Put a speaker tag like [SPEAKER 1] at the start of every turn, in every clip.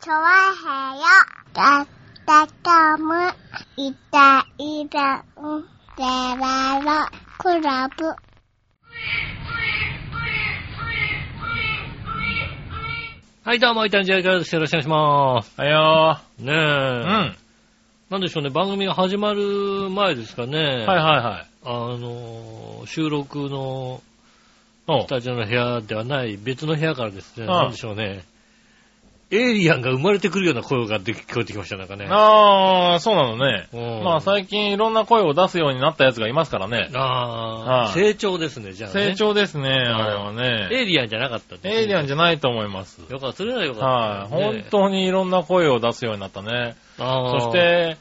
[SPEAKER 1] チョワヘヨだったかむいたいたんでららクラブ
[SPEAKER 2] はい、どうも、いたんじゃいかがです。よろしくお願いします。
[SPEAKER 3] はよ
[SPEAKER 2] ねえ。
[SPEAKER 3] ー。うん。
[SPEAKER 2] なんでしょうね、番組が始まる前ですかね。
[SPEAKER 3] はいはいはい。
[SPEAKER 2] あのー、収録の
[SPEAKER 3] お
[SPEAKER 2] スタジオの部屋ではない別の部屋からですね、
[SPEAKER 3] ん
[SPEAKER 2] なんでしょうね。エイリアンが生まれてくるような声がで聞こえてきました、なんかね。
[SPEAKER 3] あー、そうなのね。
[SPEAKER 2] うん
[SPEAKER 3] まあ最近いろんな声を出すようになったやつがいますからね。
[SPEAKER 2] あ
[SPEAKER 3] は
[SPEAKER 2] ー
[SPEAKER 3] い
[SPEAKER 2] 成長ですね、じゃあ、ね。
[SPEAKER 3] 成。長ですね、あれはね。
[SPEAKER 2] エイリアンじゃなかったですね
[SPEAKER 3] エイリアンじゃないと思います。
[SPEAKER 2] よかった、それならよか
[SPEAKER 3] は
[SPEAKER 2] ったで
[SPEAKER 3] い。
[SPEAKER 2] すね。
[SPEAKER 3] 本当にいろんな声を出すようになったね。
[SPEAKER 2] あー
[SPEAKER 3] そして、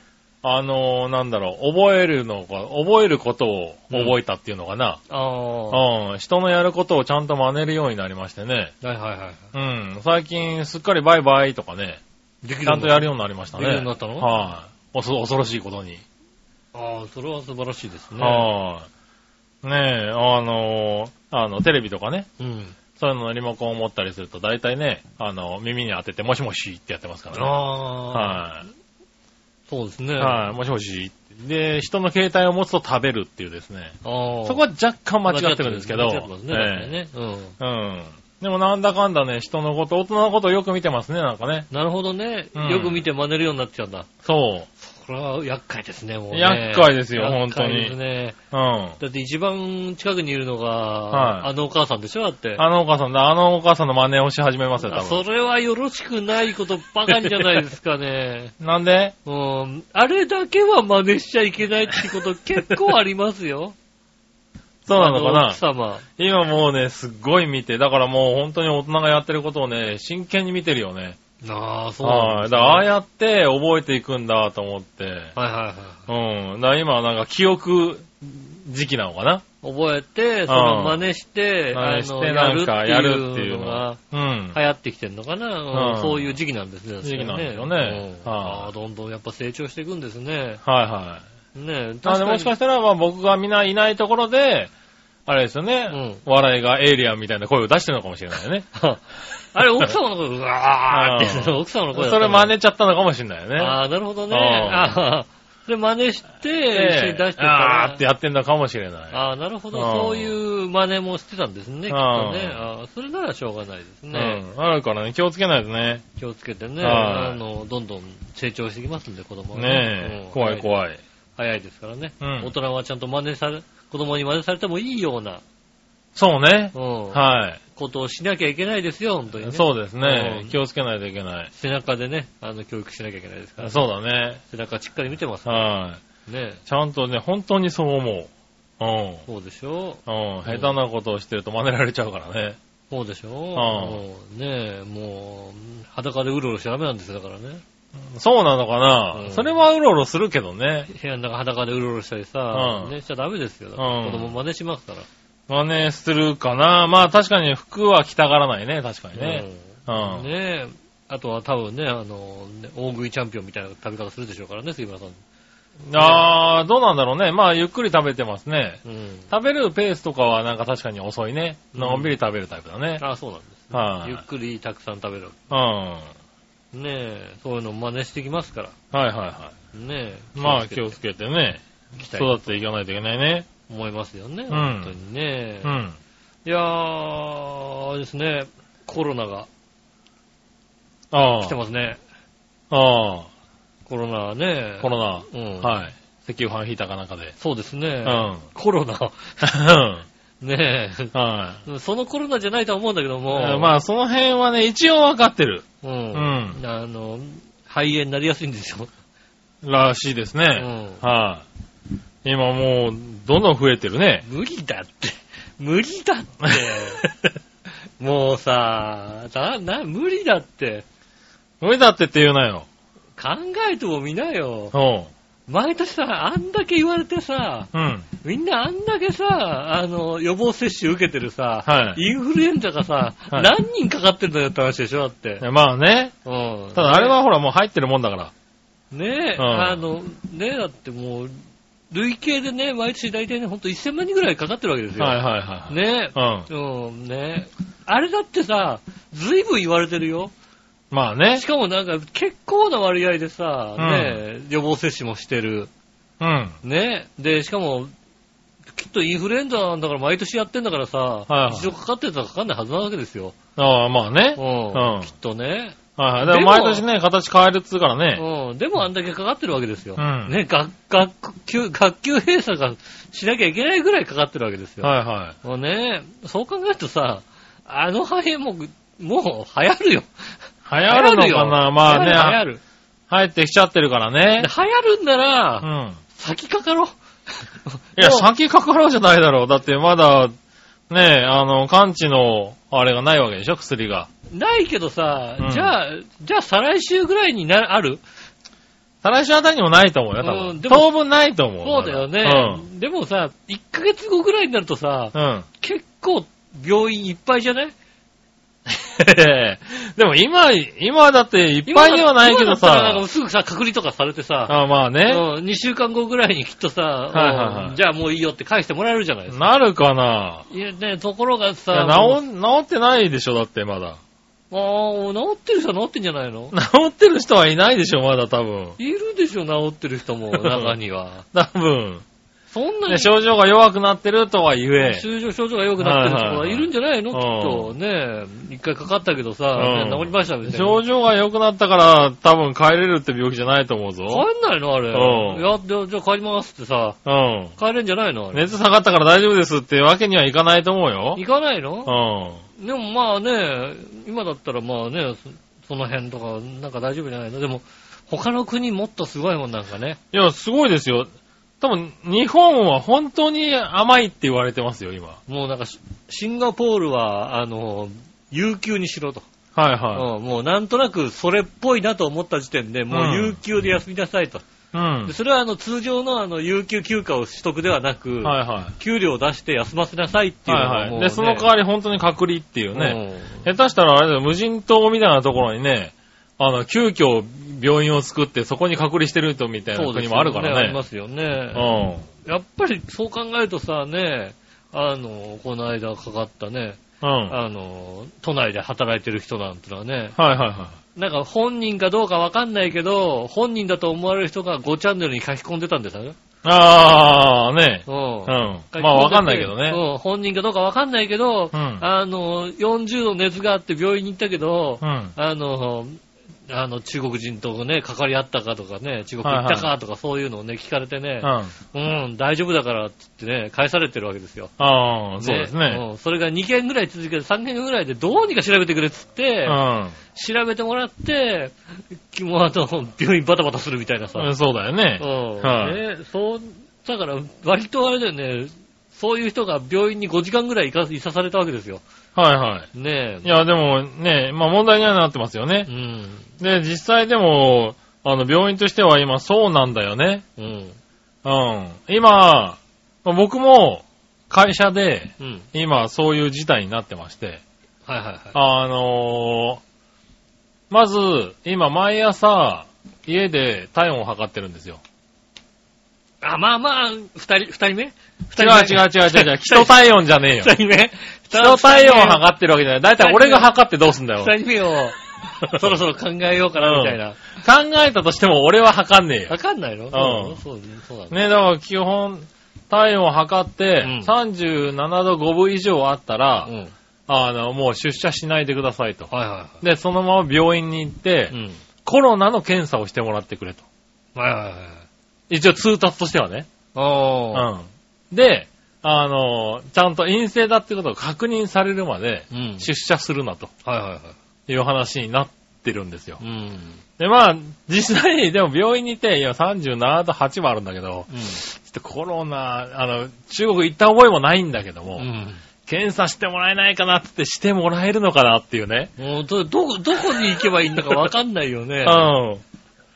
[SPEAKER 3] あのー、なんだろう、覚えるのが、覚えることを覚えたっていうのかな。
[SPEAKER 2] ああ。は
[SPEAKER 3] うん。人のやることをちゃんと真似るようになりましてね。
[SPEAKER 2] いはいはい。
[SPEAKER 3] うん。最近、すっかりバイバイとかね、
[SPEAKER 2] でき
[SPEAKER 3] ちゃんとやるようになりましたね。
[SPEAKER 2] できるようになったの
[SPEAKER 3] はい。恐恐ろしいことに。
[SPEAKER 2] ああ、それは素晴らしいですね。
[SPEAKER 3] はい。ねえ、あのーあの、テレビとかね、
[SPEAKER 2] うん。
[SPEAKER 3] そういうののリモコンを持ったりすると、大体ね、あの、耳に当てて、もしもしってやってますからね。
[SPEAKER 2] ああ、
[SPEAKER 3] は
[SPEAKER 2] そうですね。
[SPEAKER 3] い。
[SPEAKER 2] あ
[SPEAKER 3] はい、もしもしって。で、人の携帯を持つと食べるっていうですね。
[SPEAKER 2] あ。
[SPEAKER 3] そこは若干間違ってるんですけど。
[SPEAKER 2] 間違ってますね。確かに
[SPEAKER 3] ええ
[SPEAKER 2] ねうん。
[SPEAKER 3] うん。でもなんだかんだね、人のこと、大人のことをよく見てますね、なんかね。
[SPEAKER 2] なるほどね。
[SPEAKER 3] うん
[SPEAKER 2] よく見て真似るようになっちゃうんだ。
[SPEAKER 3] そう。
[SPEAKER 2] これは厄介ですね、もうね。
[SPEAKER 3] 厄介ですよ本当に
[SPEAKER 2] 厄介ですね。
[SPEAKER 3] うん。あ
[SPEAKER 2] だって一番近くにいるのが、
[SPEAKER 3] い
[SPEAKER 2] あのお母さんでしょだって。
[SPEAKER 3] のお母さんだ、あのお母さんの真似をし始めますよ、
[SPEAKER 2] あ
[SPEAKER 3] 多
[SPEAKER 2] そ
[SPEAKER 3] 分。
[SPEAKER 2] れはよろしくないことばかりじゃないですかね。
[SPEAKER 3] なんで
[SPEAKER 2] うん。あれだけは真似しちゃいけないってこと結構ありますよ。
[SPEAKER 3] そうなのか
[SPEAKER 2] あ
[SPEAKER 3] な
[SPEAKER 2] 奥様。
[SPEAKER 3] 今もうね、すっごい見て、だからもう本当に大人がやってることをね、真剣に見てるよね。
[SPEAKER 2] ああ、そうなん
[SPEAKER 3] は
[SPEAKER 2] で
[SPEAKER 3] い。
[SPEAKER 2] すね
[SPEAKER 3] だからああやって覚えていくんだと思って。
[SPEAKER 2] はいはいはい。
[SPEAKER 3] うん。だから今はなんか記憶時期なのかな
[SPEAKER 2] 覚えて、その真似して、
[SPEAKER 3] 真似してなんかやるっていうの
[SPEAKER 2] が
[SPEAKER 3] が。うん
[SPEAKER 2] 流。行ってきてるのかな、うん
[SPEAKER 3] うん
[SPEAKER 2] そういう時期なんですね。
[SPEAKER 3] 時期なんですよね
[SPEAKER 2] うん
[SPEAKER 3] はい
[SPEAKER 2] ああ、どんどんやっぱ成長していくんですね。
[SPEAKER 3] はいはい。
[SPEAKER 2] ねえ、
[SPEAKER 3] なのでもしかしたらまあ僕がみんないないところで、あれですよね、笑いがエイリアンみたいな声を出してるのかもしれないよね。
[SPEAKER 2] ら。 あれ、奥様の声、うわーって、
[SPEAKER 3] うん
[SPEAKER 2] 奥様の声だった
[SPEAKER 3] それ
[SPEAKER 2] の
[SPEAKER 3] 真似ちゃったのかもしれないよね。
[SPEAKER 2] ああ、なるほどね。
[SPEAKER 3] うん
[SPEAKER 2] ああ、それ真似して、一緒に出してたら
[SPEAKER 3] あーってやってんのかもしれない。
[SPEAKER 2] ああ、なるほど。
[SPEAKER 3] うん
[SPEAKER 2] そういう真似もしてたんですね、きっとね。
[SPEAKER 3] うん
[SPEAKER 2] ああ、それならしょうがないですね。
[SPEAKER 3] うん。あるからね、気をつけないとね。
[SPEAKER 2] 気をつけてね、
[SPEAKER 3] はい
[SPEAKER 2] あの、どんどん成長してきますんで、子供は
[SPEAKER 3] ね
[SPEAKER 2] うん
[SPEAKER 3] え、怖い怖い。
[SPEAKER 2] 早いですからね、
[SPEAKER 3] うん
[SPEAKER 2] 大人はちゃんと真似され、子供に真似されてもいいような、
[SPEAKER 3] そうね
[SPEAKER 2] う。ん
[SPEAKER 3] は
[SPEAKER 2] ことをしなきゃいけないですよ、本当に、ね。
[SPEAKER 3] い。そうですね
[SPEAKER 2] うん。
[SPEAKER 3] 気をつけないといけない。
[SPEAKER 2] 背中でね、あの、教育しなきゃいけないですから、
[SPEAKER 3] そうだね。
[SPEAKER 2] 背中しっかり見てますから
[SPEAKER 3] はい。
[SPEAKER 2] ね。
[SPEAKER 3] ちゃんとね、本当にそう思う。うん。
[SPEAKER 2] そうでしょ
[SPEAKER 3] うん。下手なことをしてると真似られちゃうからね。
[SPEAKER 2] そうでしょ
[SPEAKER 3] う
[SPEAKER 2] うんねえ、もう、裸でうろうろしちゃダメなんですよ、だからね。
[SPEAKER 3] そうなのか
[SPEAKER 2] う
[SPEAKER 3] なんそれはうろうろするけどね。
[SPEAKER 2] 部屋の中裸でうろうろしたりさ、
[SPEAKER 3] うん
[SPEAKER 2] ね、しちゃダメですよ。だか
[SPEAKER 3] う
[SPEAKER 2] ら
[SPEAKER 3] ん
[SPEAKER 2] 子供真似しますから。
[SPEAKER 3] 真似するかなまあ確かに服は着たがらないね、確かにね。う
[SPEAKER 2] うん
[SPEAKER 3] ん。
[SPEAKER 2] ねえ。あとは多分ね、あの、ね大食いチャンピオンみたいな食べ方するでしょうからね、杉村さん。
[SPEAKER 3] あー、どうなんだろうね。まあゆっくり食べてますね。
[SPEAKER 2] うん。
[SPEAKER 3] 食べるペースとかはなんか確かに遅いね。のんびり食べるタイプだね。
[SPEAKER 2] ああ、そうなんです、
[SPEAKER 3] はい。
[SPEAKER 2] ゆっくりたくさん食べる。
[SPEAKER 3] うん。はい
[SPEAKER 2] ねえ、そういうのを真似してきますから。
[SPEAKER 3] はいは
[SPEAKER 2] ねえ。
[SPEAKER 3] い。まあ気
[SPEAKER 2] 気
[SPEAKER 3] を
[SPEAKER 2] をつ
[SPEAKER 3] つけてね。
[SPEAKER 2] けていきた
[SPEAKER 3] 育
[SPEAKER 2] い
[SPEAKER 3] っていかないといけないね。
[SPEAKER 2] と思いますよね、
[SPEAKER 3] ん
[SPEAKER 2] 本当にね。
[SPEAKER 3] うん。
[SPEAKER 2] いやー、あれですね、コロナが
[SPEAKER 3] ああ。
[SPEAKER 2] 来てますね。
[SPEAKER 3] あ
[SPEAKER 2] コロナ
[SPEAKER 3] あ。
[SPEAKER 2] ね。
[SPEAKER 3] コロ
[SPEAKER 2] うん。
[SPEAKER 3] ナ。はい。石油ファンヒーターかなんかで。
[SPEAKER 2] そうです
[SPEAKER 3] う
[SPEAKER 2] ね。
[SPEAKER 3] ん。
[SPEAKER 2] コロナ。ね
[SPEAKER 3] は
[SPEAKER 2] え。そのコロナじゃないとは思うんだけど
[SPEAKER 3] い。
[SPEAKER 2] も。
[SPEAKER 3] まあ、その辺はね、一応わかってる。
[SPEAKER 2] う。
[SPEAKER 3] うんん。
[SPEAKER 2] あの、肺炎になりやすいんでしょ。
[SPEAKER 3] らしいです
[SPEAKER 2] う
[SPEAKER 3] ね。
[SPEAKER 2] ん。
[SPEAKER 3] はい。今もう、どんどん増えてるね。
[SPEAKER 2] 無理だって。 無理だ って。もうさ、な、な、無理だって。
[SPEAKER 3] 無理だってって言うなよ。
[SPEAKER 2] 考えてもみなよ。
[SPEAKER 3] そ
[SPEAKER 2] 毎年さ、あんだけ言われてさ、
[SPEAKER 3] う。うん。
[SPEAKER 2] みんなあんだけさ、あの、予防接種受けてるさ、
[SPEAKER 3] は
[SPEAKER 2] インフルエンザがさ、
[SPEAKER 3] はい
[SPEAKER 2] 何人かかってるんだよって話でしょだって。
[SPEAKER 3] い。まあね。
[SPEAKER 2] うん。
[SPEAKER 3] ただあれはほらもう入ってるもんだから。
[SPEAKER 2] ねえ、
[SPEAKER 3] うん
[SPEAKER 2] あの、ねえ、だってもう、累計でね、毎年大体ね、ほんと1000万人ぐらいかかってるわけですよ。
[SPEAKER 3] はいはいはい。
[SPEAKER 2] ね
[SPEAKER 3] うん。
[SPEAKER 2] え、うん、ねえ。あれだってさ、ずいぶん言われてるよ。
[SPEAKER 3] まあね
[SPEAKER 2] し。かもなんか結構な割合でさ、
[SPEAKER 3] うん
[SPEAKER 2] ね、予防接種もしてる。
[SPEAKER 3] うん。
[SPEAKER 2] ね。で、しかも、きっとインフルエンザなんだから毎年やってんだからさ、
[SPEAKER 3] はい
[SPEAKER 2] 一度かかってたらかかんないはずなわけですよ。
[SPEAKER 3] ああ、まあね
[SPEAKER 2] う。
[SPEAKER 3] うん
[SPEAKER 2] ん。きっとね。
[SPEAKER 3] はいはい。で
[SPEAKER 2] で
[SPEAKER 3] も
[SPEAKER 2] も
[SPEAKER 3] 毎年ね、形変えるっつうからね。
[SPEAKER 2] うん。でもあんだけかかってるわけですよ。
[SPEAKER 3] うん
[SPEAKER 2] ね、学、学級、学級閉鎖がしなきゃいけないぐらいかかってるわけですよ。
[SPEAKER 3] はいは
[SPEAKER 2] もうね、そう考えるとさ、あの肺炎も、もう流行るよ。
[SPEAKER 3] い。流行るのかなま
[SPEAKER 2] 流行
[SPEAKER 3] あね、
[SPEAKER 2] る。
[SPEAKER 3] 入ってきちゃってるから
[SPEAKER 2] 流行
[SPEAKER 3] ね
[SPEAKER 2] る。流行るんなら、
[SPEAKER 3] うん。
[SPEAKER 2] 先かかろう。
[SPEAKER 3] いや、
[SPEAKER 2] もう
[SPEAKER 3] 先かかろうじゃないだろう。だってまだ、ねえ、あの、完治の、あれがないわけでしょ、薬が。
[SPEAKER 2] ないけどさ、
[SPEAKER 3] うん
[SPEAKER 2] じゃあ、じゃあ再来週ぐらいにな、ある
[SPEAKER 3] 再来週あたりにもないと思うよ、多分。
[SPEAKER 2] うんでも
[SPEAKER 3] 当分ないと思う。
[SPEAKER 2] そうだよね。でもさ、1ヶ月後ぐらいになるとさ、
[SPEAKER 3] うん。うん。
[SPEAKER 2] 結構病院いっぱいじゃない
[SPEAKER 3] でも今、今はだっていっぱいではないけ
[SPEAKER 2] 今だ
[SPEAKER 3] ど
[SPEAKER 2] ったらなん
[SPEAKER 3] さ
[SPEAKER 2] か。すぐさ、隔離とかされてさ、
[SPEAKER 3] あまあね。
[SPEAKER 2] うん、2週間後ぐらいにきっとさ、
[SPEAKER 3] いはいはい
[SPEAKER 2] うんじゃあもういいよって返してもらえるじゃないですか。
[SPEAKER 3] なるかない
[SPEAKER 2] やね、ところが
[SPEAKER 3] いや
[SPEAKER 2] さ、もう
[SPEAKER 3] 治ん、治ってないでしょ、だってま
[SPEAKER 2] あ
[SPEAKER 3] だ。
[SPEAKER 2] あ、治ってる人は治ってんじゃないの
[SPEAKER 3] 治ってる人はいないでしょ、まだ多分。
[SPEAKER 2] いるでしょ、治ってる人 も、中には。
[SPEAKER 3] 多分。
[SPEAKER 2] そんな
[SPEAKER 3] ね
[SPEAKER 2] に
[SPEAKER 3] 症状が弱くなってるとは言え。
[SPEAKER 2] 症状、症状が良くなってる人はいるんじゃないの、
[SPEAKER 3] はいはいはい
[SPEAKER 2] きっとね。一回かかったけどさ、
[SPEAKER 3] うん
[SPEAKER 2] ね治りましたみたいな
[SPEAKER 3] 症。状が良くなったから、多分帰れるって病気じゃないと思うぞ。
[SPEAKER 2] 帰んないのあれ。
[SPEAKER 3] うん
[SPEAKER 2] いや、じゃあじゃあ帰りますってさ、
[SPEAKER 3] うん。
[SPEAKER 2] 帰れんじゃないのあれ。
[SPEAKER 3] 熱下がったから大丈夫ですってわけにはいかないと思うよ。
[SPEAKER 2] 行かないうの
[SPEAKER 3] ん。
[SPEAKER 2] でもまあね、今だったらまあね、そその辺とか、なんか大丈夫じゃないのでも、他の国もっとすごいもんなんかね。
[SPEAKER 3] いや、すごいですよ。多分、日本は本当に甘いって言われてますよ、今。
[SPEAKER 2] もうなんかシ、シンガポールは、あの、有給にしろと。
[SPEAKER 3] はいは
[SPEAKER 2] うん、もうなんとなくそれっぽいなと思った時点で、もう有給で休みなさいと。
[SPEAKER 3] い。うん
[SPEAKER 2] で。それはあの通常のあの有給休暇を取得ではなく、
[SPEAKER 3] はいは
[SPEAKER 2] 給料を出して休ませなさいっ
[SPEAKER 3] い。
[SPEAKER 2] ていうの
[SPEAKER 3] は
[SPEAKER 2] が
[SPEAKER 3] い
[SPEAKER 2] もう、
[SPEAKER 3] はい。
[SPEAKER 2] ね
[SPEAKER 3] で、その代わり本当に隔離っていうね。下手したらあれだよ、無人島みたいなところにね、あの、急遽病院を作ってそこに隔離してるとみた
[SPEAKER 2] うん
[SPEAKER 3] い
[SPEAKER 2] そ
[SPEAKER 3] な
[SPEAKER 2] うです
[SPEAKER 3] 国
[SPEAKER 2] よ
[SPEAKER 3] もあるか
[SPEAKER 2] あ
[SPEAKER 3] ら
[SPEAKER 2] りま
[SPEAKER 3] ね。
[SPEAKER 2] すよ
[SPEAKER 3] う
[SPEAKER 2] ね。
[SPEAKER 3] ん。
[SPEAKER 2] やっぱりそう考えるとさ、ね、あの、この間かかったね、
[SPEAKER 3] うん。はい
[SPEAKER 2] あの、都内で働いてる人なんてのはね、
[SPEAKER 3] はいは
[SPEAKER 2] なんか本人かどうかわかんないけど、本人だと思われる人が5チャンネルに書き込んでたんですよね。
[SPEAKER 3] い。あー、ね。
[SPEAKER 2] うん
[SPEAKER 3] う。ん。まあわかんないけどね。
[SPEAKER 2] うん、本人かどうかわかんないけど、
[SPEAKER 3] うん
[SPEAKER 2] あの、40度熱があって病院に行ったけど、
[SPEAKER 3] うん。
[SPEAKER 2] あの、あの、中国人とね、かかり合ったかとかね、中国行ったかとかそういうのをね、聞かれてね
[SPEAKER 3] う、ん。
[SPEAKER 2] うん、大丈夫だからって言ってね、返されてるわけですよ。
[SPEAKER 3] ああ、そうですね。
[SPEAKER 2] うん。それが2件ぐらい続けて、3件ぐらいでどうにか調べてくれっつっ
[SPEAKER 3] う
[SPEAKER 2] て、
[SPEAKER 3] ん。
[SPEAKER 2] 調べてもらって、もうあと、病院バタバタするみたいなさ。
[SPEAKER 3] うんそうだよね。
[SPEAKER 2] うん。
[SPEAKER 3] はい
[SPEAKER 2] ね、そう、だから、割とあれだよね、そういう人が病院に5時間ぐらいいかいさされたわけですよ。
[SPEAKER 3] はいは
[SPEAKER 2] ね
[SPEAKER 3] い。
[SPEAKER 2] え。
[SPEAKER 3] いや、でもね、まあ問題にはなってますよね
[SPEAKER 2] う。ん。
[SPEAKER 3] で、実際でも、あの、病院としては今そうなんだよね。
[SPEAKER 2] うん。
[SPEAKER 3] うん。今、まあ僕も会社で、
[SPEAKER 2] うん。
[SPEAKER 3] 今そういう事態になってまして、
[SPEAKER 2] はいはいはい。
[SPEAKER 3] あのーまず、今毎朝、家で体温を測ってるんですよ。
[SPEAKER 2] あ、まあまあ、二人、二人目二
[SPEAKER 3] 違う
[SPEAKER 2] 人目
[SPEAKER 3] 違う違う違う違う。人体温じゃねえよ。
[SPEAKER 2] 二人目
[SPEAKER 3] 人体温を測ってるわけじゃない。だいたい俺が測ってどうすんだよ。
[SPEAKER 2] 二人目を、そろそろ考えようかな、みたいな。
[SPEAKER 3] 考えたとしても俺は測んねえよ
[SPEAKER 2] わ。かんないの
[SPEAKER 3] うん
[SPEAKER 2] そう、そうなんだ。
[SPEAKER 3] ね、だから基本、体温を測って、
[SPEAKER 2] うん
[SPEAKER 3] 37度5分以上あったら、
[SPEAKER 2] うん。
[SPEAKER 3] あの、もう出社しないでくださいと。
[SPEAKER 2] はいは
[SPEAKER 3] で、そのまま病院に行って、
[SPEAKER 2] いはい。うん。
[SPEAKER 3] コロナの検査をしてもらってくれと。
[SPEAKER 2] はいはいはい。
[SPEAKER 3] 一応通達としてはね。
[SPEAKER 2] おー。
[SPEAKER 3] うん。で、あの、ちゃんと陰性だってことが確認されるまで、
[SPEAKER 2] うん。
[SPEAKER 3] 出社するなと
[SPEAKER 2] はいはいはい。
[SPEAKER 3] いう話になってるんですよ
[SPEAKER 2] う。ん。
[SPEAKER 3] で、まあ、実際に、でも病院にいて、いや、37度8もあるんだけど、ちょっとコロナ、あの、中国行った覚えもないんだけど
[SPEAKER 2] う
[SPEAKER 3] も、
[SPEAKER 2] ん。うん。
[SPEAKER 3] 検査してもらえないかなってってしてもらえるのかなっていうね。
[SPEAKER 2] もうど、どこ、どこに行けばいいんだかわかんないよ ね
[SPEAKER 3] う。ん。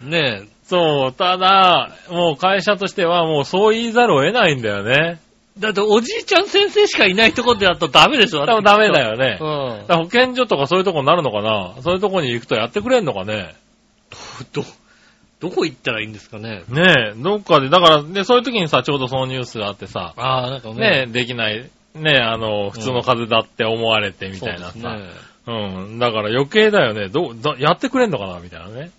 [SPEAKER 2] ねえ。
[SPEAKER 3] そう、ただ、もう会社としてはもうそう言いざるを得ないんだよね。
[SPEAKER 2] だっておじいちゃん先生しかいないとこでやったらダメでしょ
[SPEAKER 3] 多分ダメだ
[SPEAKER 2] よ。
[SPEAKER 3] よね。
[SPEAKER 2] うん
[SPEAKER 3] だ。から保健所とかそういうとこになるのかなそういうとこに行くとやってくれんのかね
[SPEAKER 2] ど、どこ行ったらいいんですかね。
[SPEAKER 3] ねえ、どっかで、だから、で、そういう時にさ、ちょうどそのニュースがあってさ、
[SPEAKER 2] ああ、なんか
[SPEAKER 3] ねえ、できない、ねえ、あの、普通の風邪だって思われてみ
[SPEAKER 2] そう
[SPEAKER 3] た
[SPEAKER 2] で
[SPEAKER 3] いな
[SPEAKER 2] す
[SPEAKER 3] さ、
[SPEAKER 2] ね。
[SPEAKER 3] うん。だから余計だよね。どう、だやってくれんのかなみたいなね。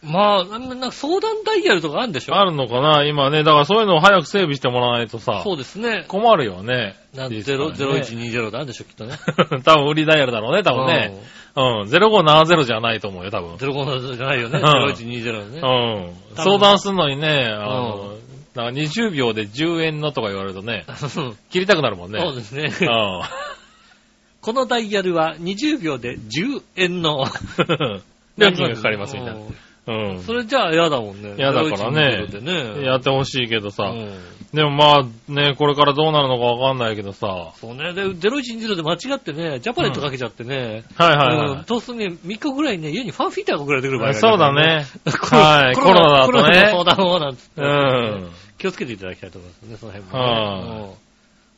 [SPEAKER 2] まあ、なんか相談ダイヤルとかあるんでしょ
[SPEAKER 3] あるのかな今ね。だからそういうのを早く整備してもらわないとさ、
[SPEAKER 2] そうですね。
[SPEAKER 3] 困るよね。
[SPEAKER 2] なん
[SPEAKER 3] 実はね
[SPEAKER 2] 0 0120なんでしょ、きっとね。
[SPEAKER 3] 多分売りダイヤルだろうね、多分ね。うん。0570じゃないと思うよ、多分
[SPEAKER 2] うん。。05じゃないよね。
[SPEAKER 3] うん
[SPEAKER 2] 0120ね。
[SPEAKER 3] うん。
[SPEAKER 2] 多分
[SPEAKER 3] 相談するのにね、あの、なんか20秒で10円のとか言われるとね、 切りたくなるもんね。
[SPEAKER 2] そうですね。
[SPEAKER 3] うん。
[SPEAKER 2] このダイヤルは20秒で10円の
[SPEAKER 3] 料金がかかります、みたいな。うん。
[SPEAKER 2] それじゃあ嫌だもんね。
[SPEAKER 3] 嫌だからね
[SPEAKER 2] 0120でね。
[SPEAKER 3] やってほしいけどさ、
[SPEAKER 2] うん
[SPEAKER 3] でもまあね、これからどうなるのかわかんないけどさ、は
[SPEAKER 2] そうね。で、0120で間違ってね、ジャパネットかけちゃってね。
[SPEAKER 3] いは
[SPEAKER 2] う
[SPEAKER 3] いはい
[SPEAKER 2] ん。そうするとね、3日ぐらいね、家にファンフィーターが送られてくる場合があるか
[SPEAKER 3] そうだ
[SPEAKER 2] ら。
[SPEAKER 3] ね。
[SPEAKER 2] コロ。
[SPEAKER 3] はい
[SPEAKER 2] コロナ
[SPEAKER 3] コロナだとね
[SPEAKER 2] コロナの相談をなんつって
[SPEAKER 3] う。ん。
[SPEAKER 2] 気をつけていただきたいと思いますね、その辺
[SPEAKER 3] は
[SPEAKER 2] もね。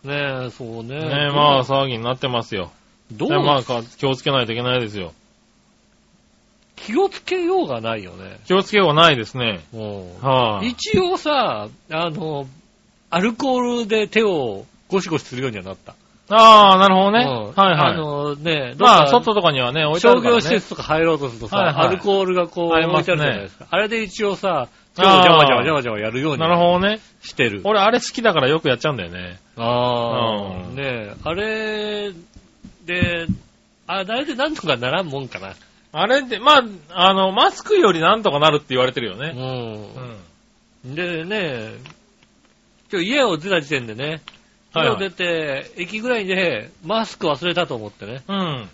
[SPEAKER 2] うんねえ、そうね。
[SPEAKER 3] ねまあ騒ぎになってますよ。
[SPEAKER 2] ど
[SPEAKER 3] でまあ
[SPEAKER 2] う、
[SPEAKER 3] か気をつけないといけないですよ。
[SPEAKER 2] 気をつけようがないよね。
[SPEAKER 3] 気をつけようがないですね。
[SPEAKER 2] うん
[SPEAKER 3] はい、
[SPEAKER 2] 一応さ、あの、アルコールで手をゴシゴシするようにはなった。
[SPEAKER 3] ああ、なるほどね。
[SPEAKER 2] うん
[SPEAKER 3] はいはい。
[SPEAKER 2] あのね、
[SPEAKER 3] まあ、
[SPEAKER 2] どっか
[SPEAKER 3] 外とかにはね、置いてあ
[SPEAKER 2] 商
[SPEAKER 3] るから、
[SPEAKER 2] 業
[SPEAKER 3] ね。
[SPEAKER 2] 施設とか入ろうとするとさ、
[SPEAKER 3] はいは
[SPEAKER 2] ア
[SPEAKER 3] い
[SPEAKER 2] ルコールがこう
[SPEAKER 3] あり
[SPEAKER 2] 置
[SPEAKER 3] ま
[SPEAKER 2] いて
[SPEAKER 3] す
[SPEAKER 2] あ
[SPEAKER 3] ね
[SPEAKER 2] るじゃないですか。あれで一応さ、手をジ
[SPEAKER 3] あー
[SPEAKER 2] ャワジャワジャワジャワやるように。
[SPEAKER 3] なるほどね。
[SPEAKER 2] してる。
[SPEAKER 3] 俺、あれ好きだからよくやっちゃうんだよね。
[SPEAKER 2] ああ、
[SPEAKER 3] うん
[SPEAKER 2] ねえ、あれで、あ、あれでなんとかならんもんかな。
[SPEAKER 3] あれって、まあ、あの、マスクよりなんとかなるって言われてるよ
[SPEAKER 2] う。
[SPEAKER 3] ね。うんん。
[SPEAKER 2] でね、今日家を出た時点でね、
[SPEAKER 3] はい
[SPEAKER 2] 家
[SPEAKER 3] は
[SPEAKER 2] を
[SPEAKER 3] い
[SPEAKER 2] 出て、駅ぐらいでマスク忘れたと思ってね。
[SPEAKER 3] うん。
[SPEAKER 2] うん。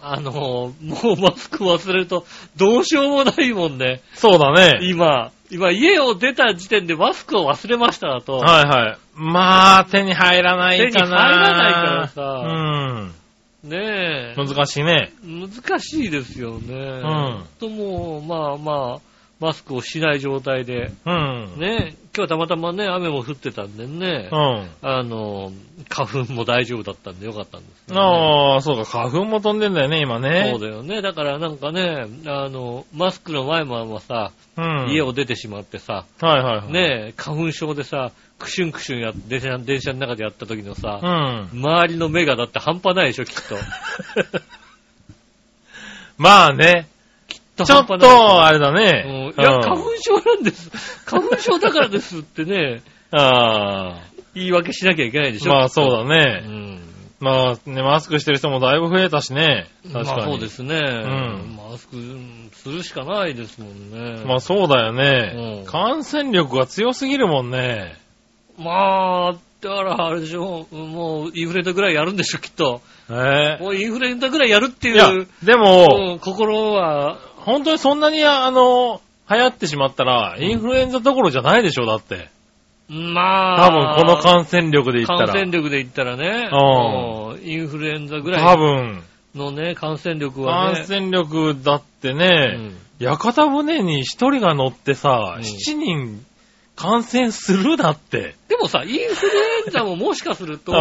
[SPEAKER 2] あのー、もうマスク忘れるとどうしようもないもんね。
[SPEAKER 3] そうだね。
[SPEAKER 2] 今、今家を出た時点でマスクを忘れましただと、
[SPEAKER 3] はいはい。まあ、手に入らないかな。
[SPEAKER 2] 手に入らねえ
[SPEAKER 3] う、ん。難しいね。
[SPEAKER 2] 難しいですよね。うんともう、まあまあ、マスクをしない状態で、
[SPEAKER 3] うん。
[SPEAKER 2] ね、今日たまたまね、雨も降ってたんでね、
[SPEAKER 3] うん。
[SPEAKER 2] あの、花粉も大丈夫だったんでよかったんですけどね、
[SPEAKER 3] ああ、そうか、花粉も飛んでんだよね、今ね。
[SPEAKER 2] そうだよね。だからなんかね、あの、マスクの前もはさ、
[SPEAKER 3] うん。
[SPEAKER 2] 家を出てしまってさ、
[SPEAKER 3] はいはいはい。。
[SPEAKER 2] ねえ、花粉症でさ、クシュンクシュンやっ電車、電車の中でやった時の
[SPEAKER 3] う
[SPEAKER 2] さ、
[SPEAKER 3] ん。
[SPEAKER 2] 周りの目がだって半端ないでしょ、きっと。
[SPEAKER 3] まあね。 ちょっ
[SPEAKER 2] 半端ないでし
[SPEAKER 3] と、あれだね
[SPEAKER 2] うん。いや、
[SPEAKER 3] うん
[SPEAKER 2] 花粉症なんです。花粉症だからですってね、
[SPEAKER 3] ああ。
[SPEAKER 2] 言い訳しなきゃいけないでしょ。
[SPEAKER 3] まあそうだ
[SPEAKER 2] う
[SPEAKER 3] ね。
[SPEAKER 2] ん。
[SPEAKER 3] まあね、マスクしてる人もだいぶ増えたしね。確か
[SPEAKER 2] ま
[SPEAKER 3] に。
[SPEAKER 2] あそうですね。
[SPEAKER 3] ん
[SPEAKER 2] マスクうんするしかないですもんね。
[SPEAKER 3] まあそうだよ
[SPEAKER 2] う
[SPEAKER 3] ね。
[SPEAKER 2] ん
[SPEAKER 3] 感染力が強すぎるもんね。
[SPEAKER 2] まあ、だからあれでしょ、もうインフルエンザぐらいやるんでしょ、きっと。
[SPEAKER 3] え
[SPEAKER 2] もうインフルエンザぐらいやるって
[SPEAKER 3] え。
[SPEAKER 2] い
[SPEAKER 3] いや
[SPEAKER 2] う、
[SPEAKER 3] でも、
[SPEAKER 2] うん心は、
[SPEAKER 3] 本当にそんなに、あの、流行ってしまったら、インフルエンザどころじゃないでしょ、だって。
[SPEAKER 2] まあ、
[SPEAKER 3] 多分この感染力で言った
[SPEAKER 2] 感染
[SPEAKER 3] ら。
[SPEAKER 2] 力で言ったらね、
[SPEAKER 3] う
[SPEAKER 2] うんインフルエンザぐら
[SPEAKER 3] 多
[SPEAKER 2] い
[SPEAKER 3] 分、
[SPEAKER 2] のね、感染力はね
[SPEAKER 3] 感、染力だってね、屋形船に一人が乗ってさ、
[SPEAKER 2] うん
[SPEAKER 3] 七人感染するだって。
[SPEAKER 2] でもさ、インフルエンザももしかする と、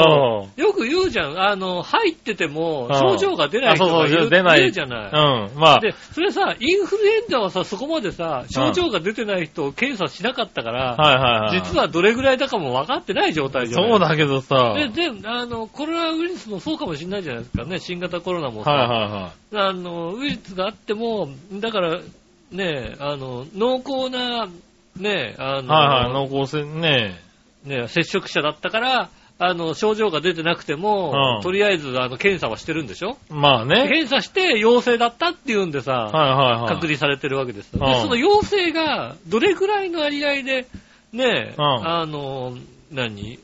[SPEAKER 3] う
[SPEAKER 2] よく言うじゃん。あの、入ってても
[SPEAKER 3] うん
[SPEAKER 2] 症状が出ない人
[SPEAKER 3] あそ
[SPEAKER 2] が
[SPEAKER 3] う
[SPEAKER 2] い
[SPEAKER 3] そう
[SPEAKER 2] る
[SPEAKER 3] 出ない
[SPEAKER 2] いるじゃない。
[SPEAKER 3] うん。まあ、
[SPEAKER 2] で、それさ、インフルエンザはさ、そこまでさ、症状が出てない人を検査しなかったから、
[SPEAKER 3] はいはいはい。
[SPEAKER 2] 実はどれぐらいだかも分かってない状態じゃない
[SPEAKER 3] そうだけどさ。はい
[SPEAKER 2] で、で、あの、コロナウイルスもそうかもしれないじゃないですかね、新型コロナもさ、
[SPEAKER 3] はいはい。
[SPEAKER 2] あの、ウイルスがあっても、だから、ね、あの、濃厚な、ね、あの、
[SPEAKER 3] はいはい、濃厚せ、ね
[SPEAKER 2] ね、接触者だったから、あの、症状が出てなくても、
[SPEAKER 3] うん
[SPEAKER 2] とりあえず、あの、検査はしてるんでしょ
[SPEAKER 3] え。まあね。
[SPEAKER 2] 検査して陽性だったっていうんでさ、
[SPEAKER 3] はいはいはい。
[SPEAKER 2] 隔離されてるわけですよ。
[SPEAKER 3] う
[SPEAKER 2] で、
[SPEAKER 3] ん
[SPEAKER 2] その陽性が、どれぐらいの割合で、ね、
[SPEAKER 3] うん
[SPEAKER 2] あの、何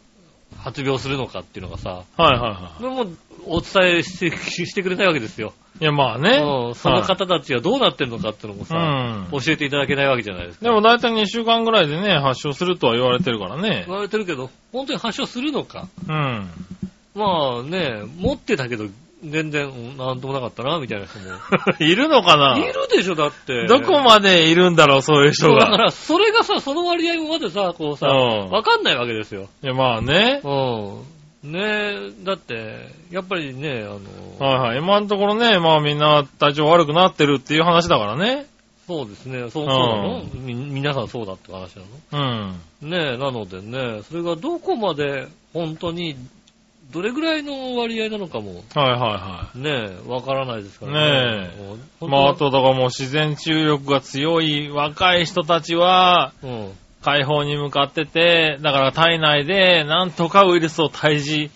[SPEAKER 2] 発病するのかっていうのがさ、
[SPEAKER 3] はいはいは
[SPEAKER 2] もうお伝えしてしてくれないわけですよ。
[SPEAKER 3] い。いやまあね。
[SPEAKER 2] うんその方たちがどうなってるのかっていうのもさ、
[SPEAKER 3] はいうん。
[SPEAKER 2] 教えていただけないわけじゃないですか。
[SPEAKER 3] でも大体2週間ぐらいでね、発症するとは言われてるからね
[SPEAKER 2] 言。われてるけど、本当に発症するのか。
[SPEAKER 3] うん。
[SPEAKER 2] まあね、持ってたけど、全然うんなんともなかったな、みたいな人も。
[SPEAKER 3] いるのかない
[SPEAKER 2] るでしょ、だって。
[SPEAKER 3] どこまでいるんだろう、そういう人
[SPEAKER 2] そうだか
[SPEAKER 3] が。
[SPEAKER 2] ら、それがさ、その割合もまでさ、こうさ、
[SPEAKER 3] うん
[SPEAKER 2] わかんないわけですよ。
[SPEAKER 3] いやまあね。
[SPEAKER 2] うん。ねえ、だって、やっぱりね、あの、
[SPEAKER 3] はいはい。今のところね、まあみんな体調悪くなってるっていう話だからね。
[SPEAKER 2] そうですね、そうそうなの、み皆さんそうだって話なの
[SPEAKER 3] うん。
[SPEAKER 2] ねえ、なのでね、それがどこまで本当にどれぐらいの割合なのかも、
[SPEAKER 3] はいはいは
[SPEAKER 2] ねえ、わからないですからね。
[SPEAKER 3] ねえ
[SPEAKER 2] もう
[SPEAKER 3] い。
[SPEAKER 2] 本当に
[SPEAKER 3] まあ、あと、だからもう自然治癒力が強い若い人たちは、
[SPEAKER 2] うん。
[SPEAKER 3] 解放に向かってて、だから体内でなんとかウイルスを退治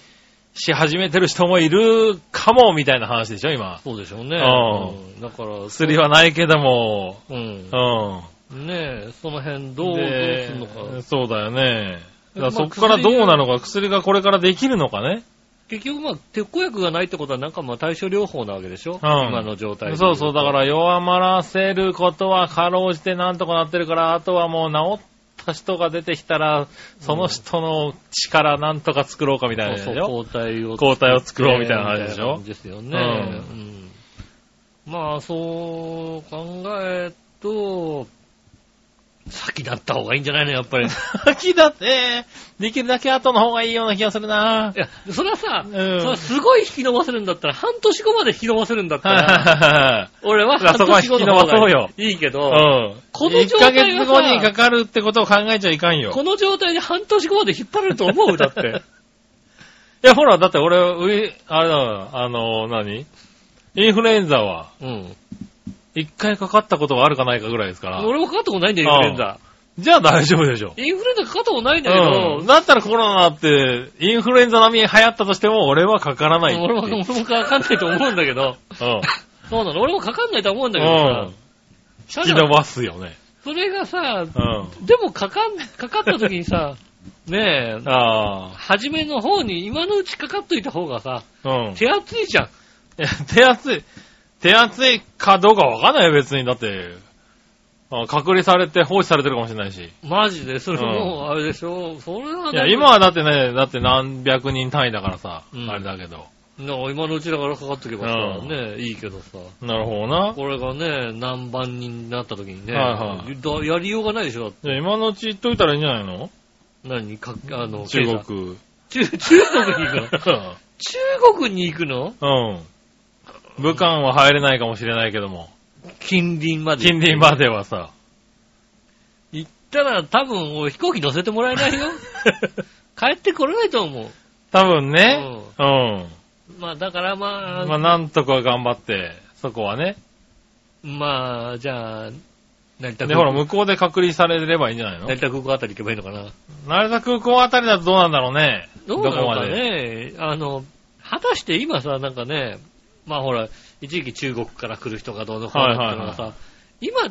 [SPEAKER 3] し始めてる人もいるかも、みたいな話でしょ、今。
[SPEAKER 2] そうでしょうね。
[SPEAKER 3] う
[SPEAKER 2] うんだから、
[SPEAKER 3] 薬はないけども、
[SPEAKER 2] うん
[SPEAKER 3] う。ん。
[SPEAKER 2] ねえ、その辺どう、どう
[SPEAKER 3] です
[SPEAKER 2] るのか。
[SPEAKER 3] そうだよね。だから
[SPEAKER 2] まあ
[SPEAKER 3] そっからどうなのか、薬がこれからできるのかね。
[SPEAKER 2] 結局まあ、鉄抗薬がないってことはなんかまあ対症療法なわけでしょ、今の状態で。
[SPEAKER 3] そうそう、だからら弱まらせることはかろうじてなんとかなってるから、あとはもう治った人が出てきたら、その人の力なんとか作ろうかみたいなやつ
[SPEAKER 2] そ
[SPEAKER 3] で
[SPEAKER 2] う
[SPEAKER 3] し
[SPEAKER 2] そ
[SPEAKER 3] ょ。
[SPEAKER 2] う、抗体を。
[SPEAKER 3] 抗体を作ろうみたいな話で
[SPEAKER 2] み
[SPEAKER 3] しょ
[SPEAKER 2] たいな感じですよね。うんまあ、そう考えると、先だった方がいいんじゃないの、やっ ぱり。い
[SPEAKER 3] 先だって、できるだけ後の方がいいような気がす るな
[SPEAKER 2] や、それはさ、
[SPEAKER 3] うん
[SPEAKER 2] それはすごい引き伸ばせるんだったら、半年後まで引き伸ばせるんだった ら、俺は半
[SPEAKER 3] そこは
[SPEAKER 2] 年
[SPEAKER 3] 引
[SPEAKER 2] 後
[SPEAKER 3] き
[SPEAKER 2] の
[SPEAKER 3] 伸
[SPEAKER 2] 方
[SPEAKER 3] ばそう
[SPEAKER 2] が
[SPEAKER 3] よ
[SPEAKER 2] いいけ
[SPEAKER 3] う
[SPEAKER 2] ど、
[SPEAKER 3] ん。
[SPEAKER 2] この状
[SPEAKER 3] 1ヶ
[SPEAKER 2] 態がさ
[SPEAKER 3] 月後にかかるってことを考えちゃいかんよ。
[SPEAKER 2] この状態で半年後まで引っ張れると思うだって。
[SPEAKER 3] いや、ほら、だって俺、ウイ、あれだよ、あの、何インフルエンザは、
[SPEAKER 2] うん。
[SPEAKER 3] 一回かかったことがあるかないかぐらいですから。
[SPEAKER 2] 俺もかかったことないんだよ、インフルエンザ。
[SPEAKER 3] じゃあ大丈夫でしょ。
[SPEAKER 2] インフルエンザかかったことないんだけ
[SPEAKER 3] うん。
[SPEAKER 2] ど、
[SPEAKER 3] だったらコロナって、インフルエンザ並みに流行ったとしても、俺はかからないっていう。
[SPEAKER 2] 俺も俺もかかんないと思うんだけど、そうなの、俺もかかんないと思うんだけ
[SPEAKER 3] うん
[SPEAKER 2] ど。
[SPEAKER 3] う
[SPEAKER 2] さ
[SPEAKER 3] ん。、引き
[SPEAKER 2] た
[SPEAKER 3] 伸
[SPEAKER 2] だ
[SPEAKER 3] ばすよね。
[SPEAKER 2] それがさ、
[SPEAKER 3] うん。
[SPEAKER 2] でもかかん、かかった時に さ、ねえ、
[SPEAKER 3] あ
[SPEAKER 2] 初めの方に今のうちかかっといた方がさ、
[SPEAKER 3] あ。うん。
[SPEAKER 2] 手厚いじゃん。
[SPEAKER 3] いや手厚い。手厚いかどうかわかんないよ、別に。だって、あ隔離されて放置されてるかもしれないし。
[SPEAKER 2] マジで、それもうあれでしょ、それはい
[SPEAKER 3] や、今、はだってね、だって何百人単位だからさ、
[SPEAKER 2] うん
[SPEAKER 3] あれだけど。
[SPEAKER 2] なんか今のうちだからかかっとけばさ、
[SPEAKER 3] うん
[SPEAKER 2] ねえ、いいけどさ。
[SPEAKER 3] なるほどな。
[SPEAKER 2] これがね、何万人になった時にね、
[SPEAKER 3] はいは
[SPEAKER 2] だやりようがないでしょ。
[SPEAKER 3] じゃあ今のうち言っといたらいいんじゃないの
[SPEAKER 2] 何か、あの、
[SPEAKER 3] 中国。
[SPEAKER 2] 経済。中、中国に行 くの中国に行くの
[SPEAKER 3] うん。武漢は入れないかもしれないけども、
[SPEAKER 2] 近隣まで。
[SPEAKER 3] 近隣ま。では さ、
[SPEAKER 2] 行ったら多分俺飛行機乗せてもらえない よ。帰ってこれないと思う。
[SPEAKER 3] 多分ね、うん。
[SPEAKER 2] まあだからまあ、
[SPEAKER 3] まあ、なんとか頑張って、そこはね。
[SPEAKER 2] まあ、じゃあ、成田
[SPEAKER 3] で、ほら、
[SPEAKER 2] 空港、
[SPEAKER 3] 向こうで隔離されればいいんじゃないの
[SPEAKER 2] 成田空港あたり行けばいいのかな。
[SPEAKER 3] 成田空港あたりだとどうなんだろうね。
[SPEAKER 2] どうな
[SPEAKER 3] どこ
[SPEAKER 2] の
[SPEAKER 3] ま
[SPEAKER 2] かね、
[SPEAKER 3] で。
[SPEAKER 2] あの、果たして今さ、なんかね、まあほら、一時期中国から来る人がどうのこうのっていうのがさ、今、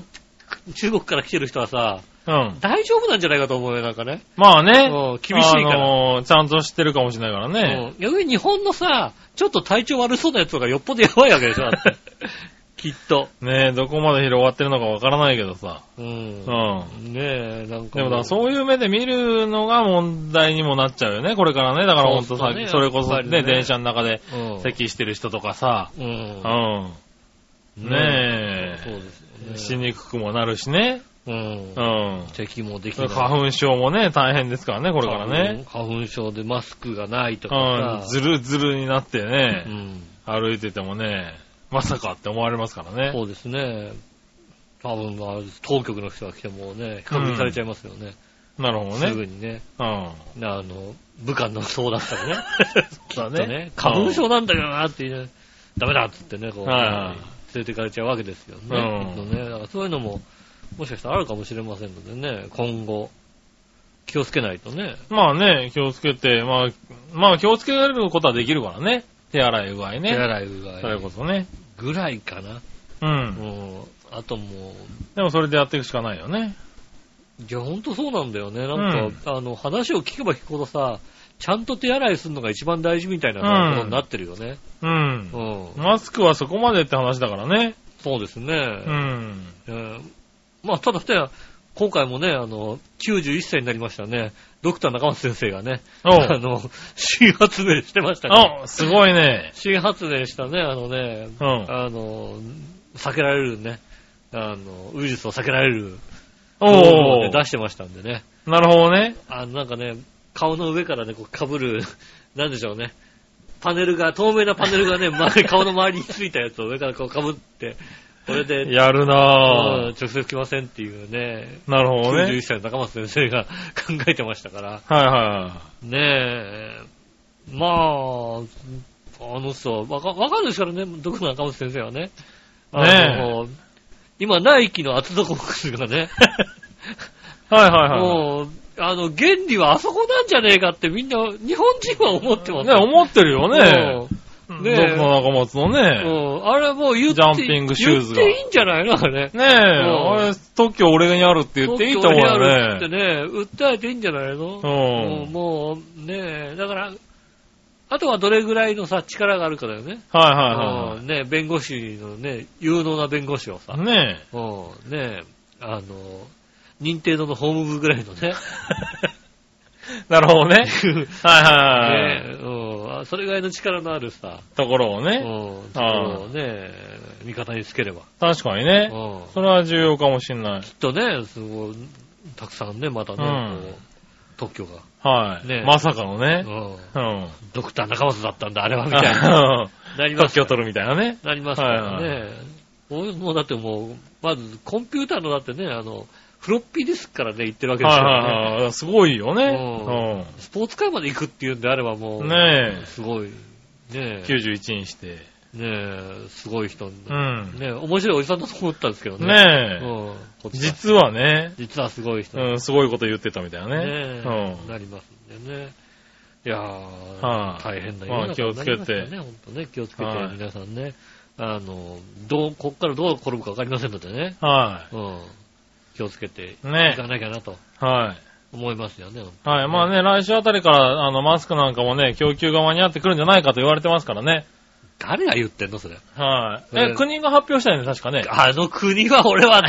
[SPEAKER 2] 中国から来てる人はさ、
[SPEAKER 3] うん。
[SPEAKER 2] 大丈夫なんじゃないかと思うよ、なんかね。
[SPEAKER 3] まあね。
[SPEAKER 2] うん厳しいから
[SPEAKER 3] あのーちゃんと知ってるかもしれないからね。
[SPEAKER 2] うん。逆に日本のさ、ちょっと体調悪そうなやつとかよっぽどやばいわけでしょ、だ って。きっと。
[SPEAKER 3] ねえ、どこまで広がってるのかわからないけどさ。
[SPEAKER 2] う
[SPEAKER 3] うんん。。
[SPEAKER 2] ねえ、なんか
[SPEAKER 3] で
[SPEAKER 2] もう。
[SPEAKER 3] もだ、そういう目で見るのが問題にもなっちゃうよね、これからね。だからほん
[SPEAKER 2] そ
[SPEAKER 3] とさ
[SPEAKER 2] うそうね、
[SPEAKER 3] それこ
[SPEAKER 2] や
[SPEAKER 3] そ
[SPEAKER 2] っぱりね
[SPEAKER 3] ね、電車の中で
[SPEAKER 2] うん。
[SPEAKER 3] 咳してる人とかさ。
[SPEAKER 2] う。
[SPEAKER 3] うんん。ね
[SPEAKER 2] そうですよ
[SPEAKER 3] え。
[SPEAKER 2] ね。
[SPEAKER 3] しにくくもなるしね。
[SPEAKER 2] うん
[SPEAKER 3] う。ん。
[SPEAKER 2] 咳もできない。
[SPEAKER 3] 花粉症もね、大変ですからね、これからね。
[SPEAKER 2] 花粉。花粉症でマスクがないと
[SPEAKER 3] うん
[SPEAKER 2] か、さ。
[SPEAKER 3] ずるずるになってね。
[SPEAKER 2] うん。
[SPEAKER 3] 歩いててもね、まさかって思われますからね。
[SPEAKER 2] そうですね。多分、まあ、当局の人が来てもね、隔離されちゃいますよね。
[SPEAKER 3] なるほど
[SPEAKER 2] すぐ
[SPEAKER 3] ね。
[SPEAKER 2] にね。
[SPEAKER 3] うん。
[SPEAKER 2] あの、武漢のそうだったらね。
[SPEAKER 3] そう
[SPEAKER 2] ね花粉症なんだけどなって言いながらダメだっつってね、こう、
[SPEAKER 3] はい
[SPEAKER 2] 連
[SPEAKER 3] は
[SPEAKER 2] れてかれちゃうわけですよね。
[SPEAKER 3] うん
[SPEAKER 2] きっとねだからそういうのも、もしかしたらあるかもしれませんのでね、今後、気をつけないとね。
[SPEAKER 3] まあね、気をつけて、まあ、まあ気をつけられることはできるからね。手洗いうが
[SPEAKER 2] 手
[SPEAKER 3] いね。
[SPEAKER 2] 洗いうが
[SPEAKER 3] それ
[SPEAKER 2] い
[SPEAKER 3] こそね。
[SPEAKER 2] ぐらいかな。
[SPEAKER 3] うん。
[SPEAKER 2] うんあとも
[SPEAKER 3] でもそれでやっていくしかないよね。
[SPEAKER 2] う、いや、ほんとそうなんだよね。なんか、あの、話を聞けば聞くほどさ、ちゃんと手洗いするのが一番大事みたいな
[SPEAKER 3] うん
[SPEAKER 2] ことになってるよね。
[SPEAKER 3] うん
[SPEAKER 2] う。ん。
[SPEAKER 3] マスクはそこまでって話だからね。
[SPEAKER 2] そうですね。
[SPEAKER 3] うん。
[SPEAKER 2] うんまあ、ただね、今回もね、あの、91歳になりましたね。ドクター中松先生がね、
[SPEAKER 3] お
[SPEAKER 2] あ
[SPEAKER 3] う
[SPEAKER 2] の、新発明してましたね。
[SPEAKER 3] あ、すごいね。
[SPEAKER 2] 新発明したね、あのね、
[SPEAKER 3] うん。
[SPEAKER 2] あの、避けられるね、あの、ウイルスを避けられる、
[SPEAKER 3] お
[SPEAKER 2] ね
[SPEAKER 3] う
[SPEAKER 2] 出してましたんでね。
[SPEAKER 3] なるほどね。
[SPEAKER 2] あの、なんかね、顔の上からね、こう被る、 なんでしょうね。パネルが、透明なパネルがね、 前顔の周りについたやつを上からこう被って、これで、
[SPEAKER 3] やる
[SPEAKER 2] う
[SPEAKER 3] なん
[SPEAKER 2] 直接来ませんっていうね、
[SPEAKER 3] ぁ。なるほど
[SPEAKER 2] 91
[SPEAKER 3] ね。
[SPEAKER 2] 歳の高松先生が考えてましたから、
[SPEAKER 3] はいはいは
[SPEAKER 2] ねえ、まあ、あのさ、わか、わかるですからね、毒の赤松先生はね。あの今、ナイキの厚底靴がね、
[SPEAKER 3] はいはいはい。
[SPEAKER 2] もう、あの、原理はあそこなんじゃねえかってみんな、日本人は思ってます
[SPEAKER 3] ね、思ってるよね。
[SPEAKER 2] うんね
[SPEAKER 3] ね僕の中松のね。
[SPEAKER 2] うんあれもう言って、
[SPEAKER 3] ジャンピングシューズが
[SPEAKER 2] 言っていいんじゃないのあれ。
[SPEAKER 3] ねえ、あれ、特許俺にあるって言っていいと思うよ
[SPEAKER 2] 東京
[SPEAKER 3] ね。
[SPEAKER 2] にあるってね、訴えていいんじゃないのも
[SPEAKER 3] う。
[SPEAKER 2] うんもう、ねえ、だから、あとはどれぐらいのさ、力があるかだよね。
[SPEAKER 3] はいは
[SPEAKER 2] うんねえ弁護士のね、有能な弁護士をさ
[SPEAKER 3] いは、い。ね
[SPEAKER 2] うんねえ、あの、認定度のホーム部ぐらいの ね、
[SPEAKER 3] え。なるほ どね。はいはいはいはい。
[SPEAKER 2] ねえうんあそれぐらいの力のあるさ、
[SPEAKER 3] ところを
[SPEAKER 2] うん
[SPEAKER 3] ね。
[SPEAKER 2] ところをね、味方につければ。
[SPEAKER 3] 確かに
[SPEAKER 2] う
[SPEAKER 3] ね。
[SPEAKER 2] ん
[SPEAKER 3] それは重要かもしんない。
[SPEAKER 2] きっとね、すごい、たくさんね、またね、
[SPEAKER 3] うん
[SPEAKER 2] こう特許が、
[SPEAKER 3] は
[SPEAKER 2] ねえ
[SPEAKER 3] い。まさかの
[SPEAKER 2] う
[SPEAKER 3] ね。
[SPEAKER 2] ん
[SPEAKER 3] うん。
[SPEAKER 2] ドクター中松だったんだ、あれは、みたい な。
[SPEAKER 3] 特
[SPEAKER 2] なります
[SPEAKER 3] 許
[SPEAKER 2] よ
[SPEAKER 3] を取るみたいなね。
[SPEAKER 2] なりますから
[SPEAKER 3] はい
[SPEAKER 2] ね。こういうもうだってもう、まずコンピューターのだってね、あの、フロッピーディスクからね、行ってるわけです
[SPEAKER 3] はい
[SPEAKER 2] からね。
[SPEAKER 3] はいはい。すごいよ
[SPEAKER 2] うん
[SPEAKER 3] ね。
[SPEAKER 2] スポーツ界まで行くっていうんであればも
[SPEAKER 3] う
[SPEAKER 2] う、
[SPEAKER 3] ん。ね
[SPEAKER 2] すごい、ね
[SPEAKER 3] え。
[SPEAKER 2] え、
[SPEAKER 3] 91にして。
[SPEAKER 2] ねえ、すごい人、
[SPEAKER 3] うん。
[SPEAKER 2] ねえ、面白いおじさんだと思ったんですけどね。
[SPEAKER 3] ね
[SPEAKER 2] う
[SPEAKER 3] え。
[SPEAKER 2] ん。こっちは
[SPEAKER 3] 実はね、
[SPEAKER 2] 実はすごい人。
[SPEAKER 3] うん、すごいこと言ってたみたいなね
[SPEAKER 2] ね。
[SPEAKER 3] う
[SPEAKER 2] え、
[SPEAKER 3] ん。
[SPEAKER 2] なりますんでね。いやー、
[SPEAKER 3] はい
[SPEAKER 2] 大変な
[SPEAKER 3] まあ
[SPEAKER 2] 世の中になりましたね、本当ね、気をつけて、
[SPEAKER 3] はい
[SPEAKER 2] 皆さんね、あの、どう、こっからどう転ぶかわかりませんのでね、
[SPEAKER 3] は
[SPEAKER 2] うん、気をつけてい
[SPEAKER 3] い。ね
[SPEAKER 2] かなきゃなと
[SPEAKER 3] え。はい。
[SPEAKER 2] 思いますよね。
[SPEAKER 3] はい。まあね、来週あたりから、あの、マスクなんかもね、供給が間に合ってくるんじゃないかと言われてますからね。
[SPEAKER 2] 誰が言ってんの、それ。
[SPEAKER 3] はい。
[SPEAKER 2] う
[SPEAKER 3] え、
[SPEAKER 2] ん
[SPEAKER 3] 国が発表したよね、確かね。だか
[SPEAKER 2] あの国は、俺 は、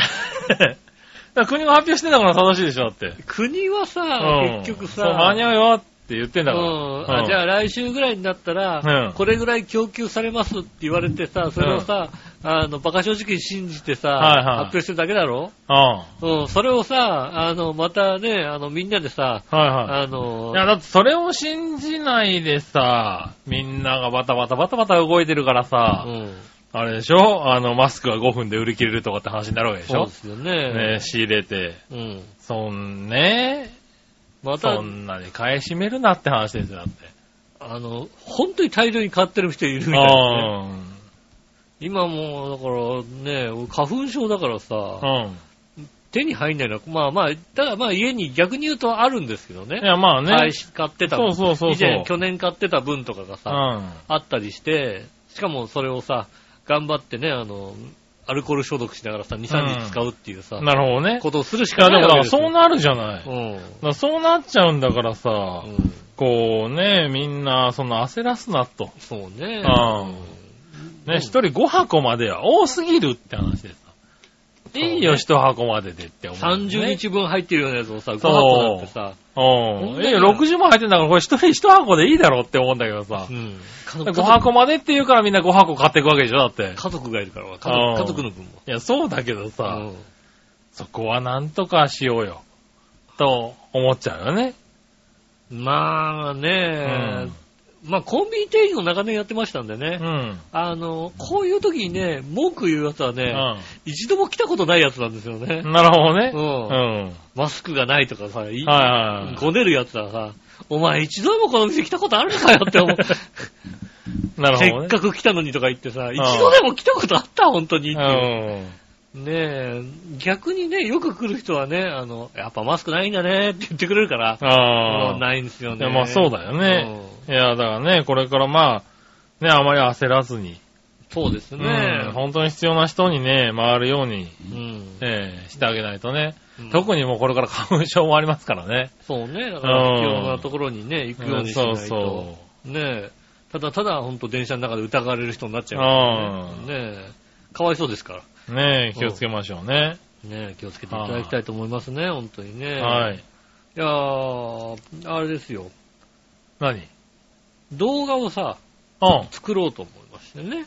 [SPEAKER 3] ら国が発表してんだから正しいでしょ、だって。
[SPEAKER 2] 国はさ、
[SPEAKER 3] うん
[SPEAKER 2] 結局さ、
[SPEAKER 3] そう間に合うよって言ってんだから。
[SPEAKER 2] うん、あじゃあ来週ぐらいになったら、
[SPEAKER 3] うん
[SPEAKER 2] これぐらい供給されますって言われてさ、それをさ、あの、バカ正直に信じてさ、
[SPEAKER 3] はいはい
[SPEAKER 2] 発表してるだけだろ
[SPEAKER 3] あ。
[SPEAKER 2] うん、それをさ、あの、またね、あの、みんなでさ、
[SPEAKER 3] うん。はいはい。
[SPEAKER 2] あの
[SPEAKER 3] い、や、だってそれを信じないでさ、みんながバタバタバタバタ動いてるからさ、
[SPEAKER 2] うん、
[SPEAKER 3] あれでしょあの、マスクは5分で売り切れるとかって話になるわけでし
[SPEAKER 2] そう
[SPEAKER 3] ょ
[SPEAKER 2] ですよね。
[SPEAKER 3] ね仕入れて。
[SPEAKER 2] うん。
[SPEAKER 3] そんね、
[SPEAKER 2] また
[SPEAKER 3] そ、んなに買い占めるなって話ですよ、だって。
[SPEAKER 2] あの、本当に大量に買ってる人いるみたいな、ね。
[SPEAKER 3] あ
[SPEAKER 2] 今もう、だからね、俺花粉症だから
[SPEAKER 3] あう
[SPEAKER 2] さ、
[SPEAKER 3] ん。
[SPEAKER 2] 手に入んないのは、まあまあ、ただまあ家に逆に言うとあるんですけど
[SPEAKER 3] い
[SPEAKER 2] ね。
[SPEAKER 3] や、まあね。
[SPEAKER 2] 買い買ってた
[SPEAKER 3] そうそうそうそう。
[SPEAKER 2] 以前、去年買ってた分とかが
[SPEAKER 3] う
[SPEAKER 2] さ、
[SPEAKER 3] ん。
[SPEAKER 2] あったりして、しかもそれをさ、頑張ってね、あの、アルコール消毒しながらさ、2、3日使うっていうさ、
[SPEAKER 3] なるほどね。
[SPEAKER 2] ことをするし
[SPEAKER 3] い
[SPEAKER 2] か
[SPEAKER 3] や、
[SPEAKER 2] な
[SPEAKER 3] で
[SPEAKER 2] い
[SPEAKER 3] もだ
[SPEAKER 2] わ
[SPEAKER 3] か
[SPEAKER 2] けです
[SPEAKER 3] らそ
[SPEAKER 2] よ。
[SPEAKER 3] うなるじゃない。だか
[SPEAKER 2] うん。
[SPEAKER 3] らそうなっちゃうんだからさ、
[SPEAKER 2] うん
[SPEAKER 3] こうね、みんな、その焦らすなと。
[SPEAKER 2] そうね。
[SPEAKER 3] うん。ね、一人5箱までは多すぎるって話です。
[SPEAKER 2] うね
[SPEAKER 3] いいよ、一箱まででって思う。
[SPEAKER 2] 30
[SPEAKER 3] ね。
[SPEAKER 2] 日分入ってるようなやつをさ、5
[SPEAKER 3] そう
[SPEAKER 2] 箱だってさ、
[SPEAKER 3] うん。いいよ、60も入ってんだから、これ一人一箱でいいだろって思うんだけどさ
[SPEAKER 2] う。ん。家族
[SPEAKER 3] 5箱までって言うからみんな5箱買っていくわけでしょ、だって。
[SPEAKER 2] 家族がいるから、家族
[SPEAKER 3] うん
[SPEAKER 2] 家族の分も。
[SPEAKER 3] いや、そうだけどさ。
[SPEAKER 2] うん
[SPEAKER 3] そこはなんとかしようよ。と思っちゃうよね。
[SPEAKER 2] まあ
[SPEAKER 3] う
[SPEAKER 2] ね
[SPEAKER 3] ん、。
[SPEAKER 2] まあコンビニ店員を長年やってましたんでね、
[SPEAKER 3] うん。
[SPEAKER 2] あの、こういう時にね、文句言うやつはね、一度も来たことないやつなんですよね
[SPEAKER 3] う。ん。なるほどね
[SPEAKER 2] う。。
[SPEAKER 3] うんん。
[SPEAKER 2] マスクがないとかさ、い
[SPEAKER 3] はいはいは
[SPEAKER 2] ごねるやつはさ、お前一度もこの店来たことあるのかよって 思う。
[SPEAKER 3] い。なる
[SPEAKER 2] せ
[SPEAKER 3] ほど
[SPEAKER 2] っ
[SPEAKER 3] ね。
[SPEAKER 2] かく来たのにとか言ってさ、
[SPEAKER 3] ん
[SPEAKER 2] 一度でも来たことあった、本当にっていう。
[SPEAKER 3] うん。
[SPEAKER 2] ねえ、逆にね、よく来る人はね、あの、やっぱマスクないんだねって言ってくれるから、
[SPEAKER 3] あ
[SPEAKER 2] もう
[SPEAKER 3] あ。
[SPEAKER 2] ないんですよ
[SPEAKER 3] い
[SPEAKER 2] ね。
[SPEAKER 3] や、まあそうだよね。いや、だからね、これからまあ、ね、あまり焦らずに。
[SPEAKER 2] うんそうです
[SPEAKER 3] うん
[SPEAKER 2] ね。
[SPEAKER 3] 本当に必要な人にね、回るように、
[SPEAKER 2] うん
[SPEAKER 3] ええしてあげないとね。
[SPEAKER 2] うん
[SPEAKER 3] 特にもうこれから 花粉症もありますからね。
[SPEAKER 2] そうね、だから必要なところにね、行くようにしな
[SPEAKER 3] そ
[SPEAKER 2] いうと。
[SPEAKER 3] そ
[SPEAKER 2] ねえ。ただただ、ほんと電車の中で疑われる人になっちゃうからね。ねえ。かわいそうですから。
[SPEAKER 3] う。ねえ、気をつけましょうね。
[SPEAKER 2] ねえ、気をつけていただきたいと思いますね、本当にね。。
[SPEAKER 3] はいい。
[SPEAKER 2] やー、あれですよ。
[SPEAKER 3] 何
[SPEAKER 2] 動画をさ、
[SPEAKER 3] うん。
[SPEAKER 2] 作ろうと思いましてね。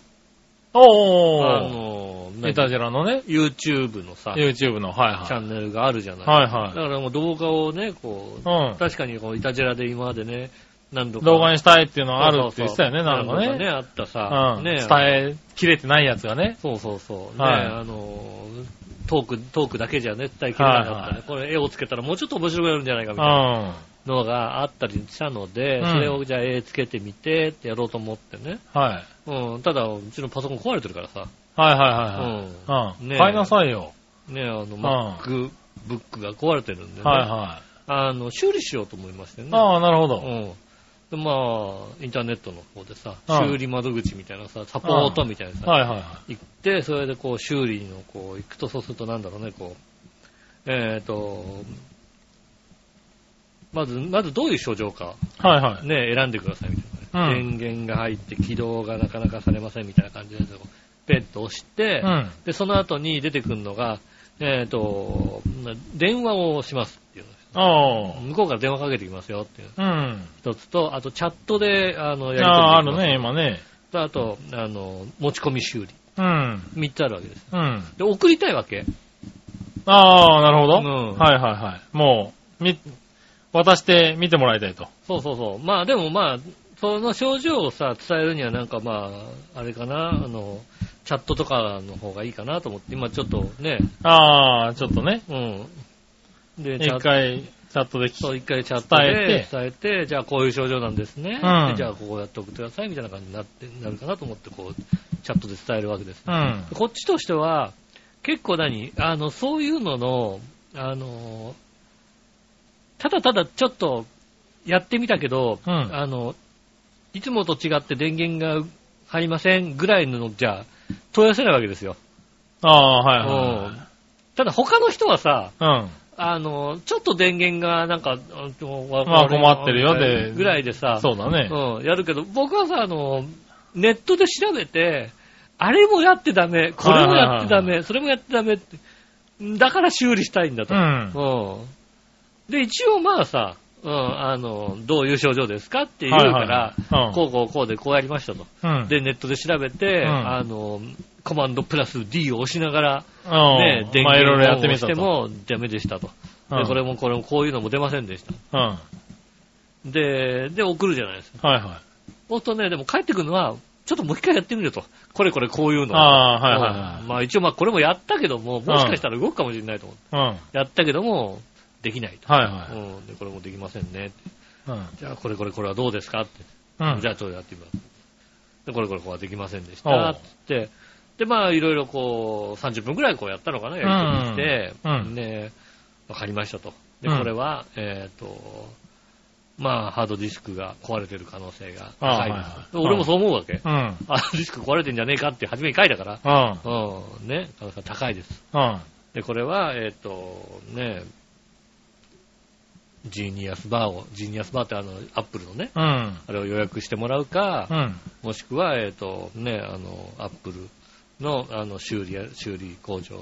[SPEAKER 2] あ
[SPEAKER 3] おー。
[SPEAKER 2] の、
[SPEAKER 3] ネタジェラのね、
[SPEAKER 2] YouTube のさ、チ
[SPEAKER 3] YouTube の、はい
[SPEAKER 2] ャ
[SPEAKER 3] は
[SPEAKER 2] ンネルがあるじゃない。
[SPEAKER 3] い。はいは
[SPEAKER 2] だ
[SPEAKER 3] い。
[SPEAKER 2] からもう動画をね、こう、
[SPEAKER 3] う
[SPEAKER 2] 確かにこう、イタジェラで今までね、何度
[SPEAKER 3] ん。
[SPEAKER 2] か。
[SPEAKER 3] 動画にしたいっていうの
[SPEAKER 2] そう
[SPEAKER 3] はあ
[SPEAKER 2] そうそう、
[SPEAKER 3] るって言ってたよね、なんか
[SPEAKER 2] 何度
[SPEAKER 3] ね。
[SPEAKER 2] あったさ
[SPEAKER 3] う、ん。
[SPEAKER 2] ねえ
[SPEAKER 3] 伝えきれてないやつがね。
[SPEAKER 2] そうそうそう。ね、
[SPEAKER 3] はい
[SPEAKER 2] あの、トーク、トークだけじゃ絶対切れなかったね。
[SPEAKER 3] はいは
[SPEAKER 2] これ絵をつけたらもうちょっと面白くなるんじゃないか
[SPEAKER 3] う
[SPEAKER 2] みた
[SPEAKER 3] ん。
[SPEAKER 2] いな。
[SPEAKER 3] は
[SPEAKER 2] のがあったりしたので、
[SPEAKER 3] うん
[SPEAKER 2] それをじゃあ絵つけてみてってやろうと思ってね。
[SPEAKER 3] はい。
[SPEAKER 2] うん、ただ、うちのパソコン壊れてるからさ、
[SPEAKER 3] はい
[SPEAKER 2] う
[SPEAKER 3] はい
[SPEAKER 2] ん、
[SPEAKER 3] はい。うん。
[SPEAKER 2] ねえ
[SPEAKER 3] 買いなさいよ。
[SPEAKER 2] ね、あの、MacBook が壊れてるんでね、
[SPEAKER 3] はいは
[SPEAKER 2] あの、修理しようと思いましてね
[SPEAKER 3] い。。ああ、なるほど。
[SPEAKER 2] うん。で、まあ、インターネットの方でさ、
[SPEAKER 3] うん
[SPEAKER 2] 修理窓口みたいなさ、サポートみたいなさ、
[SPEAKER 3] はいはいはい。
[SPEAKER 2] 行って、それでこう、修理のこう、行くとそうするとなんだろうね、こう、えっ、と、まず、まずどういう症状か、
[SPEAKER 3] はいはい。
[SPEAKER 2] ね、選んでくださいみたいなね、
[SPEAKER 3] う
[SPEAKER 2] 電源が入って起動がなかなかされませんみたいな感じで、こうペッと押して、
[SPEAKER 3] うん。
[SPEAKER 2] で、その後に出てくるのが、えっ、と、電話をしますっていう
[SPEAKER 3] あ
[SPEAKER 2] の。向こうから電話かけてきますよっていう。
[SPEAKER 3] あ。うん。
[SPEAKER 2] 一つと、あとチャットで、あの、やり取りできます
[SPEAKER 3] ああ、あるね、。今ね。
[SPEAKER 2] とあと、あの、持ち込み修理。
[SPEAKER 3] うん。
[SPEAKER 2] 三つあるわけです。
[SPEAKER 3] うん。
[SPEAKER 2] で、送りたいわけ。
[SPEAKER 3] ああ、なるほど。
[SPEAKER 2] うん
[SPEAKER 3] はいはいはい。もう、み、渡して見てもらいたいと。
[SPEAKER 2] そうそうそう。まあでもまあ、その症状をさ、伝えるにはなんかまあ、あれかな、あの、チャットとかの方がいいかなと思って、今ちょっとね、
[SPEAKER 3] ああ、ちょっとね。
[SPEAKER 2] うん。で、チャ
[SPEAKER 3] 一
[SPEAKER 2] ット、
[SPEAKER 3] 回、チャットで聞
[SPEAKER 2] そう、
[SPEAKER 3] き。
[SPEAKER 2] 一回チャット
[SPEAKER 3] 伝え
[SPEAKER 2] で
[SPEAKER 3] て
[SPEAKER 2] 伝えて、じゃあこういう症状なんですね。
[SPEAKER 3] うん
[SPEAKER 2] でじゃあここやっておくってください、みたいな感じになって、なるかなと思って、こう、チャットで伝えるわけです。
[SPEAKER 3] うん。
[SPEAKER 2] こっちとしては、結構何あの、そういうのの、あの、ただただちょっとやってみたけど、
[SPEAKER 3] うん
[SPEAKER 2] あの、いつもと違って電源が入りませんぐらいのじゃ問い合わせないわけですよ。
[SPEAKER 3] ああ、はいはい。
[SPEAKER 2] ただ他の人はさ、
[SPEAKER 3] うん。
[SPEAKER 2] あの、ちょっと電源がなんか、あのわ
[SPEAKER 3] まあ困ってるよで
[SPEAKER 2] ぐらいでさ、
[SPEAKER 3] そうだね。
[SPEAKER 2] うん、やるけど、僕はさ、あの、ネットで調べて、あれもやってダメ、これもやってダ
[SPEAKER 3] はいはいはい
[SPEAKER 2] メ、それもやってダメって、だから修理したいんだと。
[SPEAKER 3] うん。
[SPEAKER 2] うんで、一応まあさ、うん、あの、どういう症状ですかって言う
[SPEAKER 3] は
[SPEAKER 2] か
[SPEAKER 3] い
[SPEAKER 2] ら、
[SPEAKER 3] はいはいうん
[SPEAKER 2] こうこうこうでこうやりましたと。
[SPEAKER 3] うん。
[SPEAKER 2] で、ネットで調べて、
[SPEAKER 3] うん
[SPEAKER 2] あの、コマンドプラス D を押しながら、
[SPEAKER 3] う
[SPEAKER 2] ね
[SPEAKER 3] ん、。
[SPEAKER 2] 電
[SPEAKER 3] まあいろいろや
[SPEAKER 2] 源を
[SPEAKER 3] ってみ
[SPEAKER 2] 押し
[SPEAKER 3] た
[SPEAKER 2] て
[SPEAKER 3] と。
[SPEAKER 2] もダメでしたと。
[SPEAKER 3] う
[SPEAKER 2] で、
[SPEAKER 3] ん
[SPEAKER 2] これもこれもこういうのも出ませんでした。
[SPEAKER 3] うん。はい
[SPEAKER 2] で、で、送るじゃないですか
[SPEAKER 3] は
[SPEAKER 2] そうするとね、でも帰ってくるのは、ちょっともう一回やってみると。これこれこういう
[SPEAKER 3] い。
[SPEAKER 2] の。
[SPEAKER 3] ああ、はいはいはい
[SPEAKER 2] うん。まあ一応まあこれもやったけども、もしかしたら動くかもしれないと思って。
[SPEAKER 3] うん。はい
[SPEAKER 2] やったけども、できないと。
[SPEAKER 3] は
[SPEAKER 2] うん。で、これもできませんね。
[SPEAKER 3] い。うん。
[SPEAKER 2] じゃあこれこれこれはどうですかって。
[SPEAKER 3] うん。
[SPEAKER 2] じゃあちょっとやってみます。で、これこれこれはできませんでし
[SPEAKER 3] お
[SPEAKER 2] た。
[SPEAKER 3] う
[SPEAKER 2] つって。で、まあいろいろこう、30分くらいこうやったのかな、やりとりして。
[SPEAKER 3] うんうん
[SPEAKER 2] ね、わかりましたと。で、
[SPEAKER 3] うん
[SPEAKER 2] これは、えっ、と、まあハードディスクが壊れてる可能性が高いで
[SPEAKER 3] あはい
[SPEAKER 2] す
[SPEAKER 3] は。い
[SPEAKER 2] で俺もそう思うわけ。
[SPEAKER 3] うん。
[SPEAKER 2] あ、リスク壊れてんじゃねえかって初めに書いたから。
[SPEAKER 3] うん。
[SPEAKER 2] うん、ね、可能性高いです。
[SPEAKER 3] うん。
[SPEAKER 2] で、これは、えっ、と、ね、ジーニアスバーを、ジーニアスバーってあの、アップルのね、
[SPEAKER 3] うん。
[SPEAKER 2] あれを予約してもらうか、
[SPEAKER 3] うん。
[SPEAKER 2] もしくは、えっ、と、ね、あの、アップルの、あの、修理や、修理工場に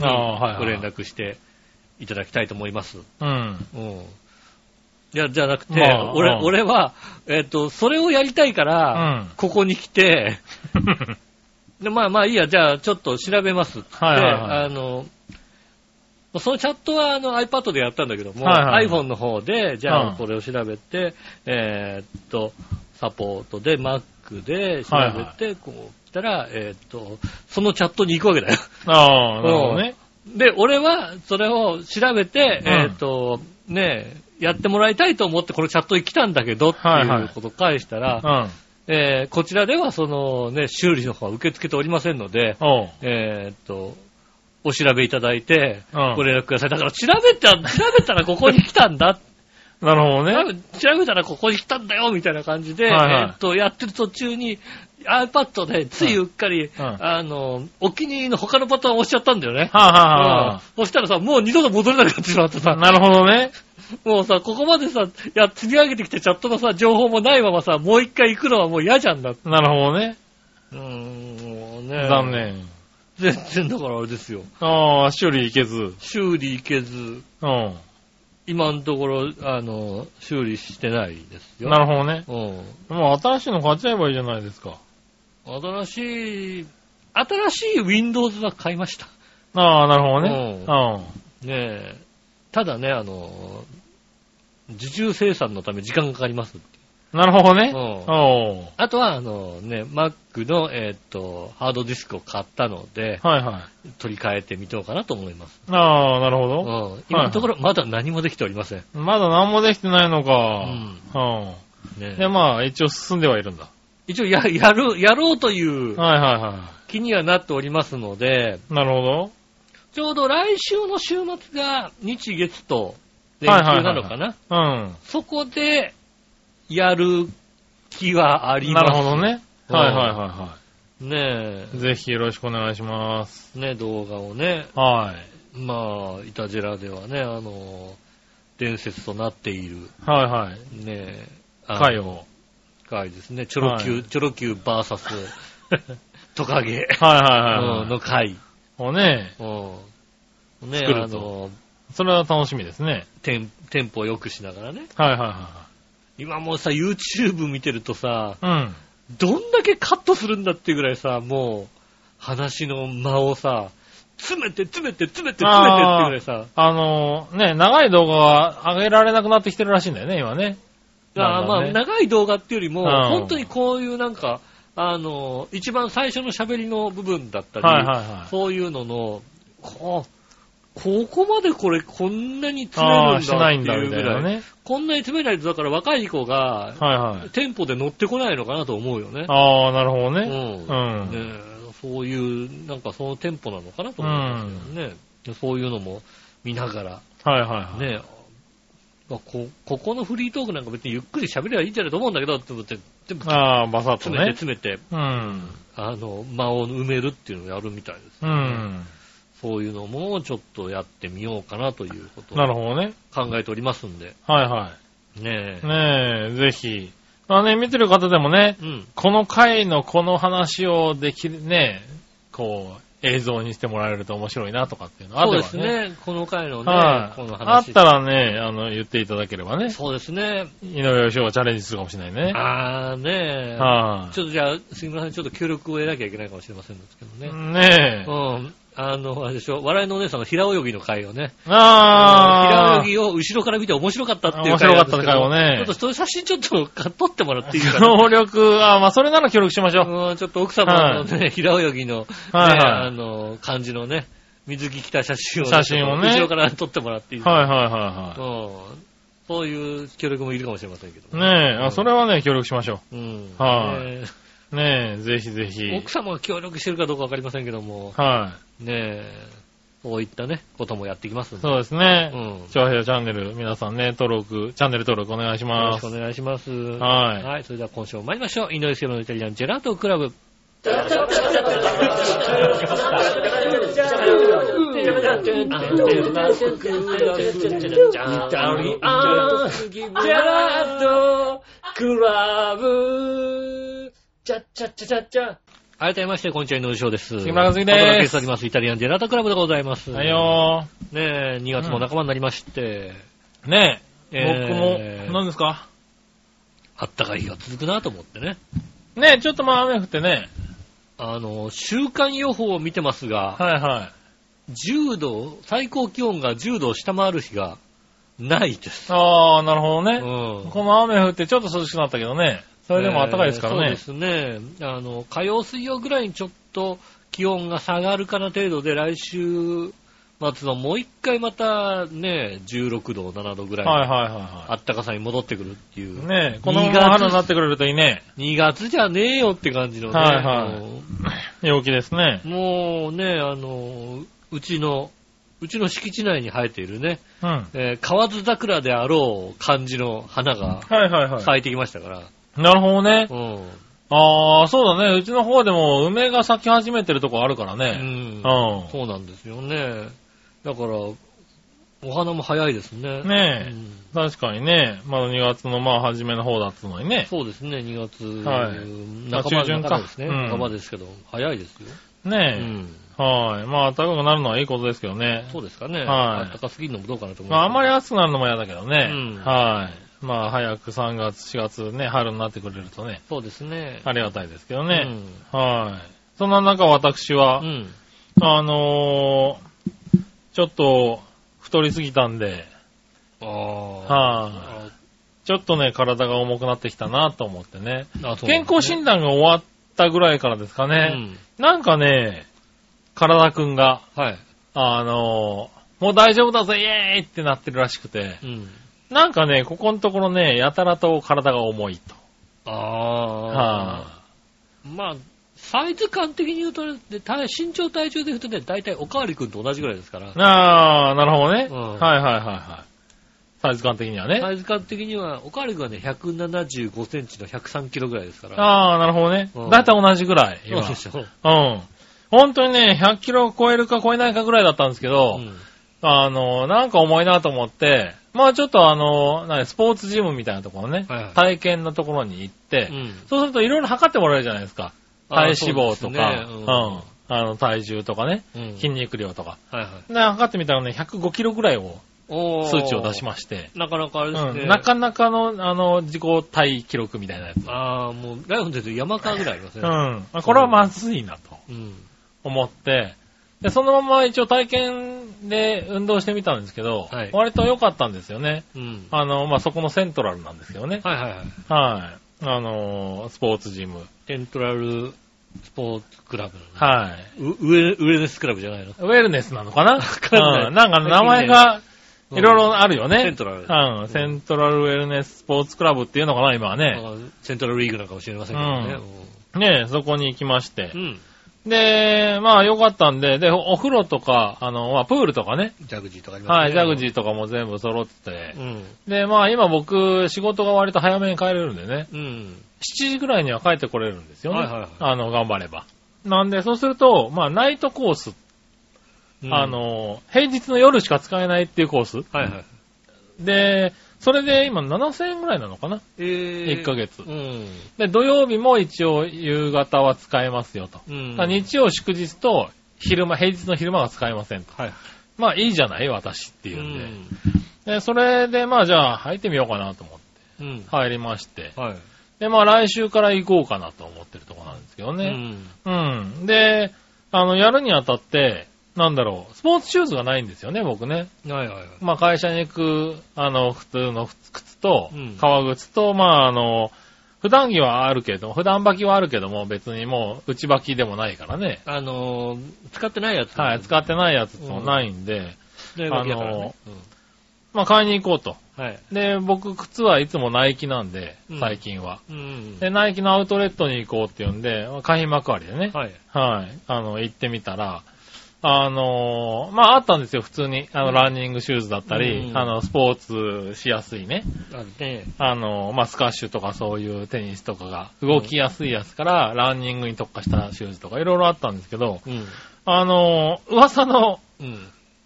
[SPEAKER 3] ああ、はいはい。
[SPEAKER 2] ご連絡していただきたいと思います。
[SPEAKER 3] うん。
[SPEAKER 2] うん。いや、じゃなくて、
[SPEAKER 3] まあ
[SPEAKER 2] 俺
[SPEAKER 3] う、ん
[SPEAKER 2] 俺は、えっ、と、それをやりたいから、
[SPEAKER 3] うん
[SPEAKER 2] ここに来て、で、まあまあいいや、じゃあちょっと調べますって。
[SPEAKER 3] はいはいはい
[SPEAKER 2] あの、そのチャットはあの iPad でやったんだけども、
[SPEAKER 3] はいはい
[SPEAKER 2] iPhone の方で、じゃ
[SPEAKER 3] う
[SPEAKER 2] あ
[SPEAKER 3] ん
[SPEAKER 2] これを調べて、えーっと、サポートで Mac で調
[SPEAKER 3] はいは
[SPEAKER 2] べて、こう来たら、えーっと、そのチャットに行くわけだよ。
[SPEAKER 3] ああ、なるほどね。
[SPEAKER 2] で、俺はそれを調べて、
[SPEAKER 3] うん
[SPEAKER 2] えーっと、ねえ、やってもらいたいと思ってこのチャットに来たんだけどって
[SPEAKER 3] はいはいいう
[SPEAKER 2] ことを返したら、
[SPEAKER 3] うん。
[SPEAKER 2] えーこちらではそのね、修理の方は受け付けておりませんので、
[SPEAKER 3] おう。
[SPEAKER 2] えーっと、お調べいただいて、
[SPEAKER 3] うん
[SPEAKER 2] ご連絡ください。だから調べた、調べたらここに来たんだ。
[SPEAKER 3] なる
[SPEAKER 2] 多
[SPEAKER 3] ほど ね。
[SPEAKER 2] 分調べたらここに来たんだよ、みたいな感じで、
[SPEAKER 3] はいはい
[SPEAKER 2] えーっと、やってる途中に iPad でついうっかり、
[SPEAKER 3] ん
[SPEAKER 2] あの、お気に入りの他のパターンを押しちゃったんだよね。
[SPEAKER 3] はあ、はあ
[SPEAKER 2] うん
[SPEAKER 3] は
[SPEAKER 2] そしたらさ、もう二度と戻れなくなってしまって
[SPEAKER 3] あ
[SPEAKER 2] さ、
[SPEAKER 3] なるほどね。
[SPEAKER 2] もうさ、ここまでさ、いや、積み上げてきたチャットのさ、情報もないままさ、もう一回行くのはもう嫌じゃんだ。う
[SPEAKER 3] なるほどね。
[SPEAKER 2] ーん、もうね。
[SPEAKER 3] 残。念。
[SPEAKER 2] 全然だからあれですよ。
[SPEAKER 3] ああ、修理いけず。
[SPEAKER 2] 修理行けず、
[SPEAKER 3] うん。
[SPEAKER 2] 今のところ、あの、修理してないですよ。
[SPEAKER 3] なるほどね。
[SPEAKER 2] うん。
[SPEAKER 3] もう新しいの買っちゃえばいいじゃないですか。
[SPEAKER 2] 新しい、新しい Windows は買いました。
[SPEAKER 3] ああ、なるほどね。
[SPEAKER 2] う
[SPEAKER 3] う
[SPEAKER 2] ねえ。ただね、あの、受注生産のため時間がかかります。
[SPEAKER 3] ん。なるほどね。
[SPEAKER 2] うん
[SPEAKER 3] おう
[SPEAKER 2] あとは、あのね、Mac の、えーっと、ハードディスクを買ったので、
[SPEAKER 3] はいはい。
[SPEAKER 2] 取り替えてみようかなと思います。
[SPEAKER 3] ああ、なるほ
[SPEAKER 2] う
[SPEAKER 3] ど。
[SPEAKER 2] ん。今のところ、まだ何もできておりません。
[SPEAKER 3] まだ何もできてないの
[SPEAKER 2] う
[SPEAKER 3] か。
[SPEAKER 2] ん。
[SPEAKER 3] うん。
[SPEAKER 2] ね
[SPEAKER 3] で、まあ、一応進んではいるんだ。
[SPEAKER 2] 一応や、やる、やろうという
[SPEAKER 3] はいはいは
[SPEAKER 2] 気にはなっておりますので、
[SPEAKER 3] い。なるほ
[SPEAKER 2] ちょうど来週の週末が日月と連休なのかな、
[SPEAKER 3] はいはいど。うん。
[SPEAKER 2] そこでやる気はありま
[SPEAKER 3] な
[SPEAKER 2] す。
[SPEAKER 3] るほどね。
[SPEAKER 2] うん
[SPEAKER 3] はいはいは
[SPEAKER 2] ね
[SPEAKER 3] いはい。ぜひよろしくお願いします。
[SPEAKER 2] え、ねえ動画をね、
[SPEAKER 3] はい。
[SPEAKER 2] まあ、イタジェラではね、あの、伝説となっている、
[SPEAKER 3] はいは
[SPEAKER 2] ね
[SPEAKER 3] い。
[SPEAKER 2] え、あの
[SPEAKER 3] 回。を。
[SPEAKER 2] 回ですね。チョロ Q、
[SPEAKER 3] はい
[SPEAKER 2] チョロ Q バーサ ストカゲ
[SPEAKER 3] はいはいはい
[SPEAKER 2] うん
[SPEAKER 3] はい。
[SPEAKER 2] の回。
[SPEAKER 3] をね、
[SPEAKER 2] うんねえ、
[SPEAKER 3] 作
[SPEAKER 2] あ
[SPEAKER 3] ると
[SPEAKER 2] の、
[SPEAKER 3] それは楽しみですね。
[SPEAKER 2] テンテンポを良くしながらね。
[SPEAKER 3] はいはいは
[SPEAKER 2] 今もうさ、YouTube 見てるとさ、
[SPEAKER 3] いはい。うん。
[SPEAKER 2] どんだけカットするんだっていうぐらいさ、もう、話の間をさ、詰めて詰めて詰めて詰めてっていうぐらいさ、
[SPEAKER 3] あのー、ね、長い動画は上げられなくなってきてるらしいんだよね、今ね。
[SPEAKER 2] あーまあ、
[SPEAKER 3] なんかね
[SPEAKER 2] 長い動画っていうよりも、
[SPEAKER 3] うん
[SPEAKER 2] 本当にこういうなんか、あの、一番最初の喋りの部分だったり、
[SPEAKER 3] はいはいはい。
[SPEAKER 2] そういうのの、こここまでこれこんなに詰め
[SPEAKER 3] あ
[SPEAKER 2] る
[SPEAKER 3] あ、
[SPEAKER 2] ん
[SPEAKER 3] し
[SPEAKER 2] だ
[SPEAKER 3] な
[SPEAKER 2] っ
[SPEAKER 3] い
[SPEAKER 2] て
[SPEAKER 3] んだ
[SPEAKER 2] いう
[SPEAKER 3] みた
[SPEAKER 2] ぐ
[SPEAKER 3] い
[SPEAKER 2] ら、
[SPEAKER 3] ないね。
[SPEAKER 2] こんなに詰めないと、だから若い子が、
[SPEAKER 3] はいはい。
[SPEAKER 2] テンポで乗ってこないのかなと思うよね。
[SPEAKER 3] ああ、なるほど
[SPEAKER 2] うん
[SPEAKER 3] ね。うん。
[SPEAKER 2] ねえそういう、なんかそのテンポなのかなと思いますけどね。そういうのも見ながら、
[SPEAKER 3] はいはいはい。
[SPEAKER 2] ね、まあこ、ここのフリートークなんか別にゆっくり喋ればいいんじゃないと思うんだけど、って思って、でも
[SPEAKER 3] ああ、バサッと
[SPEAKER 2] 詰めて
[SPEAKER 3] ね。
[SPEAKER 2] 詰めて、
[SPEAKER 3] うん。
[SPEAKER 2] あの、間を埋めるっていうのをやるみたいです。
[SPEAKER 3] うん。
[SPEAKER 2] そういうのもちょっとやってみようかなということ
[SPEAKER 3] な
[SPEAKER 2] を
[SPEAKER 3] るほどね。
[SPEAKER 2] 考えておりますんで、
[SPEAKER 3] はいは
[SPEAKER 2] ね
[SPEAKER 3] い。ねえ、ぜひ。まあね、見てる方でもね
[SPEAKER 2] え、うん。
[SPEAKER 3] この回のこの話をできる、ね、こう、映像にしてもらえると面白いなとかっていうのあ
[SPEAKER 2] そう
[SPEAKER 3] れ
[SPEAKER 2] で
[SPEAKER 3] ば
[SPEAKER 2] す
[SPEAKER 3] ね。
[SPEAKER 2] ね。この回のね、
[SPEAKER 3] はい。
[SPEAKER 2] この
[SPEAKER 3] あっ
[SPEAKER 2] 話。
[SPEAKER 3] たらね、あの、言っていただければね。
[SPEAKER 2] そうですね。
[SPEAKER 3] 井上芳雄はチャレンジするかもしれないね。
[SPEAKER 2] あーねえ。
[SPEAKER 3] は
[SPEAKER 2] ちょっとじゃあ、すみません、ちょっと協力を得なきゃいけないかもしれませんけど
[SPEAKER 3] い。
[SPEAKER 2] ね。
[SPEAKER 3] ねえ
[SPEAKER 2] う。ん。あの、あれでしょ、笑いのお姉さんの平泳ぎの回をね、
[SPEAKER 3] ああ。
[SPEAKER 2] 平泳ぎを後ろから見て面白かったっていう
[SPEAKER 3] 面白かったっ
[SPEAKER 2] 回
[SPEAKER 3] て回を
[SPEAKER 2] を
[SPEAKER 3] ね
[SPEAKER 2] ちょっとそういう写真ちょっと買っ撮ってもらっていい かな。
[SPEAKER 3] 協力、あまあ、それなら協力しましょう。
[SPEAKER 2] うん、ちょっと奥様のね、平泳ぎの、ね
[SPEAKER 3] はいはい
[SPEAKER 2] あの、感じのね、水着着た写真を、
[SPEAKER 3] 写真をね
[SPEAKER 2] 後ろから撮ってもらっていい、
[SPEAKER 3] はいはいはいは
[SPEAKER 2] うん。そういう協力もいるかもしれませんけど
[SPEAKER 3] い。。ねえ、あ、それはね、協力しましょ
[SPEAKER 2] うん。
[SPEAKER 3] はい
[SPEAKER 2] ね
[SPEAKER 3] う。ねえ、ぜひぜひ。
[SPEAKER 2] 奥様が協力してるかどうかわかりませんけども、
[SPEAKER 3] は
[SPEAKER 2] ねえ、そういったね、こともやっていきます
[SPEAKER 3] い。
[SPEAKER 2] んで。
[SPEAKER 3] そうです
[SPEAKER 2] う
[SPEAKER 3] ね。
[SPEAKER 2] ん。
[SPEAKER 3] 長平チャンネル、皆さんね、登録、チャンネル登録お願いし
[SPEAKER 2] よろ
[SPEAKER 3] ま
[SPEAKER 2] し
[SPEAKER 3] す
[SPEAKER 2] くお。願いします。は。
[SPEAKER 3] はいい。
[SPEAKER 2] それでは今週も参りましょう。井上杉村のイタリアンジェラートクラブ。改めまして、こんにちは、井上翔です。
[SPEAKER 3] 杉村和樹です
[SPEAKER 2] お届けしております。イタリアンジェラートクラブでございます。
[SPEAKER 3] はいよ
[SPEAKER 2] ねえ、2月も半ばになりまして、
[SPEAKER 3] ー。ねえ、
[SPEAKER 2] えー
[SPEAKER 3] 僕も、何ですか
[SPEAKER 2] あったかい日が続くなと思ってね。
[SPEAKER 3] ねえ、ちょっとまあ雨降ってね。
[SPEAKER 2] あの、週間予報を見てますが、
[SPEAKER 3] はいはい。
[SPEAKER 2] 10度、最高気温が10度を下回る日がないです。
[SPEAKER 3] ああ、なるほど
[SPEAKER 2] う
[SPEAKER 3] ね。
[SPEAKER 2] ん。
[SPEAKER 3] この雨降ってちょっと涼しくなったけどね。それでも暖かいですから
[SPEAKER 2] えー
[SPEAKER 3] ね。
[SPEAKER 2] そうですね。あの、火曜、水曜ぐらいにちょっと気温が下がるかな程度で、来週末のもう一回またね、16度、7度ぐらい、
[SPEAKER 3] はいはいはいは
[SPEAKER 2] あったかさに戻ってくるってい
[SPEAKER 3] い。
[SPEAKER 2] う。
[SPEAKER 3] ねえ、このま
[SPEAKER 2] 二月
[SPEAKER 3] ま春になってくれるといいね。
[SPEAKER 2] 2月じゃねえよって感じのね。
[SPEAKER 3] はいはい
[SPEAKER 2] あの
[SPEAKER 3] 陽気ですね。
[SPEAKER 2] もうね、あの、うちの、うちの敷地内に生えているね、
[SPEAKER 3] うん。は
[SPEAKER 2] えー河津桜であろう感じの花が
[SPEAKER 3] いはいはい。
[SPEAKER 2] 咲いてきましたから、
[SPEAKER 3] なるほどね。
[SPEAKER 2] うん。
[SPEAKER 3] ああ、そうだね。うちの方でも梅が咲き始めてるとこあるから
[SPEAKER 2] うん
[SPEAKER 3] ね。うん。
[SPEAKER 2] そうなんですよね。だから、お花も早いですね。
[SPEAKER 3] ねえ
[SPEAKER 2] うん
[SPEAKER 3] 確かにね。まだ2月のまあ初めの方だったのにね。
[SPEAKER 2] そうですね、2月、
[SPEAKER 3] はい
[SPEAKER 2] 半ば
[SPEAKER 3] 中旬か
[SPEAKER 2] 半ばですね、
[SPEAKER 3] うん
[SPEAKER 2] 半ばですけど、早いですよ。う
[SPEAKER 3] ね
[SPEAKER 2] ん。
[SPEAKER 3] え。はい。まあ暖かくなるのはいいことですけどね。
[SPEAKER 2] そうですかね。
[SPEAKER 3] はい
[SPEAKER 2] 暖かすぎるのもどうかなと思い
[SPEAKER 3] まああんまり
[SPEAKER 2] あ
[SPEAKER 3] 暑くなるのも嫌だけどね。
[SPEAKER 2] うん
[SPEAKER 3] はい。まあ早く3月、4月ね、春になってくれるとね、
[SPEAKER 2] そうですね。
[SPEAKER 3] ありがたいですけどね。はい。そんな中私は、
[SPEAKER 2] うん。うん。
[SPEAKER 3] あのー、ちょっと太りすぎたんで、
[SPEAKER 2] ああ。
[SPEAKER 3] はい。
[SPEAKER 2] あ
[SPEAKER 3] ちょっとね、体が重くなってきたなと思ってね。
[SPEAKER 2] あそう
[SPEAKER 3] 健康診断が終わったぐらいからですか
[SPEAKER 2] う
[SPEAKER 3] ね。
[SPEAKER 2] ん。
[SPEAKER 3] なんかね、体くんが、
[SPEAKER 2] はい。
[SPEAKER 3] あのもう大丈夫だぜ、イエーイってなってるらしくて。
[SPEAKER 2] うん。
[SPEAKER 3] なんかね、ここのところね、やたらと体が重いと。
[SPEAKER 2] あ
[SPEAKER 3] は
[SPEAKER 2] あ。まあ、サイズ感的に言うとね、で体身長体重で言うとね、大体おかわりくんと同じぐらいですから。
[SPEAKER 3] あー、なるほどね。
[SPEAKER 2] うん
[SPEAKER 3] はいはいはいはい。サイズ感的にはね。
[SPEAKER 2] サイズ感的には、おかわりくんはね、175センチの103キロぐらいですから。
[SPEAKER 3] あー、なるほどね
[SPEAKER 2] うん。
[SPEAKER 3] だいたい同じぐらい。今
[SPEAKER 2] そうでしょ。
[SPEAKER 3] うん。本当にね、100キロ超えるか超えないかぐらいだったんですけど、
[SPEAKER 2] うん
[SPEAKER 3] あの、なんか重いなと思って、まあちょっとあの、何スポーツジムみたいなところね、
[SPEAKER 2] はいはい
[SPEAKER 3] 体験のところに行って、
[SPEAKER 2] うん
[SPEAKER 3] そうするといろいろ測ってもらえるじゃないですか。
[SPEAKER 2] あ
[SPEAKER 3] 体脂肪とか、
[SPEAKER 2] そううですね
[SPEAKER 3] ん。あの、体重とかね、
[SPEAKER 2] うん
[SPEAKER 3] 筋肉量とか。
[SPEAKER 2] はいはい。
[SPEAKER 3] で、測ってみたらね、105キロぐらいを、
[SPEAKER 2] お
[SPEAKER 3] 数値を出し
[SPEAKER 2] ま
[SPEAKER 3] まして、
[SPEAKER 2] す。なかなかあれですね。
[SPEAKER 3] うんなかなかの、あの、自己体記録みたいなやつ。
[SPEAKER 2] ああ、もう、ライオンで言うと山川ぐらいあります
[SPEAKER 3] う
[SPEAKER 2] ね。
[SPEAKER 3] ん。まあこれはまずいなと。
[SPEAKER 2] うん。
[SPEAKER 3] 思って、で、そのまま一応体験で運動してみたんですけど、
[SPEAKER 2] はい
[SPEAKER 3] 割と良かったんですよね。
[SPEAKER 2] うん。
[SPEAKER 3] あの、まあ、そこのセントラルなんですけどね。
[SPEAKER 2] はいはいはい。
[SPEAKER 3] はい。あのー、スポーツジム。
[SPEAKER 2] テントラルスポーツクラブのね、
[SPEAKER 3] は
[SPEAKER 2] う上、上ですクラブじゃないの
[SPEAKER 3] い。ウェルネスなのかな
[SPEAKER 2] かんない
[SPEAKER 3] うん、なんか名前がいろいろあるよね。
[SPEAKER 2] セントラル
[SPEAKER 3] うん。セントラルウェルネススポーツクラブっていうのかな、今はね。
[SPEAKER 2] まあセントラルリーグなんかもしれませんけどね。
[SPEAKER 3] ねそこに行きまして
[SPEAKER 2] う。ん。
[SPEAKER 3] で、まあ良かったんで、で、おお風呂とか、あの、まあプールとかね。
[SPEAKER 2] ジャグジーとかありますね。
[SPEAKER 3] はい、ジャグジーとかも全部揃ってて。
[SPEAKER 2] うん。
[SPEAKER 3] で、まあ今僕、仕事が割と早めに帰れるんでね、
[SPEAKER 2] うん。
[SPEAKER 3] 7時ぐらいには帰ってこれるんですよね。
[SPEAKER 2] はいはいはい
[SPEAKER 3] あの、頑張れば。なんで、そうすると、まあナイトコース、
[SPEAKER 2] うん
[SPEAKER 3] あ、の、平日の夜しか使えないっていうコース。
[SPEAKER 2] はいはい。
[SPEAKER 3] で、それで今7000円ぐらいなのかな
[SPEAKER 2] えー
[SPEAKER 3] ?1 ヶ月
[SPEAKER 2] う。ん。
[SPEAKER 3] で、土曜日も一応夕方は使えますよと。
[SPEAKER 2] うん。
[SPEAKER 3] だから日曜祝日と昼間、平日の昼間が使えませんと。
[SPEAKER 2] はい。
[SPEAKER 3] まあいいじゃない私っていううんで。
[SPEAKER 2] ん。
[SPEAKER 3] で、それでまあじゃあ入ってみようかなと思って
[SPEAKER 2] うん。
[SPEAKER 3] 入りまして。
[SPEAKER 2] はい。
[SPEAKER 3] で、まあ来週から行こうかなと思ってるところなんですけど
[SPEAKER 2] う
[SPEAKER 3] ね。
[SPEAKER 2] ん。
[SPEAKER 3] うん、で、あの、やるにあたって、なんだろう、スポーツシューズがないんですよね、僕ね。
[SPEAKER 2] はいはいはい。
[SPEAKER 3] まあ会社に行く、あの、普通の靴と
[SPEAKER 2] うん、
[SPEAKER 3] 革靴と、まああの、普段着はあるけれども、普段履きはあるけども、別にもう内履きでもないからね。
[SPEAKER 2] あのー、使ってないやつ。
[SPEAKER 3] はい、使ってないやつもないんで、
[SPEAKER 2] ってないやつだからね。
[SPEAKER 3] まあ買いに行こうと。
[SPEAKER 2] うんはい。
[SPEAKER 3] で、僕、靴はいつもナイキなんで
[SPEAKER 2] うん、
[SPEAKER 3] 最近は。
[SPEAKER 2] うん。
[SPEAKER 3] で、ナイキのアウトレットに行こうっていうんで、まあ会費幕張でね。
[SPEAKER 2] はい。
[SPEAKER 3] はい。あの、行ってみたら、あのーまあ、あったんですよ、普通に。あの、ランニングシューズだったり、
[SPEAKER 2] うん
[SPEAKER 3] あの、スポーツしやすいね。
[SPEAKER 2] あるね。
[SPEAKER 3] あのーまあ、スカッシュとかそういうテニスとかが動きやすいやつから、ランニングに特化したシューズとかいろいろあったんですけど、
[SPEAKER 2] うん。
[SPEAKER 3] あのー噂の
[SPEAKER 2] うん。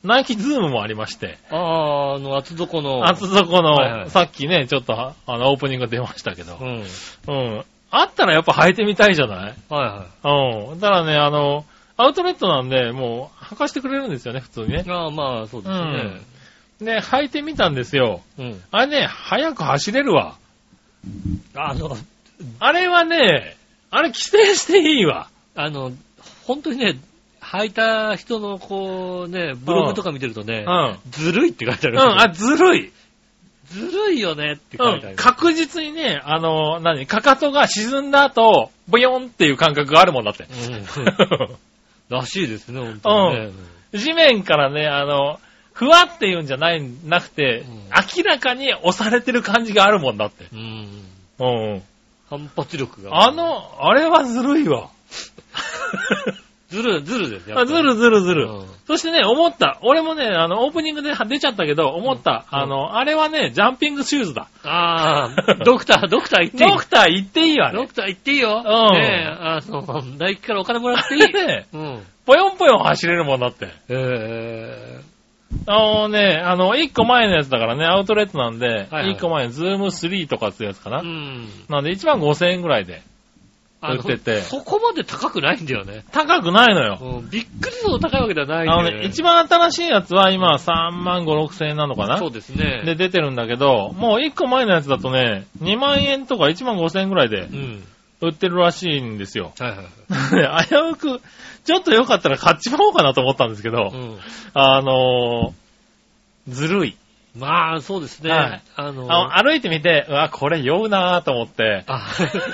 [SPEAKER 3] ナイキズームもありまして、
[SPEAKER 2] ああ、あの、厚底の。
[SPEAKER 3] 厚底の、
[SPEAKER 2] はいはい
[SPEAKER 3] さっきね、ちょっとは、あの、オープニング出ましたけ
[SPEAKER 2] う
[SPEAKER 3] ど、
[SPEAKER 2] ん。
[SPEAKER 3] うん。あったらやっぱ履いてみたいじゃない
[SPEAKER 2] はいは
[SPEAKER 3] うん。ただね、あの、アウトレットなんで、もう、履かしてくれるんですよね、普通にね
[SPEAKER 2] い。。ああ、まあ、そうですね。
[SPEAKER 3] で、履いてみたんですよ。
[SPEAKER 2] うん。
[SPEAKER 3] あれね、早く走れるわ。
[SPEAKER 2] あの、
[SPEAKER 3] あれはね、あれ規制していいわ。
[SPEAKER 2] あの、本当にね、履いた人の、こうね、ブログとか見てると
[SPEAKER 3] う
[SPEAKER 2] ね
[SPEAKER 3] ん。う、ん、
[SPEAKER 2] ずるいって書いてある。
[SPEAKER 3] あ、、ずるい。
[SPEAKER 2] ずるいよねって書
[SPEAKER 3] う
[SPEAKER 2] いてあ
[SPEAKER 3] ん、
[SPEAKER 2] る。
[SPEAKER 3] 確実にね、あの、何、かかとが沈んだ後、ブヨンっていう感覚があるもんだって。
[SPEAKER 2] らしいですね、本当にね。
[SPEAKER 3] 地面からね、あの、ふわっていうんじゃない、なくて、
[SPEAKER 2] うん
[SPEAKER 3] 明らかに押されてる感じがあるもんだって。
[SPEAKER 2] うん。
[SPEAKER 3] うん。
[SPEAKER 2] 反発力が。
[SPEAKER 3] あ、の、あれはずる いわ。
[SPEAKER 2] ずる、ずるですよ。
[SPEAKER 3] あずるずるず
[SPEAKER 2] ず
[SPEAKER 3] る。そしてね、思った。俺もね、あの、オープニングで出ちゃったけど、思った。
[SPEAKER 2] うん
[SPEAKER 3] あの、あれはね、ジャンピングシューズだ。
[SPEAKER 2] ああ、ドク ター、ドクター行っていい
[SPEAKER 3] ドクター行っていいわ
[SPEAKER 2] ド
[SPEAKER 3] ね。
[SPEAKER 2] クター行っていいよ。
[SPEAKER 3] うん
[SPEAKER 2] ねえ、あの、大輝からお金もらっていい。
[SPEAKER 3] ね
[SPEAKER 2] うん。
[SPEAKER 3] ぽよんぽよん走れるもんだって。
[SPEAKER 2] え
[SPEAKER 3] あのね、あの、一個前のやつだからね、アウトレットなんで、一、
[SPEAKER 2] はい
[SPEAKER 3] 個前のズーム3とかっていうやつか
[SPEAKER 2] ー、
[SPEAKER 3] な。
[SPEAKER 2] うん。
[SPEAKER 3] なんで1万5000円ぐらいで。
[SPEAKER 2] あの
[SPEAKER 3] 売ってて
[SPEAKER 2] そこまで高くないんだよね。
[SPEAKER 3] 高くないのよ。
[SPEAKER 2] うん、びっくりするほど高いわけではない
[SPEAKER 3] あ
[SPEAKER 2] んだよ
[SPEAKER 3] のね、一番新しいやつは今3万5、6000円なのかな
[SPEAKER 2] そうですね。
[SPEAKER 3] で、出てるんだけど、もう一個前のやつだとね、2万円とか1万5000円ぐらい
[SPEAKER 2] う
[SPEAKER 3] で
[SPEAKER 2] ん。
[SPEAKER 3] 売ってるらしいんですよ。
[SPEAKER 2] はいはいはい。
[SPEAKER 3] 危うく、ちょっとよかったら買っちまおうかなと思ったんですけど、
[SPEAKER 2] うん。
[SPEAKER 3] あのーずるい。
[SPEAKER 2] まあ、そうですね。
[SPEAKER 3] はい
[SPEAKER 2] あの、
[SPEAKER 3] あの歩いてみて、うわ、これ酔うなぁと思って、
[SPEAKER 2] あ、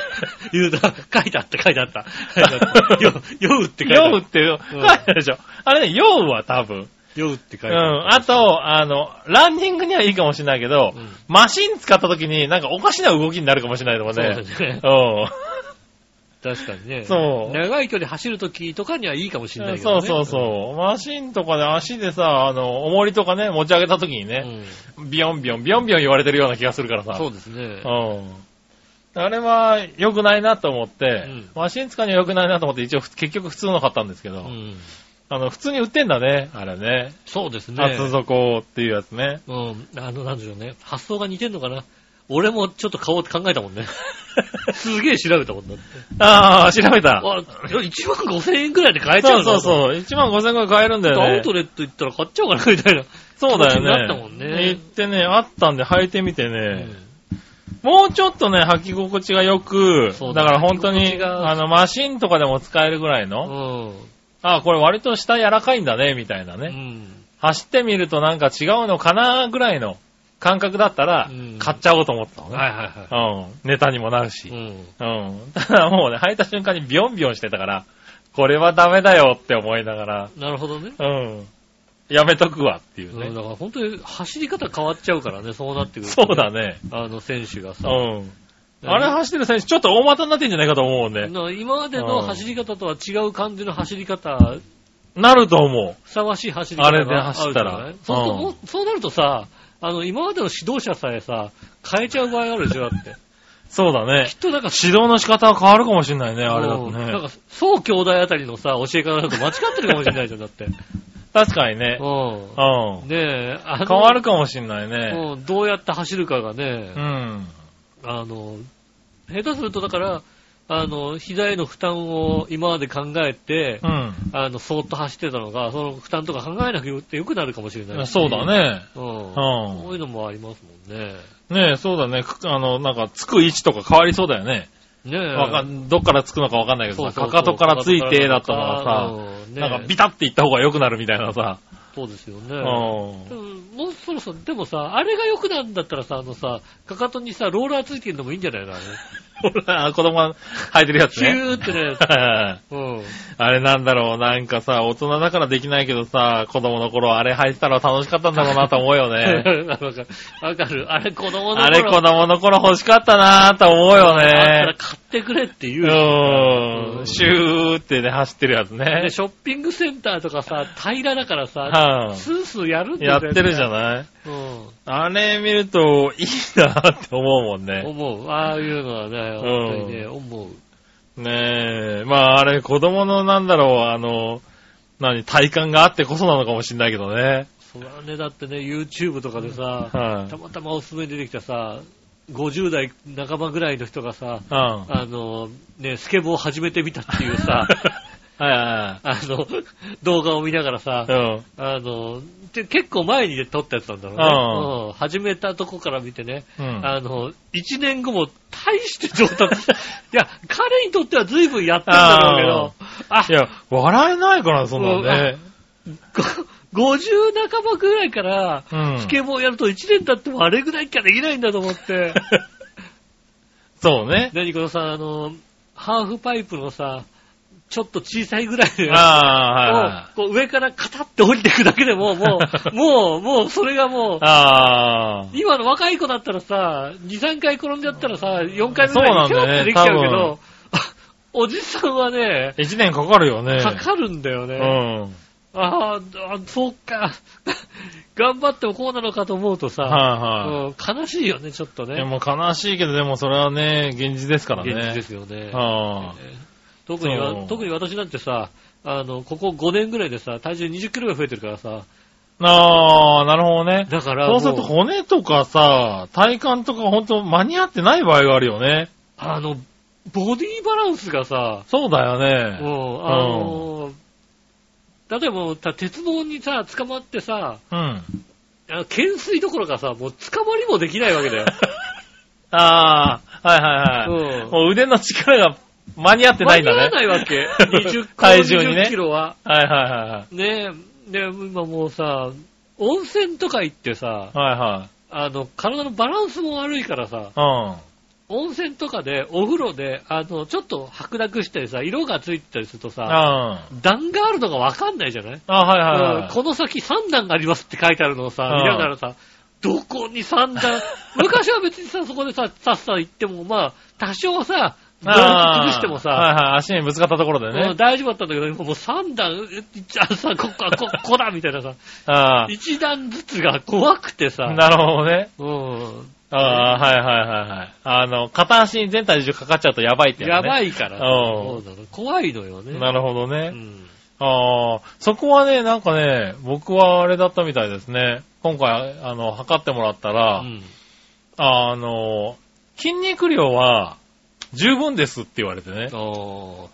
[SPEAKER 2] 言うた、書いてあった、書いてあった。 書いてあった酔う酔うって書いてあ
[SPEAKER 3] 酔う
[SPEAKER 2] っ
[SPEAKER 3] っていう、書いてあるでしょ。あれね、酔うわ、多分。
[SPEAKER 2] た。酔うって書
[SPEAKER 3] う
[SPEAKER 2] いてあ
[SPEAKER 3] ん。あ
[SPEAKER 2] った。
[SPEAKER 3] と、あの、ランニングにはいいかもしれないけど、
[SPEAKER 2] うん
[SPEAKER 3] マシン使った時になんかおかしな動きになるかもしれないとかね。
[SPEAKER 2] そうですね
[SPEAKER 3] う
[SPEAKER 2] 確かにね。
[SPEAKER 3] そう
[SPEAKER 2] 長い距離走るときとかにはいいかもしれない
[SPEAKER 3] ん。
[SPEAKER 2] けど
[SPEAKER 3] そ
[SPEAKER 2] ね。
[SPEAKER 3] うそうそう。マシンとかで足でさ、あの、重りとかね、持ち上げた時
[SPEAKER 2] う
[SPEAKER 3] に
[SPEAKER 2] ん。
[SPEAKER 3] ね、ビヨンビヨン、ビヨンビヨン言われてるような気がするからさ。
[SPEAKER 2] そうですね。
[SPEAKER 3] うん。あれは良くないなと思って、
[SPEAKER 2] うん
[SPEAKER 3] マシン使うには良くないなと思って、一応結局普通の買ったんですけ
[SPEAKER 2] う
[SPEAKER 3] ど、
[SPEAKER 2] ん
[SPEAKER 3] あの、普通に売ってんだね、あれね。
[SPEAKER 2] そうですね。
[SPEAKER 3] 厚底っていうやつ ね。
[SPEAKER 2] うん。あの、なんでしょうね。発想が似てんのかな。俺もちょっと買おうって考えたもんね。 すげえ調べたもんだって。
[SPEAKER 3] ああ、調べた。
[SPEAKER 2] あ、1万5000円くらいで買えちゃ
[SPEAKER 3] そううそう
[SPEAKER 2] う。
[SPEAKER 3] そう。1万5000円くらい買えるんだよ
[SPEAKER 2] ア
[SPEAKER 3] ね
[SPEAKER 2] ウ。トレット行ったら買っちゃおうかな、みたいな。
[SPEAKER 3] そうだ
[SPEAKER 2] 気持ちになった
[SPEAKER 3] よ
[SPEAKER 2] もん
[SPEAKER 3] ね。
[SPEAKER 2] ね
[SPEAKER 3] 行ってね、あったんで履いてみて
[SPEAKER 2] う
[SPEAKER 3] ね。
[SPEAKER 2] ん
[SPEAKER 3] もうちょっとね、履き心地が良く、
[SPEAKER 2] そうだ
[SPEAKER 3] だ
[SPEAKER 2] ね
[SPEAKER 3] から本当
[SPEAKER 2] 履き
[SPEAKER 3] に
[SPEAKER 2] 心、地が
[SPEAKER 3] あの、マシンとかでも使えるぐらいの、ああ、これ割と下柔らかいんだね、みたいな
[SPEAKER 2] う
[SPEAKER 3] ね。
[SPEAKER 2] ん。
[SPEAKER 3] 走ってみるとなんか違うのかなぐらいの感覚だったら
[SPEAKER 2] うん、
[SPEAKER 3] 買っちゃおうと思ったの
[SPEAKER 2] うん。はい
[SPEAKER 3] ね。
[SPEAKER 2] はいは
[SPEAKER 3] うん。ネタにもなる
[SPEAKER 2] い。
[SPEAKER 3] し
[SPEAKER 2] う。ん。
[SPEAKER 3] うん。ただもうね、履いた瞬間にビヨンビヨンしてたから、これはダメだよって思いなが
[SPEAKER 2] なるほどね。
[SPEAKER 3] ら、うん。やめとくわっていう
[SPEAKER 2] う
[SPEAKER 3] ね
[SPEAKER 2] ん。だから本当に走り方変わっちゃうからね、そうなってくると
[SPEAKER 3] そうだね。
[SPEAKER 2] あの選手が
[SPEAKER 3] う
[SPEAKER 2] さ。
[SPEAKER 3] ん。あれ走ってる選手、ちょっと大股になってんじゃないかと思うね。
[SPEAKER 2] な今までの
[SPEAKER 3] うん
[SPEAKER 2] 走り方とは違う感じの走り方、
[SPEAKER 3] なると思
[SPEAKER 2] ふさわしい走り方が
[SPEAKER 3] あれで走ったら
[SPEAKER 2] あるじゃないそうすると
[SPEAKER 3] うん
[SPEAKER 2] もうそうなるとさ、あの、今までの指導者さえさ、変えちゃう場合あるでしょ、だって。
[SPEAKER 3] う。そうだね
[SPEAKER 2] き。っとなんか、
[SPEAKER 3] 指導の仕方は変わるかもしれないね、あれだと
[SPEAKER 2] うんなん
[SPEAKER 3] ね
[SPEAKER 2] か。、そう兄弟あたりのさ、教え方だと間違ってるかもしれないじゃん、だ って。
[SPEAKER 3] 確かにね。う。
[SPEAKER 2] うんん。ねえ、あの
[SPEAKER 3] 変わるかもしれないね。
[SPEAKER 2] うん、どうやって走るかがね、
[SPEAKER 3] うん。
[SPEAKER 2] あの、下手するとだから、あの、膝への負担を今まで考えて、
[SPEAKER 3] うん。
[SPEAKER 2] あの、そーっと走ってたのが、その負担とか考えなくてよくなるかもしれないし。
[SPEAKER 3] そうだね。
[SPEAKER 2] うん。
[SPEAKER 3] うん
[SPEAKER 2] そういうのもありますもんね。
[SPEAKER 3] ねえ、そうだね。くあの、なんか、つく位置とか変わりそうだよね。
[SPEAKER 2] ねえ。
[SPEAKER 3] わかん、どっからつくのかわかんないけ
[SPEAKER 2] そ
[SPEAKER 3] ど
[SPEAKER 2] う
[SPEAKER 3] さ、
[SPEAKER 2] そうそう
[SPEAKER 3] かかとからついてだったのが
[SPEAKER 2] う
[SPEAKER 3] さ、
[SPEAKER 2] んねえ
[SPEAKER 3] なんかビタっていった方が良くなるみたいなさ。
[SPEAKER 2] そうですよ
[SPEAKER 3] う
[SPEAKER 2] ね。
[SPEAKER 3] ん
[SPEAKER 2] で。ももうそろそろ、でもさ、あれが良くなるんだったらさ、あのさ、かかとにさ、ローラーついてるのもいいんじゃないのあれ。
[SPEAKER 3] ほら、子供が履いてるやつ
[SPEAKER 2] ヒ
[SPEAKER 3] ね。
[SPEAKER 2] ューってね。
[SPEAKER 3] はいはいはい
[SPEAKER 2] うん。
[SPEAKER 3] あれなんだろう、なんかさ、大人だからできないけどさ、子供の頃あれ履いてたら楽しかったんだろうなと思うよね。
[SPEAKER 2] わかる。わかる。あれ子供の頃
[SPEAKER 3] あれ子供の頃欲しかったなと思うよ
[SPEAKER 2] あったら
[SPEAKER 3] ね。
[SPEAKER 2] 買ってくれって言うよう
[SPEAKER 3] うんん。シューってね、走ってるやつね
[SPEAKER 2] で、。ショッピングセンターとかさ、平らだからさ、
[SPEAKER 3] は
[SPEAKER 2] スースーやるん
[SPEAKER 3] い。
[SPEAKER 2] だよ
[SPEAKER 3] やっ
[SPEAKER 2] ね
[SPEAKER 3] てるじゃない
[SPEAKER 2] うん。
[SPEAKER 3] あれ見ると、いいなって思うもんね。
[SPEAKER 2] 思う。ああいうのはね、本当にね、思う。
[SPEAKER 3] ねえ。まあ、あれ、子供の、なんだろう、あの、何、体感があってこそなのかもしれないけどね。
[SPEAKER 2] それはね、だってね、YouTube とかでさ、
[SPEAKER 3] はい
[SPEAKER 2] たまたまおすすめに出てきたさ、50代半ばぐらいの人がさ、
[SPEAKER 3] うん。は
[SPEAKER 2] あの、ね、スケボーを始めてみたっていう さ、
[SPEAKER 3] いは
[SPEAKER 2] あの、動画を見ながらさ
[SPEAKER 3] い、はい。
[SPEAKER 2] あの、で結構前に撮ったやつなんだろうね。うん。始めたとこから見てね、
[SPEAKER 3] うん。うん。
[SPEAKER 2] あの、1年後も大して上達 して、いや、彼にとっては随分やってんだろうけど、あ
[SPEAKER 3] いや、笑えないから、そんなんね。
[SPEAKER 2] ご50半ばぐらいから、
[SPEAKER 3] うん
[SPEAKER 2] ス。ケボーやると1年経ってもあれぐらいしかできないんだと思っ て。
[SPEAKER 3] そうね。
[SPEAKER 2] 何このさ、あの、ハーフパイプのさ、ちょっと小さいぐらいのやつを
[SPEAKER 3] あ
[SPEAKER 2] こう上からカタって降りていくだけでも、も う、もう、もう、それがもう
[SPEAKER 3] あ、はいはい。、ああ。
[SPEAKER 2] 今の若い子だったらさ、2、3回転んじゃったらさ、4回目ぐらいにキ
[SPEAKER 3] そう
[SPEAKER 2] ャ
[SPEAKER 3] な
[SPEAKER 2] ー
[SPEAKER 3] んだ
[SPEAKER 2] って
[SPEAKER 3] よ
[SPEAKER 2] で
[SPEAKER 3] ね
[SPEAKER 2] きちゃうけ
[SPEAKER 3] 多
[SPEAKER 2] ど、おじさんはね、
[SPEAKER 3] 一年かかるよね。
[SPEAKER 2] かかるんだよね。
[SPEAKER 3] うん。
[SPEAKER 2] あーあ、そうか。 頑張ってもこうなのかと思うとさ、
[SPEAKER 3] は
[SPEAKER 2] うん悲しいよね、ちょっと
[SPEAKER 3] いはい。で
[SPEAKER 2] ね。
[SPEAKER 3] も悲しいけど、でもそれはね、現実ですからね。
[SPEAKER 2] 現実ですよね。
[SPEAKER 3] は
[SPEAKER 2] 特に
[SPEAKER 3] そ
[SPEAKER 2] わ、
[SPEAKER 3] う
[SPEAKER 2] 特に私なんてさ、あの、ここ5年ぐらいでさ、体重20キロが増えてるからさ、
[SPEAKER 3] あ。ああ、なるほどね。
[SPEAKER 2] だから
[SPEAKER 3] そ
[SPEAKER 2] もう、
[SPEAKER 3] うすると骨とかさ、体幹とかほんと間に合ってない場合があるよね。
[SPEAKER 2] あの、ボディバランスがさ、
[SPEAKER 3] そうだ
[SPEAKER 2] う
[SPEAKER 3] よね。
[SPEAKER 2] ん、あの、例えばさ、鉄棒にさ、捕まってさ、
[SPEAKER 3] うん。
[SPEAKER 2] あの懸垂どころかさ、もう捕まりもできないわけだよ。
[SPEAKER 3] ああ、はいはいはい。
[SPEAKER 2] うん
[SPEAKER 3] もう腕の力が間に合ってないんだね。
[SPEAKER 2] 間に合わないわ け。20キロ、
[SPEAKER 3] 体重にね
[SPEAKER 2] 20キロは。
[SPEAKER 3] はいはいはいはい。
[SPEAKER 2] ねえ、で、今もうさ、温泉とか行ってさ、
[SPEAKER 3] はいは
[SPEAKER 2] あの、体のバランスも悪いからさ、
[SPEAKER 3] い。
[SPEAKER 2] 温泉とかで、お風呂で、あの、ちょっと白濁したりさ、色がついてたりすると
[SPEAKER 3] うん。
[SPEAKER 2] さ、
[SPEAKER 3] うん。あ、
[SPEAKER 2] 段があるのがわかんないじゃない
[SPEAKER 3] はいはいはい。
[SPEAKER 2] この先3段がありますって書いてあるのをさ、
[SPEAKER 3] う
[SPEAKER 2] 見
[SPEAKER 3] ん
[SPEAKER 2] ながらさ、どこに3段、 昔は別にさ、そこでさ、さっさ行っても、まあ、多少さ、ボルト崩しても
[SPEAKER 3] は
[SPEAKER 2] さ、
[SPEAKER 3] いはい、足にぶつかったところで
[SPEAKER 2] うん
[SPEAKER 3] ね。
[SPEAKER 2] 大丈夫だったんだけど、今もう3段、じゃあさ、こっか、 こ、こだ、みたいなさ、
[SPEAKER 3] あ
[SPEAKER 2] 1段ずつが怖くて
[SPEAKER 3] あ、
[SPEAKER 2] さ、
[SPEAKER 3] なるほどね。
[SPEAKER 2] うん、
[SPEAKER 3] ああ、はいはいはいはい。あの、片足に全体重かかっちゃうとやばいって
[SPEAKER 2] や
[SPEAKER 3] やつね。
[SPEAKER 2] ばいからさ、
[SPEAKER 3] う
[SPEAKER 2] そう
[SPEAKER 3] ん
[SPEAKER 2] なの怖いのよね。
[SPEAKER 3] なるほどね。
[SPEAKER 2] うん
[SPEAKER 3] ああ、そこはね、なんかね、僕はあれだったみたいですね。今回、あの、測ってもらったら、
[SPEAKER 2] うん
[SPEAKER 3] あの、筋肉量は十分ですって言われてね。
[SPEAKER 2] あ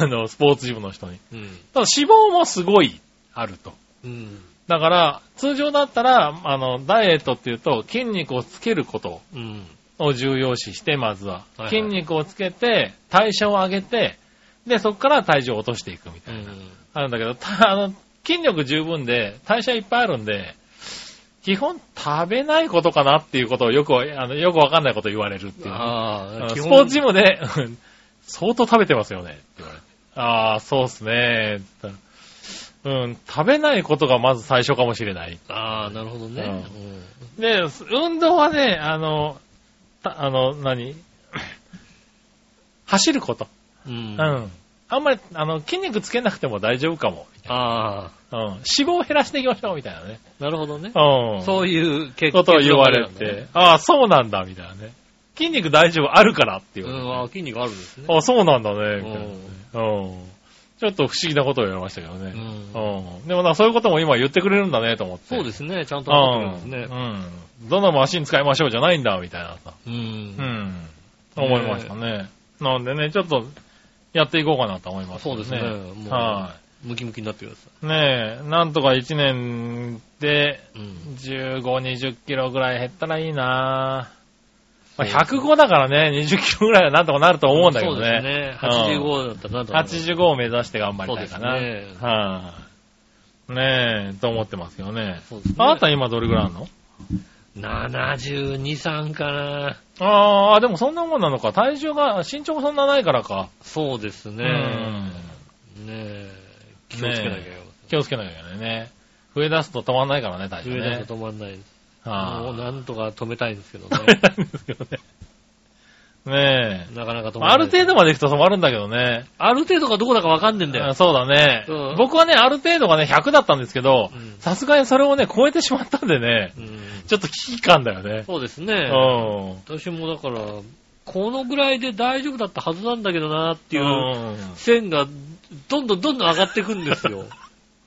[SPEAKER 3] あの、スポーツジムの人に。
[SPEAKER 2] ーうん
[SPEAKER 3] ただ脂肪もすごいあると。
[SPEAKER 2] うん
[SPEAKER 3] だから、通常だったら、あの、ダイエットっていうと、筋肉をつけること
[SPEAKER 2] うん
[SPEAKER 3] を重要視して、まずは。
[SPEAKER 2] いはい
[SPEAKER 3] 筋肉をつけて、代謝を上げて、で、そこから体重を落としていくみた
[SPEAKER 2] う
[SPEAKER 3] いな。
[SPEAKER 2] ん
[SPEAKER 3] あるんだけど、たあ の、筋力十分で、代謝いっぱいあるんで、基本食べないことかなっていうことをよく、あの、よくわかんないこと言われるっていう。あ
[SPEAKER 2] あー
[SPEAKER 3] のス
[SPEAKER 2] 基
[SPEAKER 3] ポーツ
[SPEAKER 2] 本
[SPEAKER 3] ジムで、うん相当食べてますよねって言われて。ああ、そうっすね。ってうん、食べないことがまず最初かもしれない。
[SPEAKER 2] ああ、なるほどね。
[SPEAKER 3] う
[SPEAKER 2] うん
[SPEAKER 3] で、運動はね、あの、たあの、何 走ること。
[SPEAKER 2] うん
[SPEAKER 3] う。ん。あんまり、あの、筋肉つけなくても大丈夫かも。
[SPEAKER 2] ああ、
[SPEAKER 3] うん。脂肪を減らしていきましょう、みたいなね。
[SPEAKER 2] なるほどね。
[SPEAKER 3] うん。そう
[SPEAKER 2] そういう
[SPEAKER 3] いう
[SPEAKER 2] 結
[SPEAKER 3] ことを言わ
[SPEAKER 2] 結論
[SPEAKER 3] れ
[SPEAKER 2] なんだ
[SPEAKER 3] て
[SPEAKER 2] ね、
[SPEAKER 3] ああ、そうなんだ、みたいなね。筋肉大丈夫あるからっていうう。
[SPEAKER 2] ん、あー筋肉あるんですね。
[SPEAKER 3] ああ、そうなんだね、みたいなね。うん。ちょっと不思議なことを言われましたけど
[SPEAKER 2] う
[SPEAKER 3] ね。
[SPEAKER 2] ん
[SPEAKER 3] うん。でもな、そういうことも今言ってくれるんだね、と思って。。
[SPEAKER 2] そうですすね、ちゃんと
[SPEAKER 3] う
[SPEAKER 2] 分か
[SPEAKER 3] ん
[SPEAKER 2] っ。てるんですね。
[SPEAKER 3] うん。どのマシン使いましょうじゃないんだ、みたいなさ。
[SPEAKER 2] う。
[SPEAKER 3] うんん。思いましたね。なんでね、ちょっと、やっていこうかなと思います。
[SPEAKER 2] そうですね。もう
[SPEAKER 3] はい。
[SPEAKER 2] ムキムキになってくださ
[SPEAKER 3] ねえ、なんとか1年で
[SPEAKER 2] い。うん。
[SPEAKER 3] 15、20キロぐらい減ったらいいなぁ。まあ、
[SPEAKER 2] そうですね
[SPEAKER 3] 105だからね、20キロぐらいはなんとかなると思うんだけど
[SPEAKER 2] そうです
[SPEAKER 3] ね。
[SPEAKER 2] ね。
[SPEAKER 3] うん
[SPEAKER 2] 85だったらなんとかなる
[SPEAKER 3] 85を目指して頑張りたいかな。
[SPEAKER 2] そうですね
[SPEAKER 3] はい、ねえ、と思ってますよね。
[SPEAKER 2] そうですね。
[SPEAKER 3] あなた今どれぐらいあるの
[SPEAKER 2] 72、3かな。
[SPEAKER 3] ああ、でもそんなもんなのか。体重が、身長がそんなないからか。
[SPEAKER 2] そうですね。
[SPEAKER 3] うん
[SPEAKER 2] ねえ。気をつけなきゃいけない。
[SPEAKER 3] 気をつけなきゃいけないね。増え出すと止まんないからね、体重
[SPEAKER 2] 上
[SPEAKER 3] ね。
[SPEAKER 2] だと止まんないです。も
[SPEAKER 3] は
[SPEAKER 2] う
[SPEAKER 3] い
[SPEAKER 2] なんとか止めたいんですけどね。
[SPEAKER 3] 止めたいんですけどね。ね
[SPEAKER 2] なかなか止
[SPEAKER 3] え。
[SPEAKER 2] まんない。
[SPEAKER 3] ある程度まで行くと止まるんだけどね。
[SPEAKER 2] ある程度がどこだかわかんねえんだ
[SPEAKER 3] あ
[SPEAKER 2] よ。
[SPEAKER 3] そうだね、
[SPEAKER 2] うん
[SPEAKER 3] 僕はね、ある程度がね、100だったんですけど
[SPEAKER 2] うん、
[SPEAKER 3] さすがにそれをね、超えてしまったんでね、
[SPEAKER 2] うん
[SPEAKER 3] ちょっと危機感だよね。
[SPEAKER 2] そうです
[SPEAKER 3] う
[SPEAKER 2] ね。
[SPEAKER 3] ん。っ
[SPEAKER 2] 私もだから、このぐらいで大丈夫だったはずなんだけどなって
[SPEAKER 3] てい
[SPEAKER 2] いう
[SPEAKER 3] うん。
[SPEAKER 2] 線がどんどんどんどん上がっていくんです よ。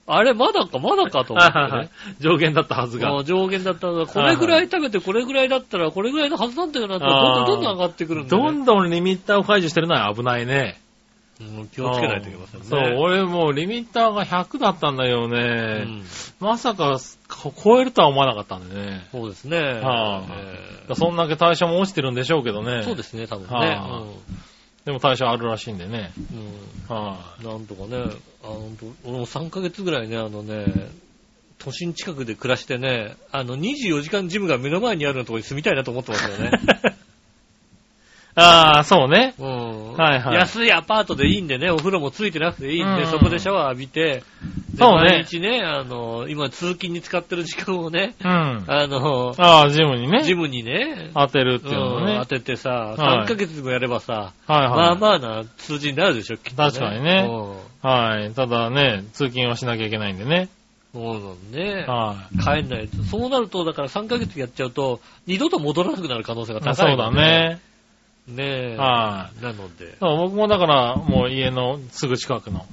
[SPEAKER 2] あれ、まだか、まだかと思ってね。
[SPEAKER 3] 上限だったはず
[SPEAKER 2] も
[SPEAKER 3] が。
[SPEAKER 2] う上限だったのが、これぐらい食べてこれぐらいだったら、これぐらいのはずなんだよなって、ど
[SPEAKER 3] あ
[SPEAKER 2] ん
[SPEAKER 3] ー
[SPEAKER 2] どんどんどん上がってくるんで、ね。
[SPEAKER 3] どんどんリミッターを解除してるのは危ないね。
[SPEAKER 2] うん気をつけないといけませんね。
[SPEAKER 3] そう、俺もうリミッターが100だったんだよ
[SPEAKER 2] う
[SPEAKER 3] ね。
[SPEAKER 2] ん
[SPEAKER 3] まさかこ超えるとは思わなかったんでね。
[SPEAKER 2] そうですね。
[SPEAKER 3] はい
[SPEAKER 2] えー
[SPEAKER 3] そんだけ代謝も落ちてるんでしょうけどね。
[SPEAKER 2] そうですね、多分ね
[SPEAKER 3] は。でも代謝あるらしいんでね。
[SPEAKER 2] うんうん
[SPEAKER 3] は
[SPEAKER 2] なんとかね、あの、ほんと俺も3ヶ月ぐらいね、あのね、都心近くで暮らしてね、あの、24時間ジムが目の前にあるようなところに住みたいなと思ってますよ ね。
[SPEAKER 3] い。ああ、そうね。
[SPEAKER 2] うん。
[SPEAKER 3] はいはい
[SPEAKER 2] 安いアパートでいいんでね、お風呂もついてなくていいんで、
[SPEAKER 3] うん
[SPEAKER 2] そこでシャワー浴びて、で
[SPEAKER 3] そうね
[SPEAKER 2] 毎日ね、あの、今通勤に使ってる時間をね、
[SPEAKER 3] うん。
[SPEAKER 2] あの、
[SPEAKER 3] ああ、ジムにね。
[SPEAKER 2] ジムにね、
[SPEAKER 3] 当てるって
[SPEAKER 2] う
[SPEAKER 3] いうのもね。
[SPEAKER 2] ん、当ててさ、
[SPEAKER 3] はい
[SPEAKER 2] 3ヶ月もやればさ、
[SPEAKER 3] はいはい。
[SPEAKER 2] まあまあな数字になるでしょ、きっと、ね。
[SPEAKER 3] 確かにね
[SPEAKER 2] うん
[SPEAKER 3] はい。ただね、通勤はしなきゃいけないんでね。
[SPEAKER 2] そうなのね。
[SPEAKER 3] はい。
[SPEAKER 2] 帰んないと。そうなると、だから3ヶ月やっちゃうと、二度と戻らなくなる可能性が
[SPEAKER 3] まあ
[SPEAKER 2] 高
[SPEAKER 3] そ
[SPEAKER 2] いう
[SPEAKER 3] だ
[SPEAKER 2] ので。
[SPEAKER 3] ね。
[SPEAKER 2] ねえ。
[SPEAKER 3] は
[SPEAKER 2] なので、
[SPEAKER 3] そう僕もだから、もう家のすぐ近くの、